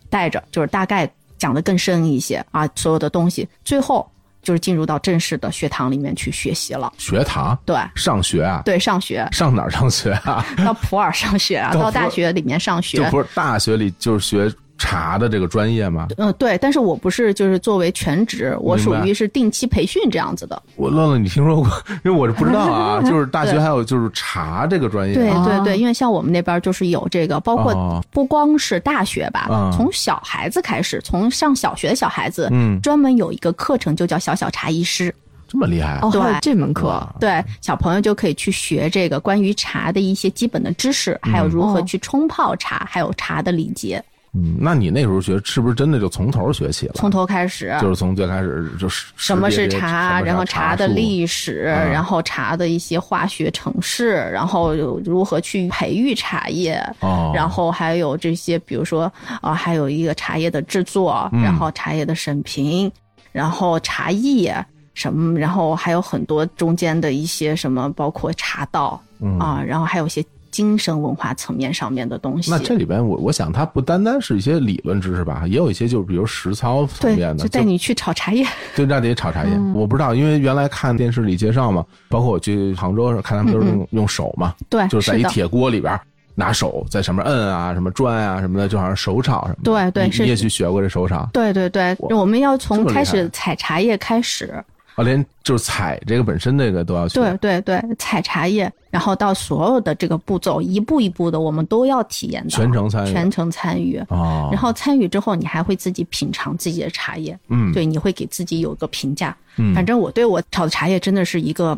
S3: 带着，就是大概讲的更深一些啊，所有的东西，最后就是进入到正式的学堂里面去学习了。
S1: 学堂
S3: 对
S1: 上学啊？
S3: 对，上学
S1: 上哪儿上学啊？
S3: 到普洱上学啊，
S1: 到普
S3: 到
S1: 洱
S3: 大学里面上 学，
S1: 就不是大学里就是学茶的这个专业吗？
S3: 嗯，对，但是我不是就是作为全职，我
S1: 明
S3: 属
S1: 白
S3: 于是定期培训这样子的。
S1: 我乐乐，你听说过？因为我是不知道 啊，就是大学还有就是茶这个专业，
S3: 对
S2: 啊
S3: 对对，因为像我们那边就是有这个，包
S1: 哦
S3: 括不光是大学吧，
S1: 嗯
S3: 从小孩子开始，从上小学的小孩子，
S1: 嗯
S3: 专门有一个课程就叫小小茶艺师。
S1: 这么厉害啊
S2: 哦，
S3: 对
S2: 还有这门课，
S3: 对，小朋友就可以去学这个关于茶的一些基本的知识，还有如何
S2: 哦
S3: 去冲泡茶，还有茶的礼节，
S1: 嗯，那你那时候学是不是真的就从头学起了？
S3: 从头开始。
S1: 就是从最开始就是
S3: 什么是
S1: 茶，
S3: 茶，然后
S1: 茶
S3: 的
S1: 树
S3: 历史，
S1: 嗯
S3: 然后茶的一些化学程式，然后如何去培育茶叶，
S1: 哦，
S3: 然后还有这些，比如说啊、还有一个茶叶的制作，
S1: 嗯
S3: 然后茶叶的审评，然后茶艺什么，然后还有很多中间的一些什么，包括茶道
S1: 嗯
S3: 啊、然后还有一些精神文化层面上面的东西
S1: 那。这里边我我想它不单单是一些理论知识吧，也有一些就是比如实操层
S3: 对
S1: 面，的，
S3: 就带你嗯去炒茶叶。
S1: 对，那得炒茶叶。我不知道，因为原来看电视里介绍嘛，包括我去杭州的时候看他们
S3: 嗯
S1: 都是用用手嘛，
S3: 对，
S1: 就是在一
S3: 哎的，
S1: 铁锅里边儿拿手在上面摁啊，什么转啊什么的，就好像手炒什么的。
S3: 对对
S1: 你
S3: 是
S1: 你也去学过这手炒
S3: 对对对，
S1: 哇
S3: 我们要
S1: 这
S3: 从
S1: 么厉害
S3: 开始采茶叶开始。
S1: 啊？连就是采这个本身这个都要学。
S3: 对对对，采茶叶，然后到所有的这个步骤，一步一步的，我们都要体验到
S1: 全程参与
S3: 全程参与。
S1: 哦，
S3: 然后参与之后，你还会自己品尝自己的茶叶，
S1: 嗯，
S3: 对，你会给自己有一个评价。
S1: 嗯
S3: 反正我对我炒的茶叶真的是一个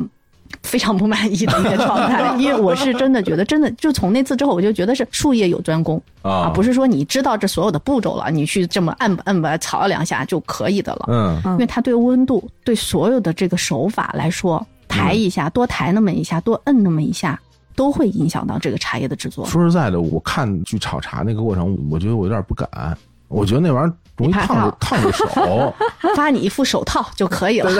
S3: 非常不满意的一个状态，因为我是真的觉得，真的就从那次之后，我就觉得是术业有专攻
S1: 啊
S3: 啊，不是说你知道这所有的步骤了，你去这么按吧按吧炒两下就可以的了。
S1: 嗯
S2: 嗯
S3: 因为它对温度、对所有的这个手法来说，抬一下，多抬那么一下，多摁那么一下，都会影响到这个茶叶的制作。
S1: 说实在的，我看去炒茶那个过程，我觉得我有点不敢，我觉得那玩意儿容易
S3: 你怕
S1: 烫着烫着 手。
S3: 发你一副手套就可以了。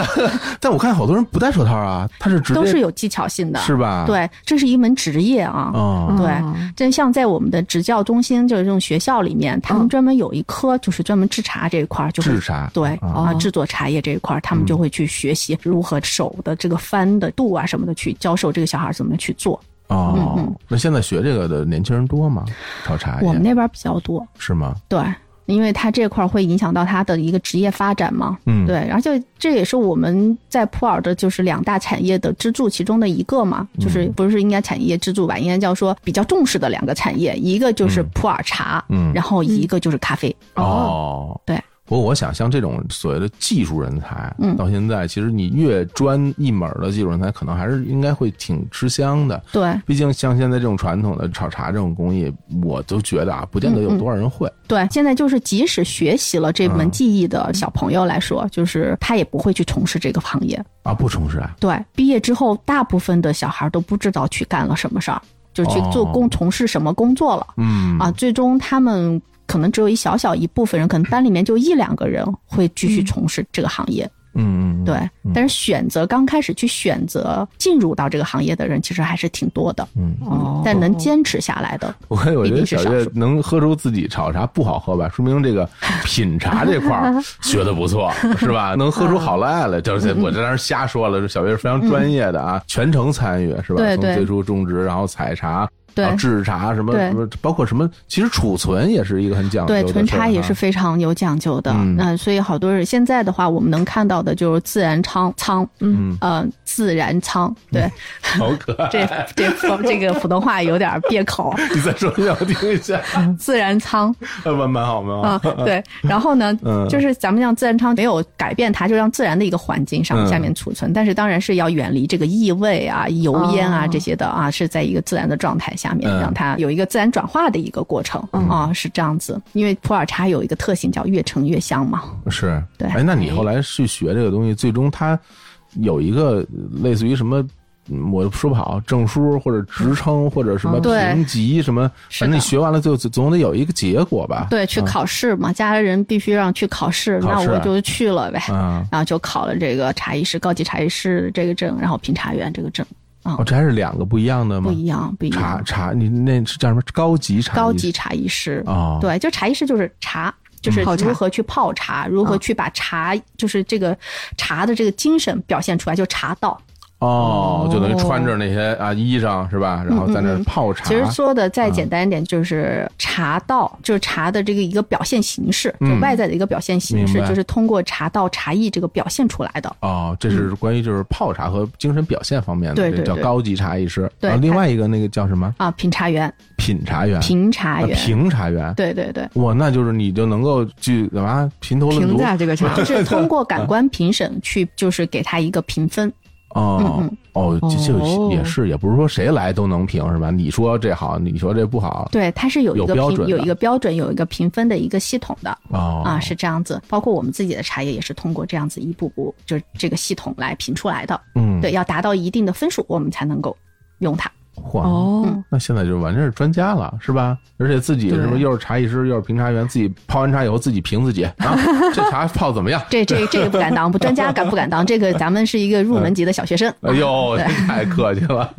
S1: 但我看好多人不戴手套啊，他是直接
S3: 都是有技巧性的，
S1: 是吧？
S3: 对，这是一门职业啊。
S1: 啊，
S3: 对
S2: 嗯，
S3: 真像在我们的职教中心，就是这种学校里面，他们专门有一科，就是专门制茶这一块儿，就会
S1: 嗯制茶
S3: 对
S1: 啊嗯
S3: 啊，制作茶叶这一块儿，他们就会去学习如何手的这个翻的度啊什么的，去教授这个小孩儿怎么去做。
S1: 哦，
S3: 嗯嗯
S1: 那现在学这个的年轻人多吗？炒茶叶
S3: 我们那边儿比较多，
S1: 是吗？
S3: 对，因为他这块儿会影响到他的一个职业发展嘛。
S1: 嗯，
S3: 对，而且这也是我们在普洱的，就是两大产业的支柱其中的一个嘛，就是
S1: 嗯
S3: 不是应该产业支柱吧，应该叫说比较重视的两个产业，一个就是普洱茶，
S1: 嗯
S3: 然后一个就是咖啡，
S1: 哦，
S3: 对。
S1: 不过我想，像这种所谓的技术人才，
S3: 嗯
S1: 到现在其实你越专一门儿的技术人才，可能还是应该会挺吃香的。
S3: 对
S1: 毕竟像现在这种传统的炒茶这种工艺，我都觉得啊，不见得
S3: 嗯
S1: 有多少人会。
S3: 对，现在就是即使学习了这
S1: 嗯
S3: 门技艺的小朋友来说，就是他也不会去从事这个行业。
S1: 啊，不重视啊，
S3: 对，毕业之后，大部分的小孩都不知道去干了什么事儿，就去做工、
S1: 哦
S3: 从事什么工作了。
S1: 嗯
S3: 啊，最终他们可能只有一小小一部分人，可能班里面就一两个人会继续从事这个行业。
S1: 嗯嗯，
S3: 对，但是选择刚开始去选择进入到这个行业的人，其实还是挺多的，
S1: 嗯
S2: 哦
S3: 但能坚持下来的，
S1: 我我
S3: 一
S1: 觉得
S3: 定是
S1: 小
S3: 少
S1: 月
S3: 数。
S1: 能喝出自己炒茶不好喝吧，说明这个品茶这块 儿学的不错，是吧？能喝出好赖来，就是
S3: 嗯
S1: 我这当然瞎说了，这小月是非常专业的啊，全程参与是吧？
S3: 对
S1: 从
S3: 对
S1: 最初种植，然后采茶，
S3: 对
S1: 然后制茶什么
S3: 对
S1: 什么，包括什么，其实储存也是一个很讲究的
S3: 对，
S1: 事儿
S3: 纯茶也
S1: 哈
S3: 是非常有讲究的。
S1: 啊嗯
S3: 那所以好多人现在的话，我们能看到的就是自然仓仓，
S1: 嗯，
S3: 呃，自然仓。对，
S1: 好可爱。
S3: 这这这个普通话有点别 口，
S1: 你再说一下，我听一 下，
S3: 自然仓。
S1: 呃蛮蛮好蛮好。
S3: 啊，对。然后呢
S1: 嗯，
S3: 就是咱们让自然仓没有改变它，就让自然的一个环境上
S1: 嗯
S3: 下面储存，但是当然是要远离这个异味啊、油烟啊
S2: 哦
S3: 这些的啊，是在一个自然的状态下面，
S1: 嗯
S3: 让它有一个自然转化的一个过程啊，是这样子。因为普洱茶有一个特性叫越陈越香嘛，
S1: 是，
S3: 对
S1: 哎，那你后来去学这个东西，最终它有一个类似于什么？嗯我说不好，证书或者职称或者什么
S2: 嗯
S3: 哦对
S1: 评级什么，
S3: 是
S1: 反正你
S3: 的
S1: 学完了就总得有一个结果吧？
S3: 对，去考试嘛，家人必须让去考试，
S1: 嗯考
S3: 那
S1: 试
S3: 我就去了呗，
S1: 啊，
S3: 然后就考了这个茶艺师、高级茶艺师这个证，然后评茶员这个证，
S1: 哦，这还是两个不一样的吗？
S3: 不一样，不一
S1: 茶
S3: 样。
S1: 茶，你那是叫什么？高级茶艺？
S3: 高级茶艺师
S1: 哦，，嗯
S3: 对，就茶艺师就是茶，就是
S2: 泡茶
S3: 如何去泡茶，如何去把茶，就是这个茶的这个精神表现出来，就茶道。
S1: 哦，就等于
S2: 哦
S1: 穿着那些啊衣裳是吧？然后在那
S3: 嗯嗯嗯
S1: 泡茶。嗯
S3: 其实说的再简单一点，就是茶道，就是茶的这个一个表现形式，就
S1: 嗯
S3: 外在的一个表现形
S1: 明
S3: 式
S1: 白，
S3: 就是通过茶道、茶艺这个表现出来的。
S1: 哦，这是关于就是泡茶和精神表现方面的，
S3: 嗯
S1: 这
S3: 对对
S1: 叫
S3: 对
S1: 高级茶艺师。
S3: 对
S1: 啊另
S3: 它
S1: 外一个那个叫什么？
S3: 啊，评茶员，
S1: 品茶员。
S3: 评茶
S1: 啊
S3: 员，
S1: 评茶员。
S3: 对对对，
S1: 哇，那就是你就能够去干嘛评头论
S2: 评
S1: 足
S2: 价这个茶
S3: 就是通过感官评审去，就是给他一个评分。
S1: 哦、
S3: 嗯
S1: 哦，这就
S2: 哦
S1: 也是，也不是说谁来都能评是吧？你说这好，你说这不好
S3: 对，它是有一
S1: 有
S3: 个
S1: 标
S3: 评
S1: 准
S3: 有
S1: 的
S3: 一个标准，有一个评分的一个系统的。
S1: 哦
S3: 啊，是这样子。包括我们自己的茶叶也是通过这样子一步步，就是这个系统来评出来的。
S1: 嗯
S3: 对，要达到一定的分数，我们才能够用它。
S1: 嚯。
S2: 哦
S3: 嗯，
S1: 那现在就完全是专家了，是吧？而且自己
S2: 对
S1: 什么又是茶艺师，又是评茶员，自己泡完茶以后自己评自己 啊，这茶泡怎么样？
S3: 这这这个不敢当，不专家敢不敢当？这个咱们是一个入门级的小学生。
S1: 哎呦，
S3: 对
S1: 太客气了。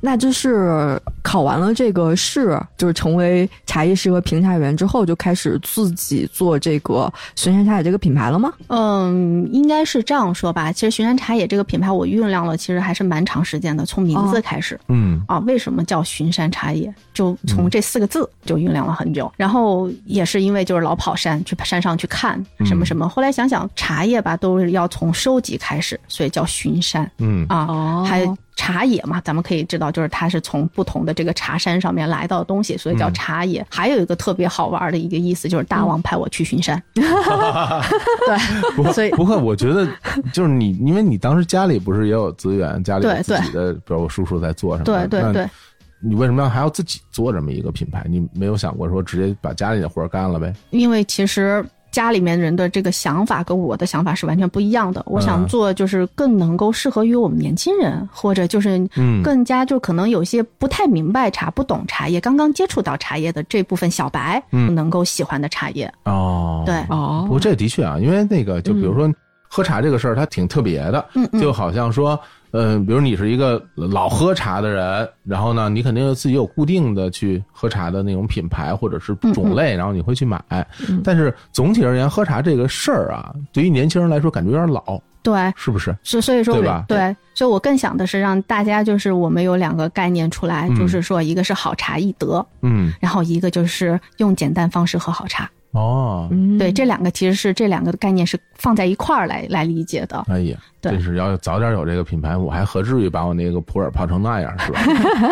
S2: 那就是考完了这个试，就是成为茶艺师和评茶员之后，就开始自己做这个巡山茶野这个品牌了吗？
S3: 嗯，应该是这样说吧。其实巡山茶野这个品牌，我酝酿了其实还是蛮长时间的，从名字
S2: 哦
S3: 开始。
S1: 嗯
S3: 啊，为什么叫巡山茶叶？就从这四个字就酝酿了很久。然后也是因为就是老跑山，去山上去看什
S1: 嗯
S3: 么什么。后来想想茶叶吧，都是要从收集开始，所以叫巡山
S1: 嗯
S3: 啊。
S2: 哦
S3: 还茶野嘛，咱们可以知道，就是它是从不同的这个茶山上面来到的东西，所以
S1: 嗯
S3: 叫茶野。还有一个特别好玩的一个意思，就是大王派我去巡山。
S1: 不
S3: 对，所以
S1: 不过我觉得就是你，因为你当时家里不是也有资源，家里有
S3: 对
S1: 自己的，比如我叔叔在做什么
S3: 对
S1: 的，
S3: 对
S1: 嗯那
S3: 对。
S1: 你为什么要还要自己做这么一个品牌？你没有想过说直接把家里的活儿干了呗？
S3: 因为其实家里面人的这个想法跟我的想法是完全不一样
S1: 嗯
S3: 的。我想做就是更能够适合于我们年轻人，或者就是
S1: 嗯
S3: 更加就可能有些不太明白茶、不懂茶叶、刚刚接触到茶叶的这部分小白，
S1: 嗯
S3: 能够喜欢的茶叶。
S1: 哦
S3: 对
S1: 不
S2: 哦
S1: 过这的确啊，因为那个就比如说喝茶这个事儿，它挺特别的，
S3: 嗯嗯
S1: 就好像说。嗯，比如你是一个老喝茶的人，然后呢，你肯定自己有固定的去喝茶的那种品牌或者是
S3: 嗯
S1: 种类，然后你会去买。但是总体而言，喝茶这个事儿啊，对于年轻人来说感觉有点老，
S3: 对，
S1: 是不是？
S3: 所所以说
S1: 对吧
S3: 我对，所以我更想的是让大家就是我们有两个概念出来，
S1: 嗯
S3: 就是说一个是好茶易得，
S1: 嗯，
S3: 然后一个就是用简单方式喝好茶。
S1: 哦，
S2: 嗯
S3: 对，这两个其实是这两个概念是放在一块儿来来理解的。
S1: 哎呀，
S3: 对
S1: 真是要早点有这个品牌，我还何至于把我那个普洱泡成那样，是 吧？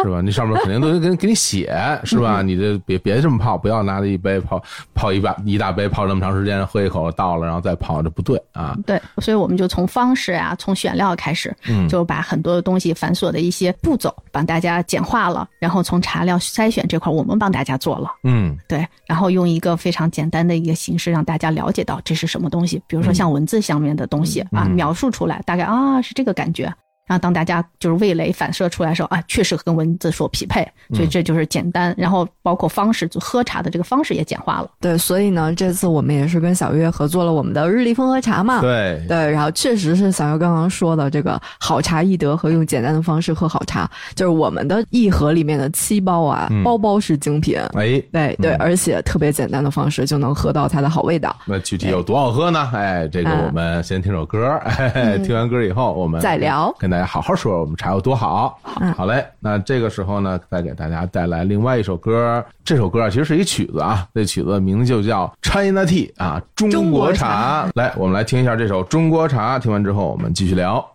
S1: 是吧？那上面肯定都给给你写，是吧？
S3: 嗯
S1: 你这别别这么泡，不要拿着一杯泡泡一把一大杯泡那么长时间，喝一口倒了，然后再泡，这不对啊。
S3: 对，所以我们就从方式啊，从选料开始，
S1: 嗯
S3: 就把很多的东西繁琐的一些步骤帮大家简化了，然后从茶料筛选这块儿我们帮大家做了，
S1: 嗯
S3: 对，然后用一个非常简单的一个形式让大家了解到这是什么东西，比如说像文字上面的东西、啊，
S1: 嗯
S3: 描述出来，大概啊是这个感觉。然后当大家就是味蕾反射出来的时候啊，确实跟文字所匹配，
S1: 嗯
S3: 所以这就是简单。然后包括方式，就喝茶的这个方式也简化了。
S2: 对，所以呢，这次我们也是跟小月合作了我们的日历风和茶
S3: 啊
S2: 嘛。
S1: 对
S2: 对，然后确实是小月刚刚说的这个好茶易得和用简单的方式喝好茶，就是我们的一盒里面的七包啊，
S1: 嗯
S2: 包包是精品。
S1: 哎，
S2: 对对，
S1: 嗯
S2: 而且特别简单的方式就能喝到它的好味道。
S1: 那具体有多好喝呢？哎，这个
S2: 啊
S1: 我们先听首歌，哎，听完歌以后我们
S2: 再聊
S1: 跟大家好好说我们茶有多好。
S2: 嗯
S1: 好嘞，那这个时候呢，再给大家带来另外一首歌，这首歌啊其实是一曲子啊，这曲子名字就叫《China Tea》啊，中
S2: 中国
S1: 国茶。来，我们来听一下这首《中国茶》，听完之后我们继续聊。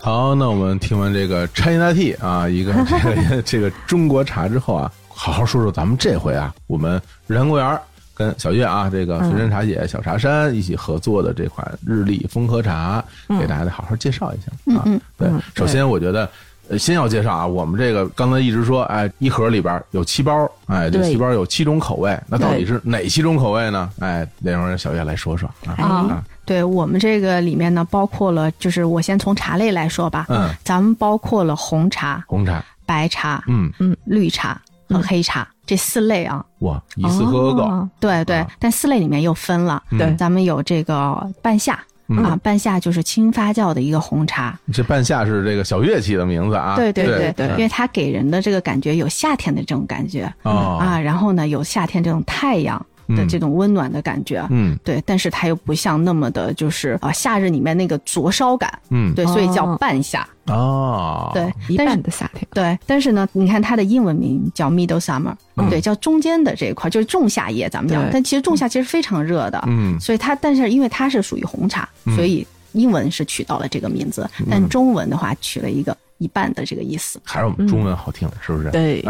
S1: 好，那我们听完这个 China Tea 啊，一个这个这个中国茶之后啊，好好说说咱们这回啊，我们日坛公园跟小月啊，这个
S2: 嗯
S1: 肥山茶姐、小茶山一起合作的这款日历风和茶，给大家好好介绍一下啊。
S3: 嗯
S1: 对
S2: 嗯，
S1: 首先我觉得。呃先要介绍啊，我们这个刚才一直说，哎，一盒里边有七包，哎，这
S2: 对
S1: 七包有七种口味，那到底
S2: 对
S1: 是哪七种口味呢？哎，连荣人小月来说说啊，
S3: 啊，对我们这个里面呢，包括了，就是我先从茶类来说吧，
S1: 嗯，
S3: 咱们包括了红茶、
S1: 红茶，
S3: 白茶、
S1: 嗯，
S3: 绿茶和黑茶这四类啊。
S1: 哇，一次喝够，
S2: 哦
S3: 对对
S1: 啊，
S3: 但四类里面又分了，
S1: 嗯
S2: 对
S3: 咱们有这个半夏
S1: 嗯
S3: 啊，半夏就是轻发酵的一个红茶，
S1: 这半夏是这个小乐器的名字啊，
S3: 对对
S1: 对
S3: 因为它给人的这个感觉有夏天的这种感觉
S1: 啊，
S3: 啊，然后呢有夏天这种太阳的
S1: 嗯
S3: 这种温暖的感觉，
S1: 嗯
S3: 对，但是它又不像那么的，就是啊夏日里面那个灼烧感，
S1: 嗯
S3: 对，所以叫
S2: 哦
S3: 半夏，
S1: 啊，
S3: 对，
S2: 一
S3: 但是
S2: 半的夏 天。
S3: 对，但是呢，你看它的英文名叫 Middle Summer，、对，
S1: 嗯
S3: 叫中间的这一块，就是仲夏夜，咱们讲
S2: 对，
S3: 但其实仲夏其实非常热的，
S1: 嗯
S3: 所以它，但是因为它是属于红茶，所以英文是取到了这个名字，
S1: 嗯
S3: 但中文的话取了一个一半的这个意思。
S1: 还是我们中文好听，是不是？
S2: 对，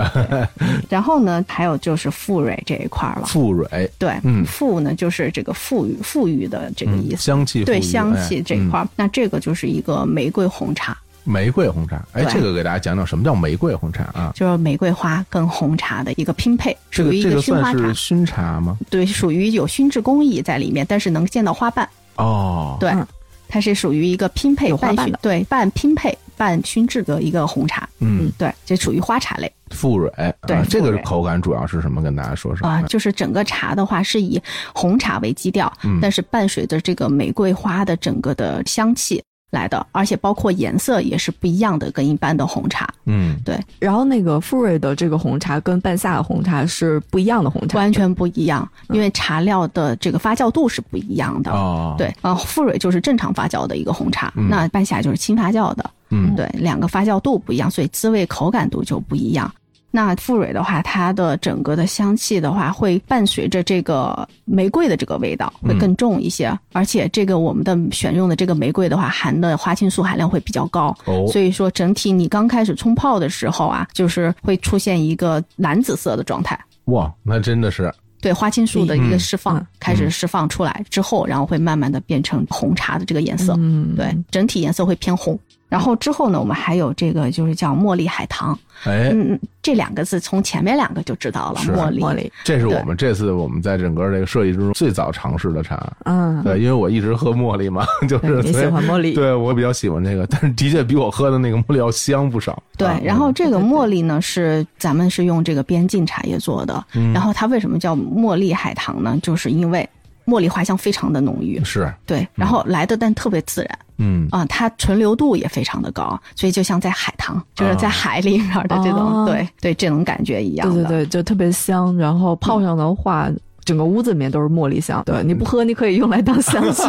S3: 然后呢，还有就是馥芮这一块了，
S1: 馥芮，
S3: 对，
S1: 嗯
S3: 馥呢就是这个富裕富裕的这个意
S1: 嗯，
S3: 思。
S1: 香气馥芮，
S3: 对香气
S1: 哎
S3: 这一块，儿，那这个就是一个玫瑰红茶，
S1: 嗯玫瑰红茶，哎，
S3: 对
S1: 这个给大家讲讲什么叫玫瑰红茶啊？
S3: 就是玫瑰花跟红茶的一个拼配，
S1: 这
S3: 属于一
S1: 这个
S3: 熏花
S1: 算
S3: 茶。
S1: 是熏茶吗？
S3: 对，属于有熏制工艺在里面，但是能见到花瓣。
S1: 哦，
S3: 对，
S2: 嗯
S3: 它是属于一个拼配
S2: 有花
S3: 半
S2: 瓣
S3: 熏
S2: 的
S3: 对半拼配半熏制的一个红茶。
S1: 嗯，
S3: 对，这属于花茶类
S1: 馥芮，
S3: 对
S1: 啊
S3: 馥芮
S1: 这个口感主要是什么？跟大家说说
S3: 啊、就是整个茶的话是以红茶为基调，
S1: 嗯
S3: 但是伴随着这个玫瑰花的整个的香气来的，而且包括颜色也是不一样的，跟一般的红茶
S1: 嗯，
S2: 然后那个馥芮的这个红茶跟半夏的红茶是不一样的红茶，
S3: 完全不一样，因为茶料的这个发酵度是不一样的。
S1: 嗯哦，，
S3: 对，呃，馥芮就是正常发酵的一个红茶，那半夏就是轻发酵的。
S1: 嗯
S3: 对，两个发酵度不一样，所以滋味口感度就不一样。那馥芮的话，它的整个的香气的话，会伴随着这个玫瑰的这个味道会更重一些，而且这个我们的选用的这个玫瑰的话，含的花青素含量会比较高，
S1: 哦
S3: 所以说整体你刚开始冲泡的时候啊，就是会出现一个蓝紫色的状态。
S1: 哇，那真的是
S3: 对花青素的一个
S1: 嗯
S3: 释放，
S2: 嗯
S3: 开始释放出来之后，然后会慢慢的变成红茶的这个颜色。
S2: 嗯，
S3: 对，整体颜色会偏红。然后之后呢，我们还有这个就是叫茉莉海棠，
S1: 哎，
S3: 嗯嗯，这两个字从前面两个就知道了，
S1: 是
S3: 茉莉。
S2: 茉莉，
S1: 这是
S3: 对
S1: 我们这次我们在整个这个设计之中最早尝试的茶。
S2: 嗯，
S1: 对，因为我一直喝茉莉嘛， 就是
S2: 对你喜
S1: 所以
S2: 欢茉莉
S1: 对我比较喜欢这个，但是的确比我喝的那个茉莉要香不少。
S3: 对
S1: 啊，
S3: 然后这个茉莉呢是咱们是用这个边境茶叶做的，然后它为什么叫茉莉海棠呢？就是因为茉莉花香非常的浓郁，
S1: 嗯是
S3: 对，然后来的但特别自然，
S1: 嗯
S3: 啊、它存留度也非常的高，所以就像在海塘，就是在
S1: 啊
S3: 海里面的这种，
S2: 哦
S3: 对对这种感觉一样
S2: 对
S3: 的。
S2: 对对，就特别香。然后泡上的话，整个屋子里面都是茉莉香。嗯对，嗯你不喝，你可以用来当香薰。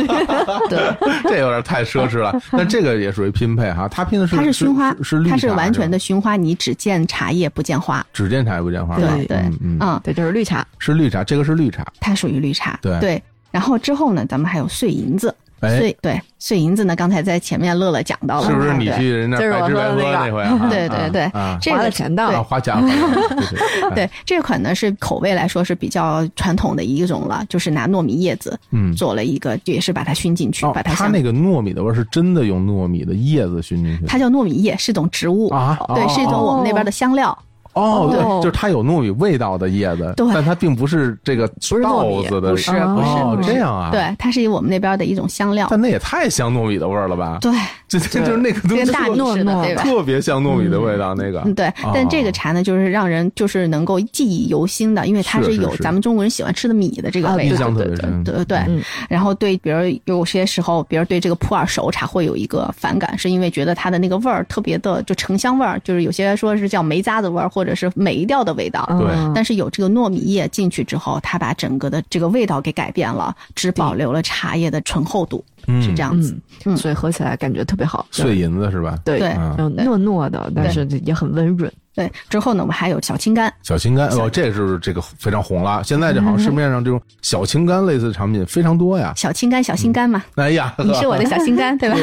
S2: 对，
S1: 这有点太奢侈 了。但这个也属于拼配哈，它拼的是
S3: 它是熏花，
S1: 是绿
S3: 它
S1: 茶
S3: 是完全的
S1: 吧
S3: 熏花，你只见茶叶不见花。
S1: 只见茶也不见花吧，
S3: 对对
S1: 嗯嗯，
S3: 嗯，
S2: 对，这是绿 茶。
S1: 是绿茶，这个是绿茶，
S3: 它属于绿茶。
S1: 对
S3: 然后之后呢，咱们还有碎银子。
S1: 哎
S3: 碎对碎银子呢，刚才在前面乐乐讲到了，
S1: 是不是你
S3: 对
S1: 去人那
S2: 就是
S1: 儿
S2: 我
S1: 白吃
S2: 说
S1: 白
S2: 的
S1: 喝
S2: 那个
S1: 那回啊？
S3: 对
S1: 啊
S3: 对对
S1: 啊，
S3: 这
S2: 花
S3: 个
S2: 了钱的，
S3: 对
S1: 啊花钱了，对对对
S3: 对，这款呢是口味来说是比较传统的一种了，就是拿糯米叶子
S1: 嗯。
S3: 做了一个，也是把它熏进去，
S1: 哦，
S3: 把它
S1: 它
S3: 像
S1: 那个糯米的味儿是真的用糯米的叶子熏进去的，
S3: 它叫糯米叶，是种植物，
S1: 啊，
S3: 对，是一种我们那边的香料，
S1: 哦，对，
S2: 哦
S1: 就是它有糯米味道的叶子，
S3: 对
S1: 但它并不是这个
S2: 是糯
S1: 稻
S2: 米
S1: 子的，
S3: 不是不是
S1: 哦
S3: 不，是
S1: 这样啊，，
S3: 对，它是我们那边的一种香料，
S1: 但那也太像糯米的味儿了吧？
S3: 对，
S1: 这这就是那个东西
S3: 跟大米
S1: 特，
S3: 似的，
S2: 糯
S3: 对吧？
S1: 特别像糯米的味道，那个
S3: 嗯，对，但这
S1: 哦
S3: 个茶呢，就是让人就是能够记忆犹新的，因为它
S1: 是是
S3: 有
S1: 是
S3: 咱们中国人喜欢吃的米的这个
S2: 啊
S3: 味
S1: 印
S3: 道，
S1: 象特别
S2: 对对
S1: 深，
S3: 嗯对对，
S1: 嗯
S3: 然后对，比如有些时候，比如对这个普洱熟茶会有一个反感，是因为觉得它的那个味儿特别的，就橙香味儿，就是有些说是叫梅渣子味儿，或者是霉调的味道。
S2: 嗯
S1: 对
S3: 但是有这个糯米液进去之后，它把整个的这个味道给改变了，只保留了茶叶的醇厚度，
S1: 嗯，
S3: 是这样子。嗯
S2: 所以喝起来感觉特别好。
S1: 碎银子是吧？
S2: 对
S3: 对
S1: 啊，
S2: 嗯，糯糯的，但是也很温润。
S3: 对，之后呢，我们还有小青柑，
S1: 小青柑哦，这是这个非常红了。现在这好像市面上这种小青柑类似的产品非常多 呀。
S3: 小青柑，小青柑嘛，
S1: 哎呀，
S3: 你是我的小心肝，对吧？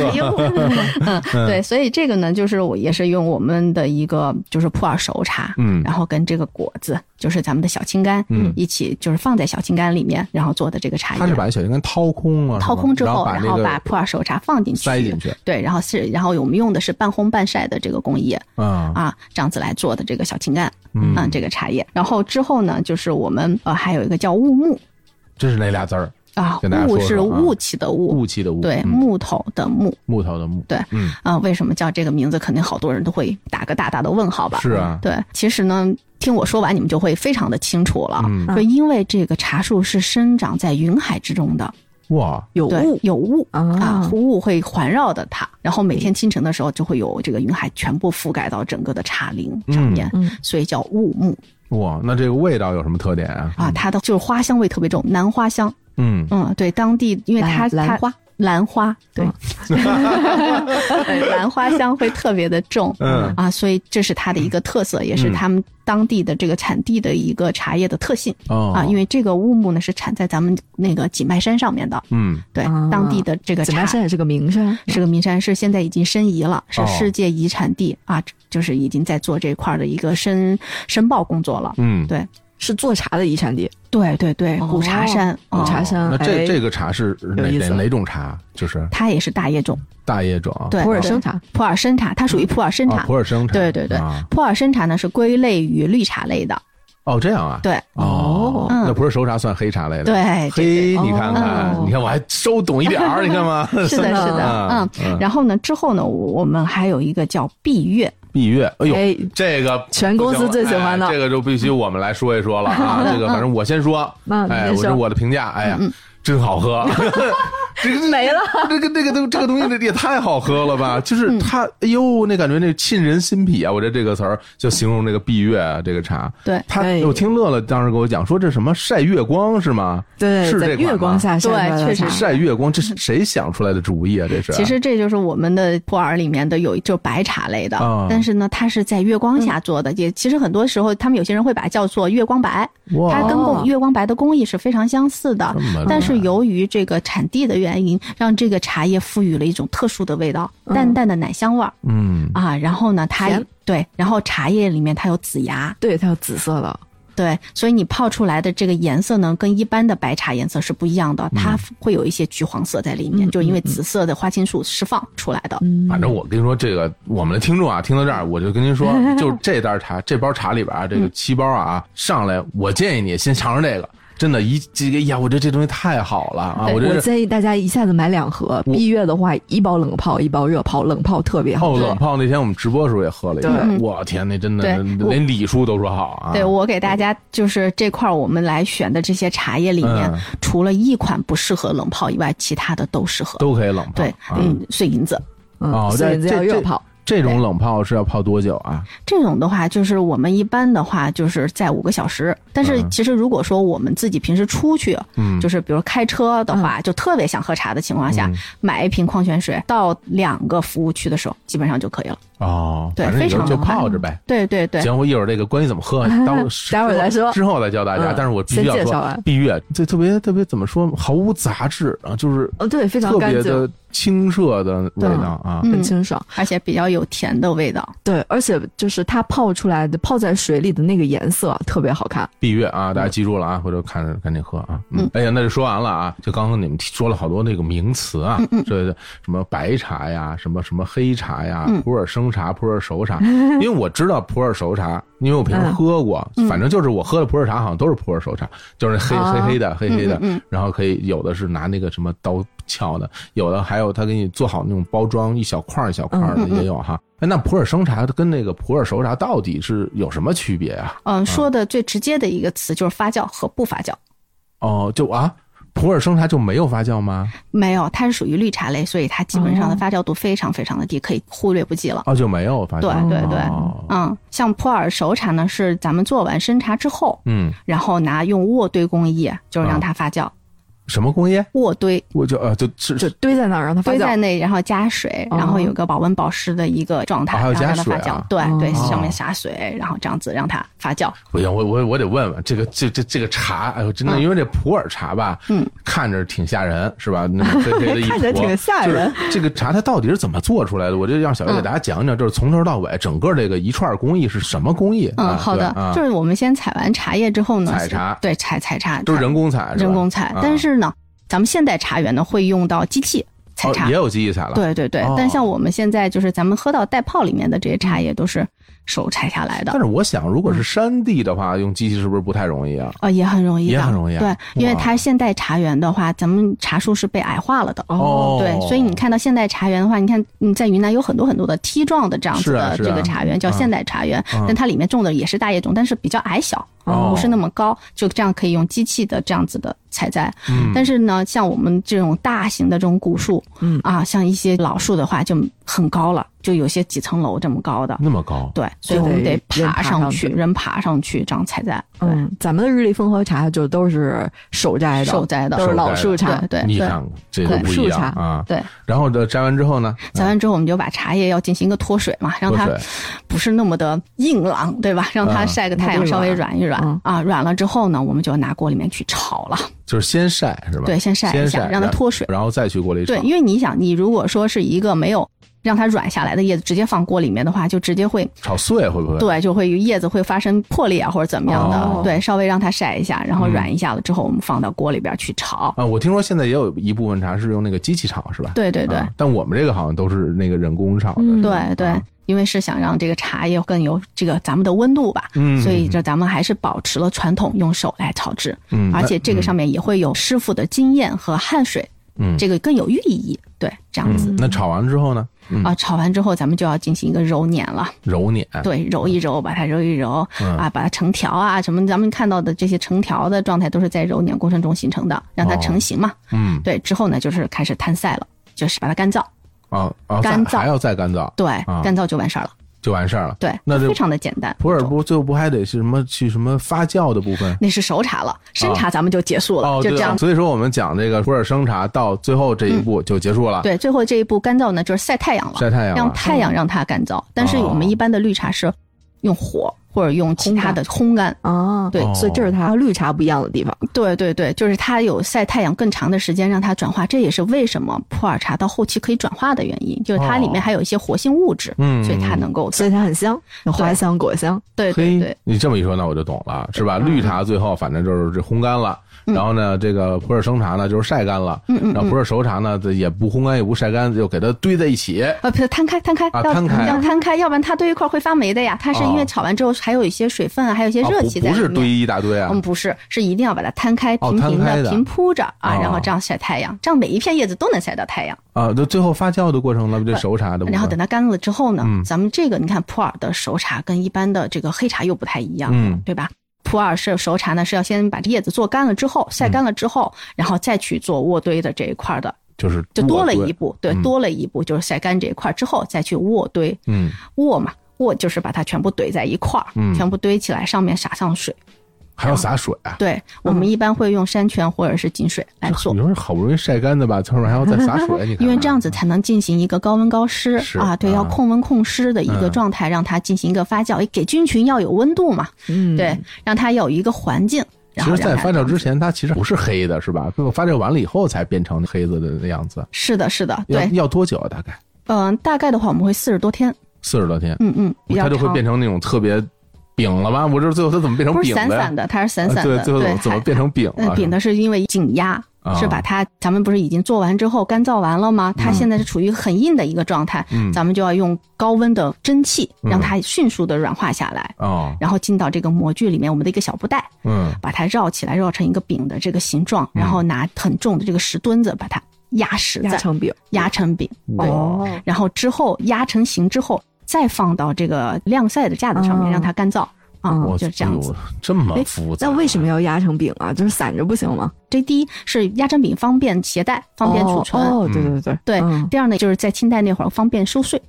S3: 嗯，对，所以这个呢，就是我也是用我们的一个就是普洱熟茶，
S1: 嗯
S3: 然后跟这个果子，就是咱们的小青柑，
S1: 嗯
S3: 一起就是放在小青柑里面，然后做的这个茶
S1: 它是
S3: 叶。
S1: 把小青柑掏空了，是吧
S3: 掏空之
S1: 然
S3: 后，
S1: 把
S3: 然
S1: 那
S3: 后把
S1: 个
S3: 普洱熟茶放进去，
S1: 塞进去
S3: 对，然后是，然后我们用的是半烘半晒的这个工艺
S1: 啊，
S3: 啊，这样子来做的这个小青柑，啊
S1: 嗯
S3: 这个茶叶。然后之后呢，就是我们呃还有一个叫乌木
S1: 这是那俩字儿，
S3: 啊，
S1: 跟大家说
S3: 木
S1: 说
S3: 是
S1: 啊
S3: 雾气的雾，
S1: 雾气的雾，
S3: 对，
S1: 嗯
S3: 木头的木，
S1: 木头的木，
S3: 对，
S1: 嗯，
S3: 啊、为什么叫这个名字？肯定好多人都会打个大大的问号吧？嗯
S1: 是啊，
S3: 对，其实呢，听我说完，你们就会非常的清楚了。
S1: 嗯
S3: 就因为这个茶树是生长在云海之中的，
S1: 哇，
S2: 有
S3: 对，
S2: 雾
S3: 有雾啊
S2: 啊，
S3: 雾会环绕着它，然后每天清晨的时候就会有这个云海全部覆盖到整个的茶林上面，
S2: 嗯嗯
S3: 所以叫雾木
S1: 哇，那这个味道有什么特点啊？
S3: 啊。它的就是花香味特别重，兰花香。
S1: 嗯，
S3: 嗯，对，当地因为它
S2: 兰
S3: 它
S2: 兰花
S3: 兰花对，
S2: 嗯
S3: 对兰花香会特别的重，
S1: 嗯
S3: 啊，所以这是它的一个特色，也是他们当地的这个产地的一个茶叶的特性、
S1: 哦
S3: 啊。因为这个乌木呢是产在咱们那个几麦山上面的，
S1: 嗯，
S3: 对，
S2: 啊
S3: 当地的这个
S2: 紫
S3: 茶
S2: 麦山也是个名山，
S3: 是个名山，是现在已经申遗了，是
S1: 哦
S3: 世界遗产地、啊，就是已经在做这块儿的一个申申报工作了。
S1: 嗯，
S3: 对
S2: 是做茶的遗产地。
S3: 对对对，
S2: 哦
S3: 古茶山，
S2: 古茶
S3: 哦
S2: 山
S1: 那这
S2: 哎
S1: 这个茶是哪
S2: 有意
S1: 哪
S2: 思
S1: 哪种茶？就是
S3: 它也是大叶种，
S1: 大叶种，
S3: 对，
S2: 普洱
S3: 对
S2: 生茶，
S3: 普洱生茶，它属于普洱生
S1: 啊
S3: 茶，
S1: 哦普洱生茶，
S3: 对对对
S1: 啊，
S3: 普洱生茶呢是归类于绿茶类的，
S1: 哦，这样啊，
S3: 对
S1: 哦，
S3: 嗯
S1: 那不是熟茶算黑茶类的，
S3: 对
S1: 嘿，你看看，
S2: 哦
S1: 你看我还稍懂一点 儿，你看吗？
S3: 是的，是
S2: 真的
S3: 的，
S1: 啊
S3: 嗯。然后呢，之后呢，我我们还有一个叫闭月，
S1: 闭月，哎呦，
S2: 哎，
S1: 这个
S2: 全公司最喜欢的
S1: 哎这个就必须我们来说一说了 啊！这个反正我先说，
S2: 嗯你
S1: 哎，我
S2: 先
S1: 这
S2: 说嗯
S1: 我的评价，哎呀， 真好喝。这个
S2: 没了，
S1: 这个这个东这个东西也太好喝了吧！
S2: 嗯
S1: 就是它，哎呦，那感觉那沁人心脾啊！我觉得这个词儿就形容这个闭月啊，这个茶。
S3: 对
S1: 他
S2: 哎
S1: 我听乐乐当时跟我讲说这什么晒月光是吗？
S2: 对，
S1: 是
S2: 在
S1: 这款
S2: 月
S1: 吗
S2: 光下晒出来的
S3: 对确
S2: 茶
S3: 实是
S1: 晒月光，这是谁想出来的主意啊？这是
S3: 其实这就是我们的普洱里面的有就是白茶类的
S1: 啊，嗯
S3: 但是呢，它是在月光下做的，也其实很多时候他们有些人会把它叫做月光白，
S1: 哇
S3: 它跟工月光白的工艺是非常相似的
S1: 这么厉害，
S3: 但是由于这个产地的原因，让这个茶叶赋予了一种特殊的味道，淡淡的奶香味儿
S1: 嗯
S3: 啊，然后呢，它
S2: 甜
S3: 对，然后茶叶里面它有紫芽，
S2: 对，它有紫色的，
S3: 对，所以你泡出来的这个颜色呢，跟一般的白茶颜色是不一样的，
S1: 嗯
S3: 它会有一些橘黄色在里面，就因为紫色的花青素释放出来的。
S1: 反正我跟你说，这个我们的听众啊，听到这儿，我就跟您说，就是这袋茶，这包茶里边啊，这个七包啊，上来我建议你先尝尝这个，真的，一这个呀，我觉得这东西太好了啊！我
S2: 我
S1: 这是
S2: 建议大家一下子买两盒，
S1: 我
S2: 蜜月的话，一包冷泡，一包热泡，冷泡特别好
S1: 哦，
S2: 喝。
S1: 冷泡那天我们直播时候也喝了一
S2: 对
S1: 杯，我天，那真的
S3: 对我
S1: 连李叔都说好啊！
S3: 对我给大家就是这块儿我们来选的这些茶叶里面，
S1: 嗯
S3: 除了一款不适合冷泡以外，其他的都适合。
S1: 都可以冷泡。
S3: 对，
S1: 啊
S3: 嗯，碎银子
S1: 哦
S2: 嗯，所
S1: 这
S2: 以
S1: 这
S2: 叫热泡。
S1: 这种冷泡是要泡多久啊？
S3: 这种的话，就是我们一般的话就是在五个小时。但是其实如果说我们自己平时出去，
S1: 嗯，
S3: 就是比如开车的话，就特别想喝茶的情况下，
S1: 嗯
S3: 买一瓶矿泉水到两个服务区的时候，基本上就可以了。
S1: 哦，
S3: 对
S1: 反正
S3: 非
S1: 也就
S3: 常
S1: 就
S3: 快
S1: 泡着呗。
S3: 对对对，
S1: 行，我一会儿这个关于怎么喝，待会儿
S2: 待会儿再说
S1: 之后再教大家。
S2: 嗯
S1: 但是我必须要
S2: 先介绍
S1: 说
S2: 完，
S1: 闭月这特别特别怎么说，毫无杂质啊，就是
S2: 哦，对，非常
S1: 特
S2: 干
S1: 别
S2: 净，
S1: 的清澈的味道啊。
S3: 嗯
S2: 很清爽。
S3: 而且比较有甜的味道。
S2: 对，而且就是它泡出来的，泡在水里的那个颜色特别好看。
S1: 闭月啊，
S2: 嗯
S1: 大家记住了啊，回头看赶紧喝啊。嗯，哎呀，那就说完了啊，就刚刚你们说了好多那个名词
S2: 嗯
S1: 啊，
S3: 嗯
S1: 这什么白茶呀，什么什么黑茶呀，
S2: 嗯
S1: 普洱生茶、普洱熟茶，因为我知道普洱熟茶，因为我平
S2: 嗯
S1: 时喝过，反正就是我喝的普洱茶好像都是普洱熟茶，就是黑
S2: 哦
S1: 黑黑的黑黑的
S3: 嗯嗯，
S1: 然后可以有的是拿那个什么刀撬的，有的还有他给你做好那种包装，一小块儿一小块儿的
S3: 嗯嗯嗯
S1: 也有哈。哎，那普洱生茶跟那个普洱熟茶到底是有什么区别啊？
S3: 嗯，说的最直接的一个词就是发酵和不发酵。
S1: 哦，就啊，普洱生茶就没有发酵吗？
S3: 没有，它是属于绿茶类，所以它基本上的
S2: 哦
S3: 发酵度非常非常的低，可以忽略不计了。
S1: 哦，就没有发酵。
S3: 对对对
S1: 哦、
S3: 嗯，像普洱熟茶呢，是咱们做完生茶之后，
S1: 嗯，
S3: 然后拿用渥堆工艺，就是
S1: 啊
S3: 让它发酵。
S1: 什么工业？
S3: 渥堆
S1: 我就呃，就是
S2: 就堆在那儿让它发
S3: 堆在
S2: 酵。
S3: 那，然后加水，
S2: 哦
S3: 然后有个保温保湿的一个状态，
S1: 哦还有
S3: 然后让它
S1: 加水
S3: 发
S1: 啊
S3: 酵。对对，
S2: 哦
S3: 上面洒水，然后这样子让它发酵。
S1: 不行，我我我得问问这个这这这个茶，哎呦，真的，
S3: 嗯
S1: 因为这普�洱茶吧，
S3: 嗯，
S1: 看着挺吓人，是吧？那个黑黑的 一坨，
S2: 看着挺吓人。
S1: 这个茶它到底是怎么做出来的？我就让
S3: 嗯
S1: 小月给大家讲讲，就是从头到尾整个这个一串工艺是什么工艺？啊
S3: 嗯，好
S1: 对
S3: 的，
S1: 啊
S3: 就，是我们先采完茶叶之后呢，
S1: 采茶
S3: 对采采茶，
S1: 都是人工采，是吧
S3: 人工采
S1: 啊。
S3: 但是呢，咱们现代茶园呢会用到机器采
S1: 哦
S3: 茶
S1: 也，有机器采了，
S3: 对对对
S1: 哦。
S3: 但像我们现在就是咱们喝到袋泡里面的这些茶叶都是手采下来的
S1: 但。是我想，如
S3: 嗯
S1: 果是山地的话，用机器是不是不太容易啊？
S3: 呃，也很容易的，
S1: 也很容易啊
S3: 对，因为
S1: 哇
S3: 它现代茶园的话，咱们茶树是被矮化了的，
S1: 哦
S3: 对，所以你看到现代茶园的话，你看你在云南有很多很多的梯状的这样子
S1: 是啊
S3: 的
S1: 是啊
S3: 这个茶园，叫
S1: 嗯
S3: 现代茶园，
S1: 嗯
S3: 但它里面种的也是大叶种，但是比较矮小，
S1: 哦
S3: 不是那么高，就这样可以用机器的这样子的采摘。
S1: 嗯
S3: 但是呢，像我们这种大型的这种古树，
S2: 嗯
S3: 啊，像一些老树的话就很高了，就有些几层楼这么高的。
S1: 那么高，
S3: 对，所以我们
S2: 得
S3: 得
S2: 人爬
S3: 爬
S2: 上
S3: 上
S2: 去
S3: 去，人爬上去这样采摘，对
S2: 嗯，咱们的日历风和茶就都是手摘的，
S3: 手摘的
S2: 都是老树茶
S3: 对。对
S1: 你
S3: 对
S1: 看看这就不一样啊。
S3: 对。
S1: 然后这摘完之后呢，
S3: 摘完之后，我们就把茶叶要进行一个脱水嘛，让
S1: 脱
S3: 它
S1: 水
S3: 不是那么的硬朗，对吧？让它
S1: 嗯
S3: 晒个太阳，稍微软一软、
S2: 嗯
S3: 啊。软了之后呢，我们就拿锅里面去炒了，
S1: 就是先晒是吧？
S3: 对，先晒一
S1: 先
S3: 下，
S1: 晒
S3: 让它脱水。
S1: 然后再去锅里炒
S3: 对，。因为你想，你如果说是一个没有让它软下来的叶子，直接放锅里面的话，就直接会
S1: 炒碎会不会？，
S3: 对，就会叶子会发生破裂啊，或者怎么样的。
S1: 哦
S3: 对，稍微让它晒一下，然后
S1: 嗯
S3: 软一下了之后，我们放到锅里边去炒。
S1: 啊，我听说现在也有一部分茶是用那个机器炒是吧？
S3: 对对对、
S1: 啊但我们这个好像都是那个人工炒的。
S2: 嗯
S3: 对对
S1: 啊，
S3: 因为是想让这个茶叶更有这个咱们的温度吧。
S1: 嗯，
S3: 所以这咱们还是保持了传统用手来炒制，
S1: 嗯，
S3: 而且这个上面也会有师傅的经验和汗水，
S1: 嗯
S3: 这个更有寓意。对，这样子
S1: 嗯，那炒完之后呢？嗯
S3: 啊，炒完之后咱们就要进行一个揉捻了，
S1: 揉捻。
S3: 对，揉一揉，把它揉一揉
S1: 嗯
S3: 啊，把它成条啊什么，咱们看到的这些成条的状态都是在揉捻过程中形成的，让
S1: 哦
S3: 它成型嘛。
S1: 嗯，
S3: 对，之后呢就是开始摊晒了，就是把它干燥，
S1: 啊啊，
S3: 干
S1: 再
S3: 燥
S1: 还要再干燥
S3: 对
S1: 啊，
S3: 干燥就完事儿了。
S1: 就完事儿了。
S3: 对，
S1: 那
S3: 就
S1: 这
S3: 非常的简单。
S1: 普洱不最后不还得是什么去什么发酵的部分？
S3: 那是熟茶了，生茶咱们就结束了，
S1: 啊哦，
S3: 就
S1: 对
S3: 这样嗯
S1: 啊。所以说我们讲这个普洱生茶到最后这一步就结束了，
S3: 对，最后这一步干燥呢，就是晒太阳了，
S1: 晒太阳
S3: 让
S1: 了。
S3: 太阳让它干燥。但是我
S1: 哦
S3: 们一般的绿茶是用火或者用其他的烘干。
S2: 啊，
S3: 对
S1: 哦
S2: 所以这是它和绿茶不一样的地方。
S3: 对对对，就是它有晒太阳更长的时间让它转化，这也是为什么普洱茶到后期可以转化的原因，就是它里面还有一些活性物质，
S1: 哦嗯
S3: 所以它能够
S2: 所以它很香，有花香、果香。
S3: 对对
S1: 嘿
S3: 对，嗯
S1: 你这么一说，那我就懂了，是吧？绿茶最后反正就是这烘干了，然后呢，这个普洱生茶呢就是晒干了，
S3: 嗯
S1: 然后普洱熟茶呢也不烘干也不晒干，就给它堆在一起。
S3: 呃，摊开，摊开，
S1: 啊
S3: 要
S1: 摊开
S3: 要摊开，要不然它堆一块儿会发霉的呀。它是因为炒完之后还有一些水分啊，还有一些
S1: 啊
S3: 热
S1: 不
S3: 气在
S1: 不
S3: 里
S1: 是堆
S3: 面。
S1: 一大堆啊
S3: 嗯，，不是，是一定要把它摊开，
S1: 哦
S3: 平平
S1: 摊开的
S3: 平铺着啊，
S1: 哦
S3: 然后这样晒太阳，这样每一片叶子都能晒到太阳。
S1: 啊，就最后发酵的过程了，这熟茶的部分。
S3: 然后等它干了之后呢，
S1: 嗯
S3: 咱们这个你看普洱的熟茶跟一般的这个黑茶又不太一样，
S1: 嗯
S3: 对吧？普洱是熟茶呢，是要先把这叶子做干了之后，晒干了之后，
S1: 嗯
S3: 然后再去做渥堆的这一块的，
S1: 就是
S3: 就多了一步，对，
S1: 嗯
S3: 多了一步就是晒干这一块之后再去渥堆，
S1: 嗯，
S3: 渥嘛，渥就是把它全部怼在一块儿，
S1: 嗯
S3: 全部堆起来，上面撒上水。
S1: 还要洒水啊。
S3: 对我们一般会用山泉或者是井水来做
S1: 你，说好不容易晒干的吧，上面还要再洒 水，你看看
S3: 因为这样子才能进行一个高温高湿
S1: 是
S3: 啊，对，
S1: 啊
S3: 要控温控湿的一个
S1: 嗯
S3: 状态，让它进行一个发酵，给菌群要有温度嘛，
S2: 嗯，
S3: 对，让它有一个环境。
S1: 其
S3: 然后
S1: 实，在
S3: 让它
S1: 发酵之前，它其实不是黑的，是吧？发酵完了以后才变成黑子的样子。
S3: 是的，是的，
S1: 要
S3: 对，
S1: 要多久啊？大概
S3: 嗯，大概的话我们会四十多天，
S1: 四十多天，
S3: 嗯嗯，比较
S1: 它就会
S3: 长
S1: 变，成那种特别饼了吧？我这最后它怎么变成
S3: 不是
S1: 饼
S3: 散
S1: 的呀？
S3: 散的，它是散
S1: 啊
S3: 散
S1: 对
S3: 的，，
S1: 最后怎么怎
S3: 还
S1: 么变 成饼
S3: 嗯
S1: 了？，
S3: 饼的是因为紧压
S1: 啊，
S3: 是把它，咱们不是已经做完之后干燥完了吗？它现在是处于很硬的一个状态，
S1: 嗯
S3: 咱们就要用高温的蒸汽
S1: 嗯
S3: 让它迅速的软化下来，
S1: 哦，
S3: 然后进到这个模具里面，我们的一个小布袋，
S1: 嗯
S3: 把它绕起来，绕成一个饼的这个形状，然后拿很重的这个石墩子把它压实
S2: 压
S3: 在，
S2: 成饼。
S3: 压成饼，
S1: 哇
S3: 对，
S1: 哦
S3: 然后之后压成型之后，再放到这个晾晒的架子上面，
S2: 哦
S3: 让它干燥啊
S2: 嗯，
S1: 我
S3: 就是这样子
S1: 哎。呦这么
S2: 哎
S1: 复杂
S2: 那，为什么要压成饼啊？就是散着不行吗？
S3: 这第一是压成饼方便携带，方便储存。
S2: 哦，哦对对对
S3: 对，
S2: 嗯
S3: 第二呢，就是在清代那会儿方便收税。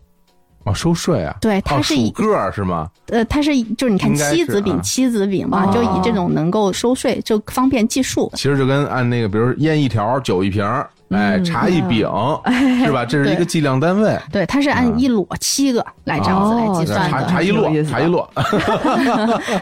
S1: 哦，收税啊？
S3: 对，它
S1: 哦
S3: 是
S1: 数
S3: 以
S1: 个儿是吗？
S3: 呃，它是以就是你看
S1: 应该是
S3: 七子饼
S1: 啊，
S3: 七子饼嘛，
S2: 哦
S3: 就以这种能够收税，就方便计数。
S1: 其实就跟按那个，比如烟一条，酒一瓶儿，哎，茶一饼，是吧？这是一个
S3: 嗯对
S1: 计量单位。
S3: 对，它是
S1: 啊
S3: 按一摞七个来这样子来计
S2: 嗯哦
S3: 算
S1: 茶
S3: 的。啊
S1: 茶一
S2: 挺有
S1: 摞，
S2: 意思的
S1: 茶一摞，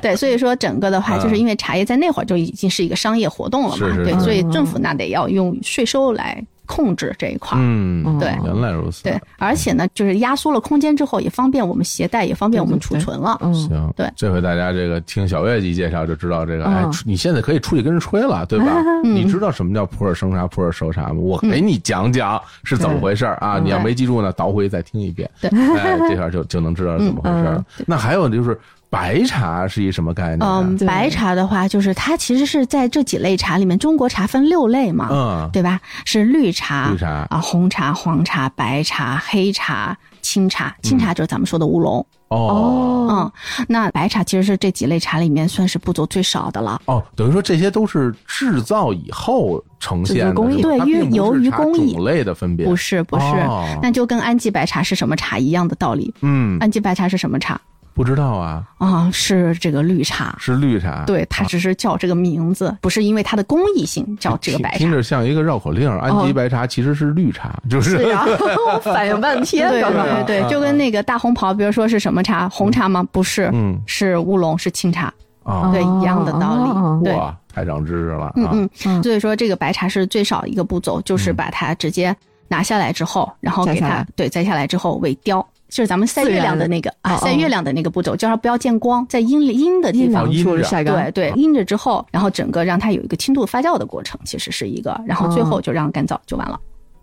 S3: 对，所以说整个的话，
S1: 嗯
S3: 就是因为茶叶在那会儿就已经是一个商业活动了嘛，
S1: 是是
S3: 对
S1: 是，
S3: 所以
S2: 嗯
S3: 政府那得要用税收来控制这一块儿。
S1: 嗯，
S2: 对
S1: 原来如此，
S3: 对，而且呢，就是压缩了空间之后，也方便我们携带，也方便我们
S2: 对对
S3: 储
S2: 对
S3: 存了。
S2: 嗯，
S1: 行，
S3: 对
S1: 这回大家这个听小月一介绍就知道这个，
S2: 嗯
S1: 哎，出你现在可以出去跟人吹了，对 吧？
S3: 嗯
S1: 你知道什么叫普洱生茶、普洱熟茶吗？我给你讲讲是怎么回事儿啊！
S2: 嗯
S1: 你要没记住呢，倒回去再听一 遍，
S3: 对
S1: 哎，这下就就能知道是怎么回事儿了。那还有就是白茶是一什么概念啊
S3: 嗯，
S1: 呢？
S2: 对
S3: 白茶的话，就是它其实是在这几类茶里面，中国茶分六类嘛，
S1: 嗯，
S3: 对吧？是绿茶、
S1: 绿茶
S3: 啊、红茶、黄茶、白茶、黑茶、青茶。青
S1: 嗯
S3: 茶就是咱们说的乌龙。
S1: 哦
S2: 哦，
S3: 嗯，那白茶其实是这几类茶里面算是步骤最少的了。
S1: 哦，等于说这些都是制造以后呈现的，
S2: 这就是工艺
S1: 是吧
S3: 对
S1: 它
S3: 因为
S1: 并不
S3: 由
S1: 是
S3: 于
S1: 茶
S3: 工艺
S1: 种类的分别，
S3: 不是不是，
S1: 哦
S3: 那就跟安吉白茶是什么茶一样的道理。
S1: 嗯，
S3: 安吉白茶是什么茶
S1: 不知道啊，
S3: 啊、是这个绿茶。
S1: 是绿茶，
S3: 对，它只是叫这个名字，不是因为它的工艺性叫这个白
S1: 啊听
S3: 茶。哦
S1: 着像一个绕口令儿，安吉白茶其实是绿茶， 就是
S2: 对呀，啊 我反应半
S3: 对
S2: 天
S3: 对
S2: 干嘛
S3: 对
S1: 啊
S3: 对，就跟那个大红袍，比如说是什么茶，红茶吗？不是，
S1: 嗯
S3: 是乌龙，是清茶，
S1: 啊，
S3: 对，一样的道
S2: 哦
S3: 理。对，
S1: 哇，太长知识了啊，
S3: 嗯
S2: 嗯
S3: 嗯，所以说这个白茶是最少一个步骤，就是把它直接拿下来之后，然后
S2: 摘
S3: 给
S2: 下
S3: 它
S2: 来
S3: 对摘下来之后萎凋。就是咱们晒
S2: 自
S3: 月
S2: 然
S3: 亮的那个啊，
S2: 哦哦
S3: 晒月亮的那个步骤，叫它不要见光，在阴里阴的地
S2: 阴
S3: 方
S2: 凉
S1: 阴
S2: 处
S1: 着
S2: 晒干，哦
S3: 对对，阴着之后，然后整个让它有一个轻度发酵的过程，其实是一个，然后最
S2: 嗯
S3: 后就让干燥就完了，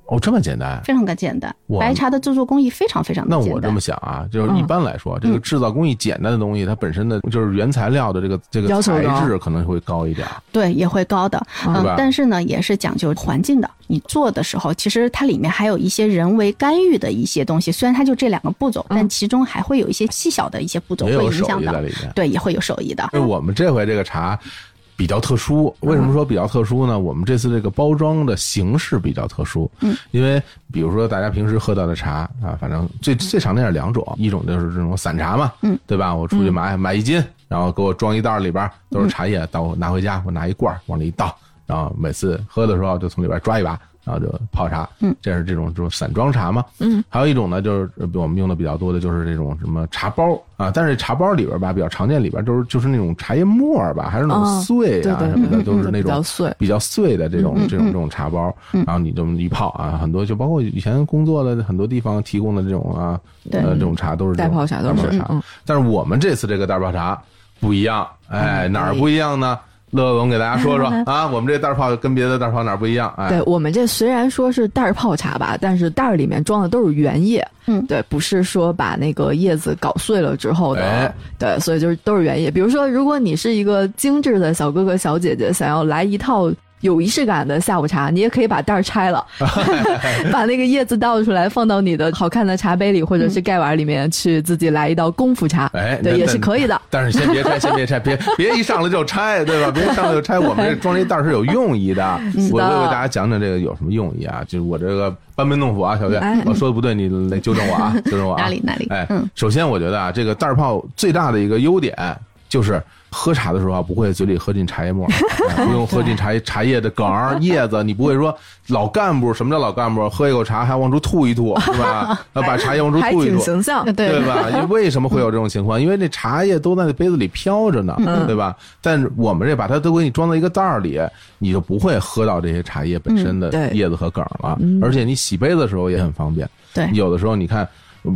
S1: 哦，这么简单。
S3: 非常的简单
S1: 我。
S3: 白茶的制作工艺非常非常
S1: 那
S3: 的简
S1: 我这
S3: 单嗯
S1: 么。想啊，就是一般来说，这个制造工艺简单的东西，它本身的就是原材料的这个这个
S2: 要求
S1: 材
S2: 高
S1: 质可能会高一点儿，
S3: 对，也会高的，
S1: 对吧
S3: 嗯，但是呢，也是讲究环境的。你做的时候，其实它里面还有一些人为干预的一些东西。虽然它就这两个步骤，但其中还会有一些细小的一些步骤
S1: 嗯也
S3: 会
S1: 有
S3: 影
S1: 手
S3: 响
S1: 艺在
S3: 到
S1: 里，面。
S3: 对，也会有手艺的。
S1: 因为我们这回这个茶比较特殊，为什么说比较特殊呢？我们这次这个包装的形式比较特殊，嗯，因为比如说大家平时喝到的茶啊，反正最最常见是两种，一种就是这种散茶嘛，嗯，嗯对吧？我出去买买一斤，然后给我装一袋儿里边儿都是茶叶，到我拿回家，我拿一罐儿往里一倒，然后啊每次喝的时候就从里边抓一把，然后就泡茶。嗯，这是这种这种散装茶嘛。嗯，还有一种呢，就是呃我们用的比较多的就是这种什么茶包啊，但是茶包里边吧比较常见，里边都是就是那种茶叶沫儿吧，还是那种
S2: 哦
S1: 碎啊
S2: 对对
S1: 什么
S2: 嗯
S1: 的，
S2: 嗯
S1: 都是那
S2: 嗯比
S1: 种
S2: 较碎嗯
S1: 比较碎的这种这种这种茶包，然后你这么一泡啊，很多就包括以前工作的很多地方提供的这种啊，
S3: 对
S1: 呃，这种茶都是这种
S2: 袋泡茶都
S1: 袋
S2: 是
S1: 泡
S2: 嗯嗯嗯
S1: 茶，但是我们这次这个袋泡茶不一样，哎，哪儿不一样呢？乐总给大家说说啊，我们这袋儿泡跟别的袋儿泡哪儿不一样？哎
S2: 对，我们这虽然说是袋儿泡茶吧，但是袋儿里面装的都是原叶，
S3: 嗯
S2: 对，不是说把那个叶子搞碎了之后的，
S1: 哎
S2: 对，所以就是都是原叶。比如说，如果你是一个精致的小哥哥小姐姐，想要来一套。有仪式感的下午茶，你也可以把袋儿拆 了，把那个叶子倒出来，放到你的好看的茶杯里或者是盖碗里面去，自己来一道功夫茶，
S1: 哎，
S2: 对，
S1: 那
S2: 也是可以的。。
S1: 但但是先别拆， 先别拆，别别一上来就拆，对吧？别一上来就拆，我们这装这袋儿是有用意的。我
S2: 嗯的
S1: 我给大家讲讲这个有什么用意啊？就是我这个班门弄斧啊，小月
S2: 哎，
S1: 我说的不对，你来纠正我 啊，纠正我啊。
S3: 哪里哪里，
S1: 哎
S3: 嗯，
S1: 首先我觉得啊，这个袋儿泡最大的一个优点就是喝茶的时候啊，不会嘴里喝进茶叶 沫，哎不用喝进茶叶茶叶的梗儿、叶子，你不会说老干部什么叫老干部，喝一口茶还往出吐一吐，是 吧？呃把茶叶往出
S2: 还
S1: 吐一
S2: 挺
S1: 吐。
S2: 形象，
S3: 对
S1: 哎对 吧？因为为什么会有这种情况？因为那茶叶都在那杯子里飘着呢，
S2: 嗯
S1: 对吧？但是我们这把它都给你装到一个袋儿里，你就不会喝到这些茶叶本身的
S2: 嗯对嗯
S1: 叶子和梗儿了，而且你洗杯子的时候也很方便。
S3: 对
S1: 有的时候你看。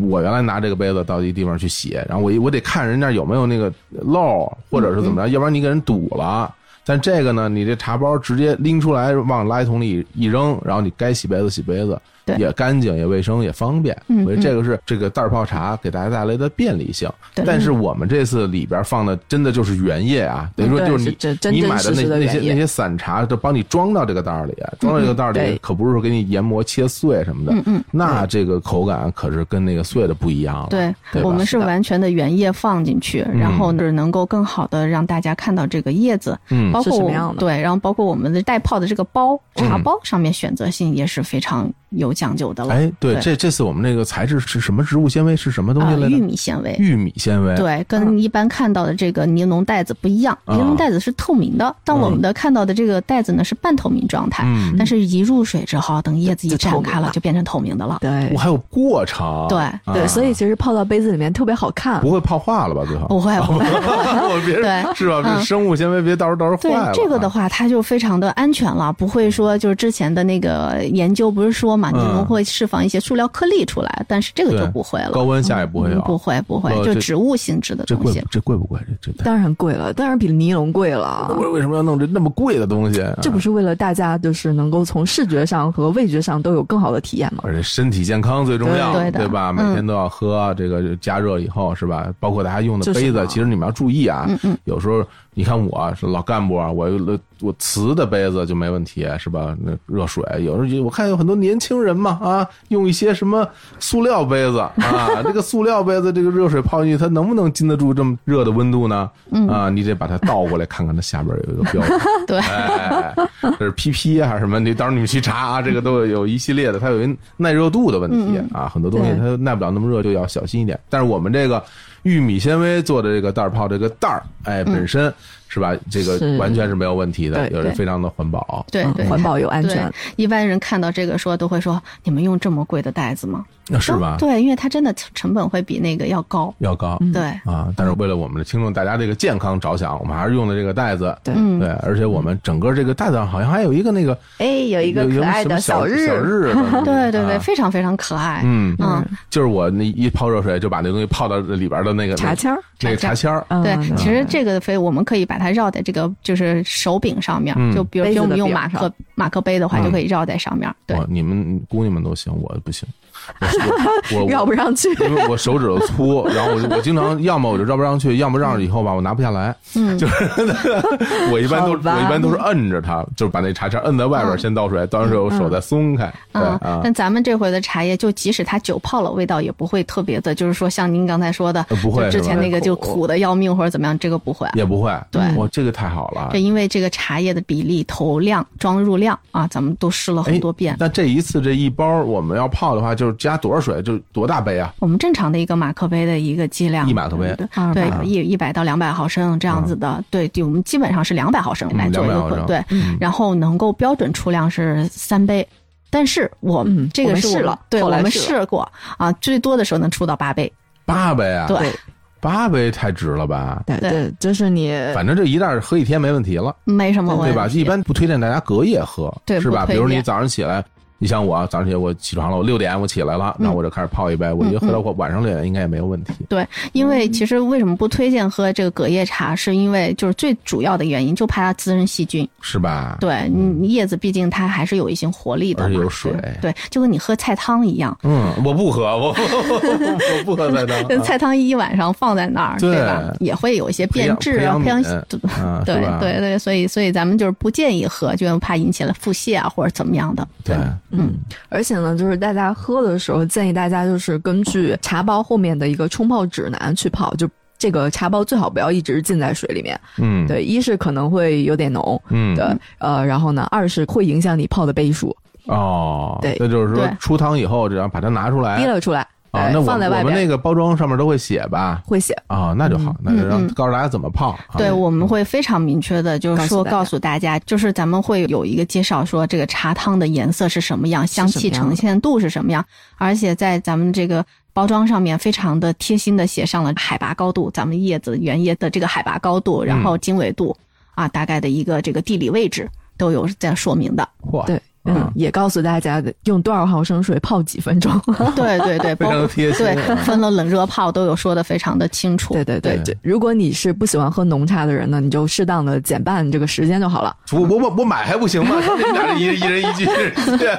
S1: 我原来拿这个杯子到一地方去洗，然后我一我得看人那儿有没有那个漏，或者是怎
S2: 嗯
S1: 么着，要不然你给人堵了。但这个呢，你这茶包直接拎出来往垃圾桶里一扔，然后你该洗杯子洗杯子，
S3: 对
S1: 也干净也卫生也方便。
S3: 嗯
S1: 所以这个是这个袋儿泡茶给大家带来的便利性。
S3: 对
S1: 但
S2: 嗯
S1: 是我们这次里边放的真的就是原叶啊，等于说
S2: 嗯对
S1: 就是你
S2: 是真真
S1: 你
S2: 真
S1: 买
S2: 实
S1: 那
S2: 实的
S1: 那
S2: 原
S1: 些
S2: 叶
S1: 那些散茶都帮你装到这个袋儿里，啊装到这个袋儿
S2: 对
S1: 里可不是说给你研磨切碎什么的，
S3: 嗯嗯，
S1: 那这个口感可是跟那个碎的不一样了。
S3: 对
S1: 对吧嗯
S3: 我们是完全的原叶放进去，然后就是能够更好的让大家看到这个叶子，
S1: 嗯
S3: 包括
S2: 是什么
S3: 我
S2: 样的
S3: 对，然后包括我们的带泡的这个包茶包上面选择性也是非常有讲究的了。
S1: 哎，对，
S3: 对
S1: 这这次我们那个材质是什么植物纤维是什么东
S3: 啊
S1: 西来，着？
S3: 玉米纤维，
S1: 玉米纤维。
S3: 对，跟一般看到的这个尼龙袋子不一样，
S1: 啊
S3: 尼龙袋子是透明的，但我们的看到的这个袋子呢是半透明状态，
S1: 嗯
S3: 但是一入水之后，等叶子一
S2: 就透
S3: 展
S2: 明
S3: 开了，
S2: 了
S3: 就变成透明的了。
S2: 对
S1: 我还有过程。
S3: 对
S1: 啊
S2: 对，所以其实泡到杯子里面特别好看
S1: 不。会泡化了吧？最后
S3: 不会， 不会。
S1: 我别
S3: 对嗯
S1: 是吧？这生物纤维别到时候到时候
S3: 对
S1: 坏了。啊
S3: 这个的话，它就非常的安全了，不会说就是之前的那个研究不是说嘛，
S1: 嗯
S3: 尼龙会释放一些塑料颗粒出来，但是这个
S1: 对
S3: 就不会了，
S1: 高温下也不会有
S3: 嗯不会不会
S1: 呃，
S3: 就
S1: 这
S3: 植物性质的
S1: 这
S3: 东
S1: 贵
S3: 西
S1: 不，这贵不贵？这这太
S2: 当然贵了，当然比尼龙贵了。
S1: 我为什么要弄这那么贵的东西？
S2: 这不是为了大家就是能够从视觉上和味觉上都有更好的体验吗？
S1: 啊而且身体健康最重要，
S3: 对对的
S1: 吧？
S3: 嗯
S1: 每天都要喝，啊这个加热以后是吧？包括大家用的杯
S2: 就是
S1: 子
S2: 嘛，
S1: 其实你们要注意啊。
S3: 嗯嗯
S1: 有时候你看我是老干部啊，我有我瓷的杯子就没问题，是吧？那热水，有时候我看有很多年轻人嘛啊，用一些什么塑料杯子啊，这个塑料杯子这个热水泡进去，它能不能经得住这么热的温度呢？啊，你得把它倒过来看看它下边有一个标志。
S3: 对，
S1: 哎，这是 PP 啊还是什么？你到时候你们去查啊，这个都有有一系列的，它有一耐热度的问题啊，很多东西
S2: 对
S1: 它耐不了那么热，就要小心一点。但是我们这个玉米纤维做的这个袋儿泡这个袋儿，哎，本身是吧，这个
S2: 是
S1: 完全是没有问题的，也
S2: 对
S1: 是
S3: 对
S1: 非常的环保。
S3: 对
S2: 嗯
S3: 对，
S2: 环保又安
S3: 对
S2: 全。
S3: 一般人看到这个说都会说，你们用这么贵的袋子吗？
S1: 那是吧？
S3: 哦对，因为它真的成本会比那个要高。
S1: 要高
S3: 对，
S1: 啊，但是为了我们的听众大家这个健康着想，我们还是用的这个袋子。
S2: 对
S3: 嗯
S1: 对，，而且我们整个这个袋子上好像还有一个那个
S2: 哎，有
S1: 有什么小小日的那个，
S3: 对对对，
S1: 啊
S3: 非常非常可爱。
S1: 嗯，
S3: 嗯，
S1: 就是我那一泡热水就把那东西泡到里边的那个
S2: 茶签儿。
S1: 那个茶签儿，
S2: 嗯
S3: 对，其
S2: 对
S3: 实这个非我们可以把它绕在这个就是手柄上面，
S1: 嗯
S3: 就比如
S2: 杯子的
S3: 说我们用
S2: 柄
S3: 马克
S2: 上
S3: 马克杯的话，
S1: 嗯
S3: 就可以绕在上面。对
S1: 哇，你们姑娘们都行，我不行，我 我我
S2: 绕不上去。
S1: 因为我手指头粗，然后我就我经常要么我就绕不上去，要么绕着以后吧，我拿不下来。
S3: 嗯
S1: 就是我一般都
S2: 好吧
S1: 我一般都是摁着它，就是把那茶签摁在外边
S3: 嗯
S1: 先倒水，倒完水我手再松开。对
S3: 嗯
S1: 啊，，
S3: 但咱们这回的茶叶，就即使它酒泡了，味道也不会特别的，就是说像您刚才说的
S1: 呃，不会
S3: 就之前
S1: 是吧
S3: 那个就
S2: 苦
S3: 苦的要命或者怎么样，这个不会。
S1: 也不会。
S3: 对
S1: 哇，这个太好了
S3: 这。因为这个茶叶的比例、投量、装入量啊，咱们都试了
S1: 哎
S3: 很多遍。
S1: 那这一次这一包我们要泡的话，就是加多少水？就多大杯啊？
S3: 我们正常的一个马克杯的一个剂量，
S1: 一马克杯
S3: 对
S2: 二
S3: 对
S2: 百
S1: 啊
S3: 一一百到两百毫升这样子的，对，对，我们基本上是两百毫升来
S1: 嗯
S3: 做一
S1: 200
S3: 个
S1: 毫
S3: 混
S1: 升
S3: 对
S1: 嗯，
S3: 然后能够标准出量是三杯。但是我
S2: 嗯
S3: 这
S2: 我
S3: 个
S2: 们
S3: 是我
S2: 试
S3: 们
S2: 了
S3: 对
S2: 后
S3: 我
S2: 来
S3: 们
S2: 试
S3: 试过啊，最多的时候能出到八杯，
S1: 八杯啊？
S3: 对，
S1: 八杯太值了吧？
S2: 对
S3: 对
S2: 对，就是你
S1: 反正这一袋儿喝一天没问题了，
S3: 嗯没什么问
S1: 对
S3: 题，
S1: 吧？一般不推荐大家隔夜喝，
S3: 对
S1: 是吧？
S3: 不推
S1: 比如
S3: 荐
S1: 你早上起来你像我啊早上起来我起床了，我六点我起来
S3: 嗯
S1: 了，那我就开始泡一杯，我觉得喝到晚上六点应该也没有问题。
S3: 对，因为其实为什么不推荐喝这个隔夜茶，是因为就是最主要的原因就怕它滋生细菌。
S1: 是吧？
S3: 对，
S1: 嗯
S3: 你叶子毕竟它还是有一些活力的
S1: 而
S3: 嘛，
S1: 且有水
S3: 对，对就跟你喝菜汤一样，
S1: 嗯，我不喝，我我不喝菜 汤
S3: 跟
S1: 啊，
S3: 菜汤一晚上放在那儿，
S1: 对
S3: 对吧？也会有一些变质
S1: 培
S3: 啊，
S1: 养
S3: 培
S1: 培养
S3: 养
S1: 皿啊
S3: 对
S1: 是吧
S3: 对对，所以所以咱们就是不建议喝，就怕引起了腹泻啊或者怎么样的。
S1: 对，
S2: 嗯而且呢，就是大家喝的时候，建议大家就是根据茶包后面的一个冲泡指南去泡，就这个茶包最好不要一直浸在水里面。
S1: 嗯，，
S2: 对，一是可能会有点浓，
S1: 嗯，
S2: 对，呃，然后呢，二是会影响你泡的杯数，
S1: 哦，
S2: 对
S1: 那就是说
S3: 对
S1: 出汤以后，只要把它拿出来
S2: 滴了出来，
S1: 啊，
S2: 对
S1: 那我
S2: 放在外
S1: 我们
S2: 边
S1: 那个包装上面都会写吧？
S2: 会写。
S1: 啊，那就好，那就让告诉大家怎么泡。啊
S3: 嗯对，我们会非常明确的，就是说
S2: 告
S3: 告
S2: 诉
S3: 诉大家，就是咱们会有一个介绍，说这个茶汤的颜色是什么样，香
S2: 什么
S3: 气
S2: 样的
S3: 呈现度是什么样，而且在咱们这个包装上面非常的贴心的写上了海拔高度，咱们叶子原叶的这个海拔高度，然后经纬度、啊，大概的一个这个地理位置都有在说明的。
S1: 嚯，
S2: 对，嗯
S1: 啊，
S2: 也告诉大家的用多少毫升水泡几分钟。
S3: 对对对，
S1: 非
S3: 包
S1: 常的
S3: 括
S1: 贴心
S3: 对
S1: 啊。
S3: 分了冷热泡都有说的非常的清楚。
S2: 对对对，
S1: 对
S2: 就如果你是不喜欢喝浓茶的人呢，你就适当的减半这个时间就好了。
S1: 我我我我买还不行吗？你们俩一一人一句， 对，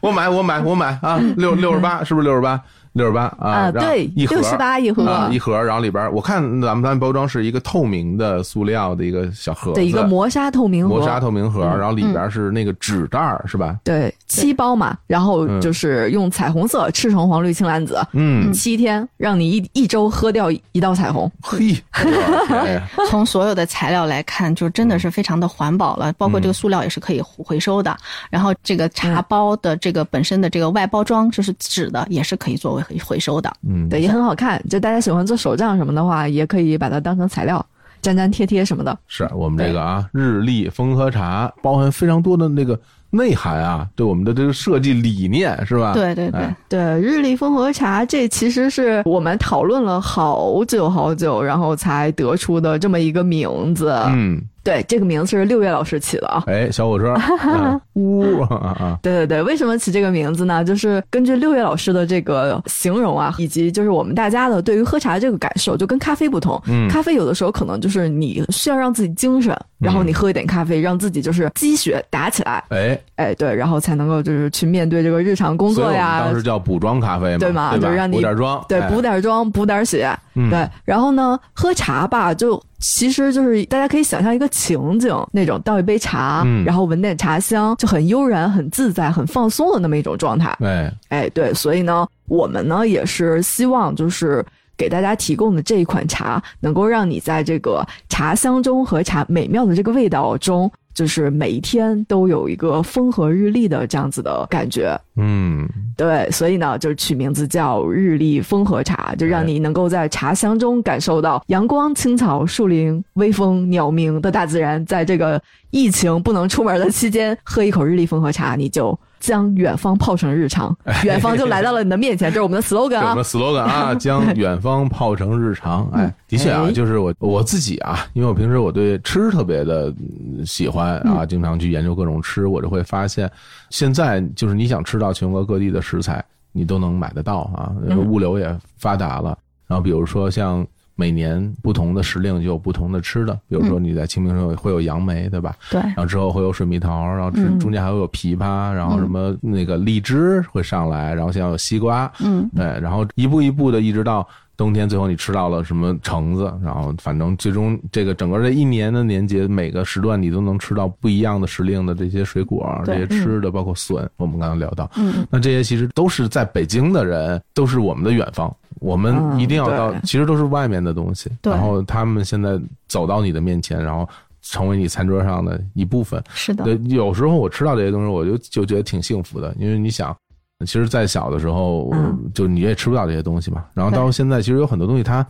S1: 我买我买我买啊，六六十八是不是六十八？六十八啊，然后
S2: 对，
S1: 一盒
S2: 六十八一盒、
S1: 啊，一盒，然后里边我看咱们咱们包装是一个透明的塑料的一个小盒子，
S2: 的一个嗯磨砂透明盒，
S1: 磨砂透明盒，然后里边是那个纸袋儿是吧？
S2: 对，七包嘛，然后
S1: 嗯
S2: 就是用彩虹色、赤橙黄绿青蓝紫，
S1: 嗯，
S2: 七天让你一一周喝掉一道彩虹。
S1: 嘿，我的 天呀
S3: 从所有的材料来看，就
S1: 嗯
S3: 真的是非常的环保了，包括这个塑料也是可以回回收的。然后这个茶
S1: 嗯
S3: 包的这个本身的这个外包装，就是纸的，也是可以作为回回收的。
S1: 嗯，
S2: 对，也很好看。就大家喜欢做手账什么的话，也可以把它当成材料，粘粘贴贴什么的。
S1: 是我们这个啊，日历风和茶包含非常多的那个内涵啊，对我们的这个设计理念是吧？
S3: 对对对，
S1: 哎
S2: 对，日历风和茶这其实是我们讨论了好久好久，然后才得出的这么一个名字。
S1: 嗯，
S2: 对，这个名字是六月老师起的啊。
S1: 哎，小火 车，啊呜啊啊，
S2: 对对对，为什么起这个名字呢？就是根据六月老师的这个形容啊，以及就是我们大家的对于喝茶这个感受，就跟咖啡不同。
S1: 嗯
S2: 咖啡有的时候可能就是你需要让自己精神，然后你喝一点咖啡，让自己就是积雪打起来，
S1: 哎，
S2: 哎，对，然后才能够就是去面对这个日常工
S1: 所以我
S2: 作
S1: 们
S2: 呀
S1: 当，时叫补妆咖啡嘛，
S2: 对
S1: 对
S2: 嘛
S1: 吧
S2: 就是让你
S1: 补点妆，
S2: 对
S1: 哎，
S2: 补点妆，补点血，
S1: 嗯
S2: 对。然后呢，喝茶吧，就其实就是大家可以想象一个情景，那种倒一杯茶，
S1: 嗯
S2: 然后闻点茶香，就很悠然、很自在、很放松的那么一种状态。
S1: 哎，
S2: 哎，对，所以呢，我们呢也是希望就是给大家提供的这一款茶，能够让你在这个茶香中和茶美妙的这个味道中，就是每一天都有一个风和日丽的这样子的感觉。
S1: 嗯，
S2: 对，所以呢，就是取名字叫日丽风和茶，就
S1: 哎
S2: 让你能够在茶香中感受到阳光、青草、树林、微风、鸟鸣的大自然。在这个疫情不能出门的期间，喝一口日丽风和茶，你就将远方泡成日常，远方就来到了你的面前。这是我们 的 slogan
S1: 这哎是我
S2: 啊
S1: 们的。slogan 啊，将远方泡成日常。哎，的确啊，
S2: 哎
S1: 就是我我自己啊，因为我平时我对吃特别的嗯喜欢啊，经常去研究各种吃，我就会发现，现在就是你想吃到全国各地的食材，你都能买得到啊，
S2: 嗯
S1: 物流也发达了。然后比如说像。每年不同的时令就有不同的吃的，比如
S2: 嗯
S1: 说你在清明时候会有杨梅，对吧？
S3: 对
S1: 然后之后会有水蜜桃，然后之
S2: 嗯
S1: 中间还会有枇杷，然后什么那个荔枝会上来，然后像有西瓜，
S3: 嗯，
S1: 对，哎然后一步一步的，一直到冬天，最后你吃到了什么橙子，然后反正最终这个整个这一年的年节，每个时段你都能吃到不一样的时令的这些水果，这些
S3: 对
S1: 吃的，包括笋，我们刚刚聊到，
S3: 嗯，
S1: 那这些其实都是在北京的人，都是我们的远方，我们
S2: 嗯
S1: 一定要到，
S2: 对
S1: 其实都是外面的东西，
S3: 对
S1: 然后他们现在走到你的面前，然后成为你餐桌上的一部分，
S3: 是的，
S1: 对，有时候我吃到这些东西，我就就觉得挺幸福的，因为你想，其实，在小的时候，
S2: 嗯
S1: 就你也吃不到这些东西嘛。然后
S3: 对
S1: 到现在，其实有很多东西它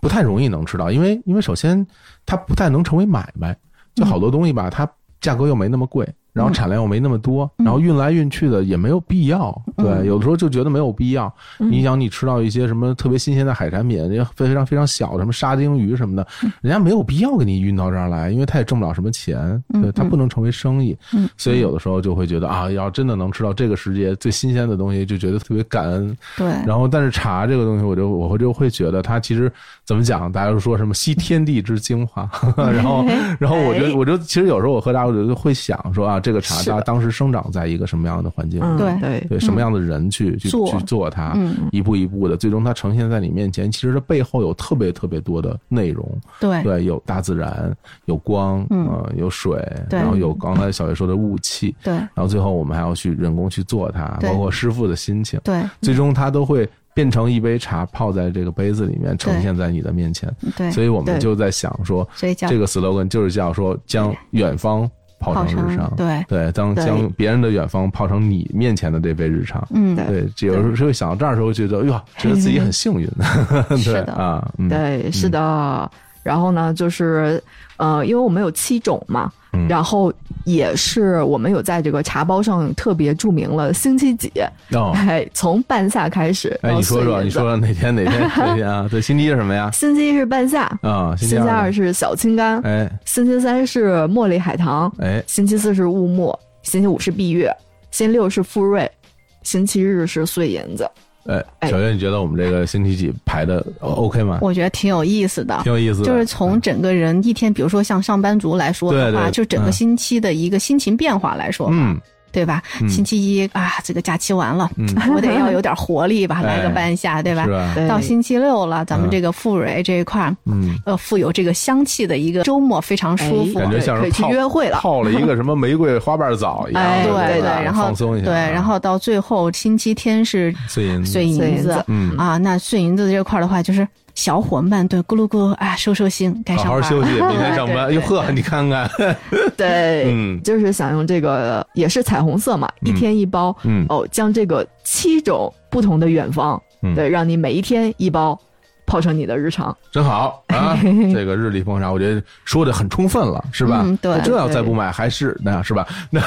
S1: 不太容易能吃到，因
S3: 嗯
S1: 为因为首先它不太能成为买卖，就好多东西吧，它价格又没那么贵，然后产量又没那么多，
S3: 嗯
S1: 然后运来运去的也没有必要。对，有的时候就觉得没有必要。你想，你吃到一些什么特别新鲜的海产品，非常非常小的什么沙丁鱼什么的，人家没有必要给你运到这儿来，因为他也挣不了什么钱，对，他不能成为生意。所以有的时候就会觉得啊，要真的能吃到这个世界最新鲜的东西，就觉得特别感恩。
S3: 对，
S1: 然后但是茶这个东西，我就我就会觉得它其实怎么讲，大家都说什么吸天地之精华， 然后然后我就我就其实有时候我喝茶，我就会想说啊。这个茶，它当时生长在一个什么样的环境？
S2: 嗯、对
S1: 对对，什么样的人去、嗯、去去做它，嗯、一步一步的，最终它呈现在你面前。其实它背后有特别特别多的内容，
S3: 对
S1: 对，有大自然，有光，嗯、呃，有水，然后有刚才小月说的雾气，
S3: 对，
S1: 然后最后我们还要去人工去做它，包括师傅的心情，
S3: 对，
S1: 最终它都会。变成一杯茶泡在这个杯子里面，呈现在你的面前。
S3: 对，
S1: 所以我们就在想说，这个 slogan 就是叫说将远方。泡成日常，
S3: 对
S1: 对，当将别人的远方泡成你面前的这杯日常，
S3: 嗯，
S1: 对，有时候想到这儿的时候，觉得哎呦，觉得自己很幸运，
S3: 是的
S1: 啊，
S2: 对，是的。然后呢，就是呃，因为我们有七种嘛，
S1: 嗯
S2: 然后也是我们有在这个茶包上特别注明了星期几，
S3: 哦
S2: 哎，从半夏开始。
S1: 哦哎，你说说，你说说哪天哪天哪天啊？对，星期一是什么呀？
S2: 星期一是半夏
S1: 啊，
S2: 星期二是小青柑，
S1: 哎，
S2: 星期三是茉莉海棠，
S1: 哎，
S2: 星期四是雾墨，星期五是闭月，星期六是富瑞，星期日是碎银子。
S1: 哎，小月，你觉得我们这个星期几排的 OK 吗？
S3: 我觉得挺有意思的，
S1: 挺有意思的。
S3: 就是从整个人一天，比如说像上班族来说的话，就整个星期的一个心情变化来说，
S1: 嗯，
S3: 对吧？星期一啊，这个假期完了， 我得要有点活力吧，
S1: 哎
S3: 来个半夏，对
S1: 啊
S3: 吧？到星期六了，咱们这个富蕊这一块，
S1: 嗯，
S3: 呃，富有这个香气的一个周末，非常舒服，
S1: 哎感觉像
S2: 是去约会了，
S1: 泡了一个什么玫瑰花瓣 澡一样，
S3: 哎对
S1: 对，
S3: 然后
S1: 放松一下，啊嗯
S3: 对，然后到最后星期天是
S1: 碎银
S3: 碎银子。
S1: 嗯
S3: 啊，那碎银子这块的话，就是小伙伴对咕噜咕噜啊，收收心，该上
S1: 好
S3: 班
S1: 好休息，明天上 班。
S2: 对对对
S1: 哟呵，你看看，
S2: 对，
S1: 嗯
S2: 就是想用这个，也是彩虹色嘛，一天一包，
S1: 嗯
S2: 哦，将这个七种不同的远方，
S1: 嗯
S2: 对，让你每一天一包，泡成你的日常。
S1: 真好 啊！这个日历风沙，我觉得说的很充分了，是吧？
S3: 嗯对
S1: 这要再不买还是那样，是吧？ 那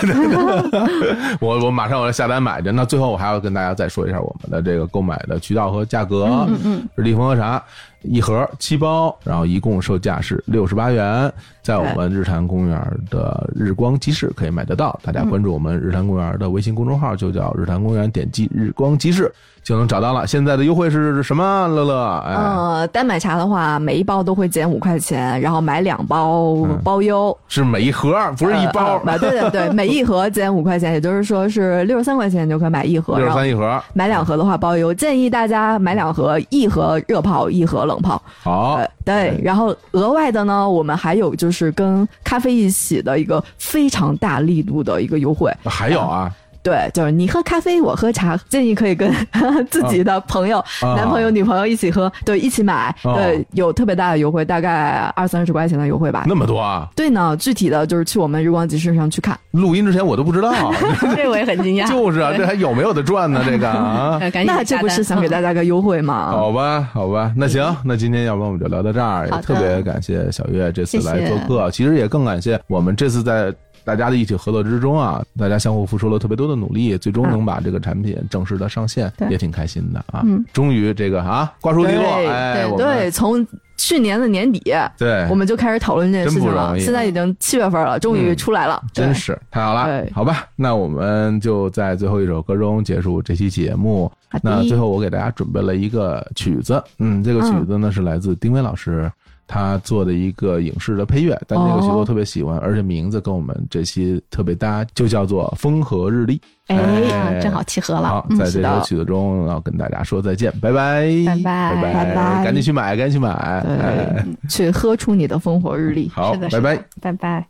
S1: 那我我马上我要下单买去。那最后我还要跟大家再说一下我们的这个购买的渠道和价格。
S3: 嗯嗯，
S1: 日历风和茶一盒七包，然后一共售价是六十八元，在我们日坛公园的日光集市可以买得到。大家关注我们日坛公园的微信公众号，就叫日坛公园，点击日光集市就能找到了。现在的优惠是什么？乐乐，哎，
S2: 呃，单买茶的话，每一包都会减五块钱，然后买两包包邮，
S1: 是每一盒，嗯不是一包
S2: 呃，买对 对对，每一盒减五块钱，也就是说是六十三块钱你就可以买一盒，
S1: 六十
S2: 然后
S1: 三一盒。
S2: 买两盒的话包邮。建议大家买两盒，一盒热泡，一盒冷泡。
S1: 好
S2: 呃，，对，然后额外的呢，我们还有就是跟咖啡一起的一个非常大力度的一个优惠。
S1: 还有啊，
S2: 对，就是你喝咖啡，我喝茶，建议可以跟
S1: 哦
S2: 自己的朋友、
S1: 啊
S2: 呃男朋友、女朋友一起喝，对，一起买，
S1: 哦
S2: 对，有特别大的优惠，大概二三十块钱的优惠吧。
S1: 那么多啊！
S2: 对呢，具体的就是去我们日光集市上去看。
S1: 录音之前我都不知道，
S3: 这我也很惊讶，
S1: 就是啊，这还有没有的赚呢？这个 啊，
S3: 呃赶紧
S2: 那这不是想给
S3: 家
S2: 大家个优惠 吗？
S1: 好吧，好吧，那行，
S2: 嗯
S1: 那今天要不然我们就聊到这儿，也
S3: 好的
S1: 特别感谢小月这次
S3: 谢谢
S1: 来做客，其实也更感谢我们这次在。大家的一起合作之中啊，大家相互付出了特别多的努力，最终
S2: 嗯
S1: 能把这个产品正式的上线，
S3: 对
S1: 也挺开心的啊。
S3: 嗯
S1: 终于这个啊，瓜熟蒂落，
S2: 对
S1: 哎，
S3: 对
S1: 我
S2: 对，
S1: 们
S2: 从去年的年底，
S1: 对
S2: 我们就开始讨论这件事情
S1: 真不容
S2: 了。
S1: 易
S2: 现在已经七月份了，终于
S1: 嗯
S2: 出来了。
S1: 真是太好了
S2: 对，
S1: 好吧，那我们就在最后一首歌中结束这期节目。
S3: 好的
S1: 那最后我给大家准备了一个曲子，嗯，这个曲子呢是来自丁薇老师他做的一个影视的配乐，但这个
S3: 哦
S1: 曲子我特别喜欢，而且名字跟我们这期特别搭，就叫做《风和日丽》。
S3: 哎，正好契合了
S1: 好，，在这首曲子中，然后跟大家说再见，拜拜，哎
S3: 拜拜
S1: 拜
S2: 拜拜
S1: 赶紧去买，赶紧去买，
S2: 对
S1: 哎，
S2: 去喝出你的烽火日丽。
S1: 好，
S3: 是
S1: 拜
S3: 的是的
S1: 拜。
S3: 拜拜。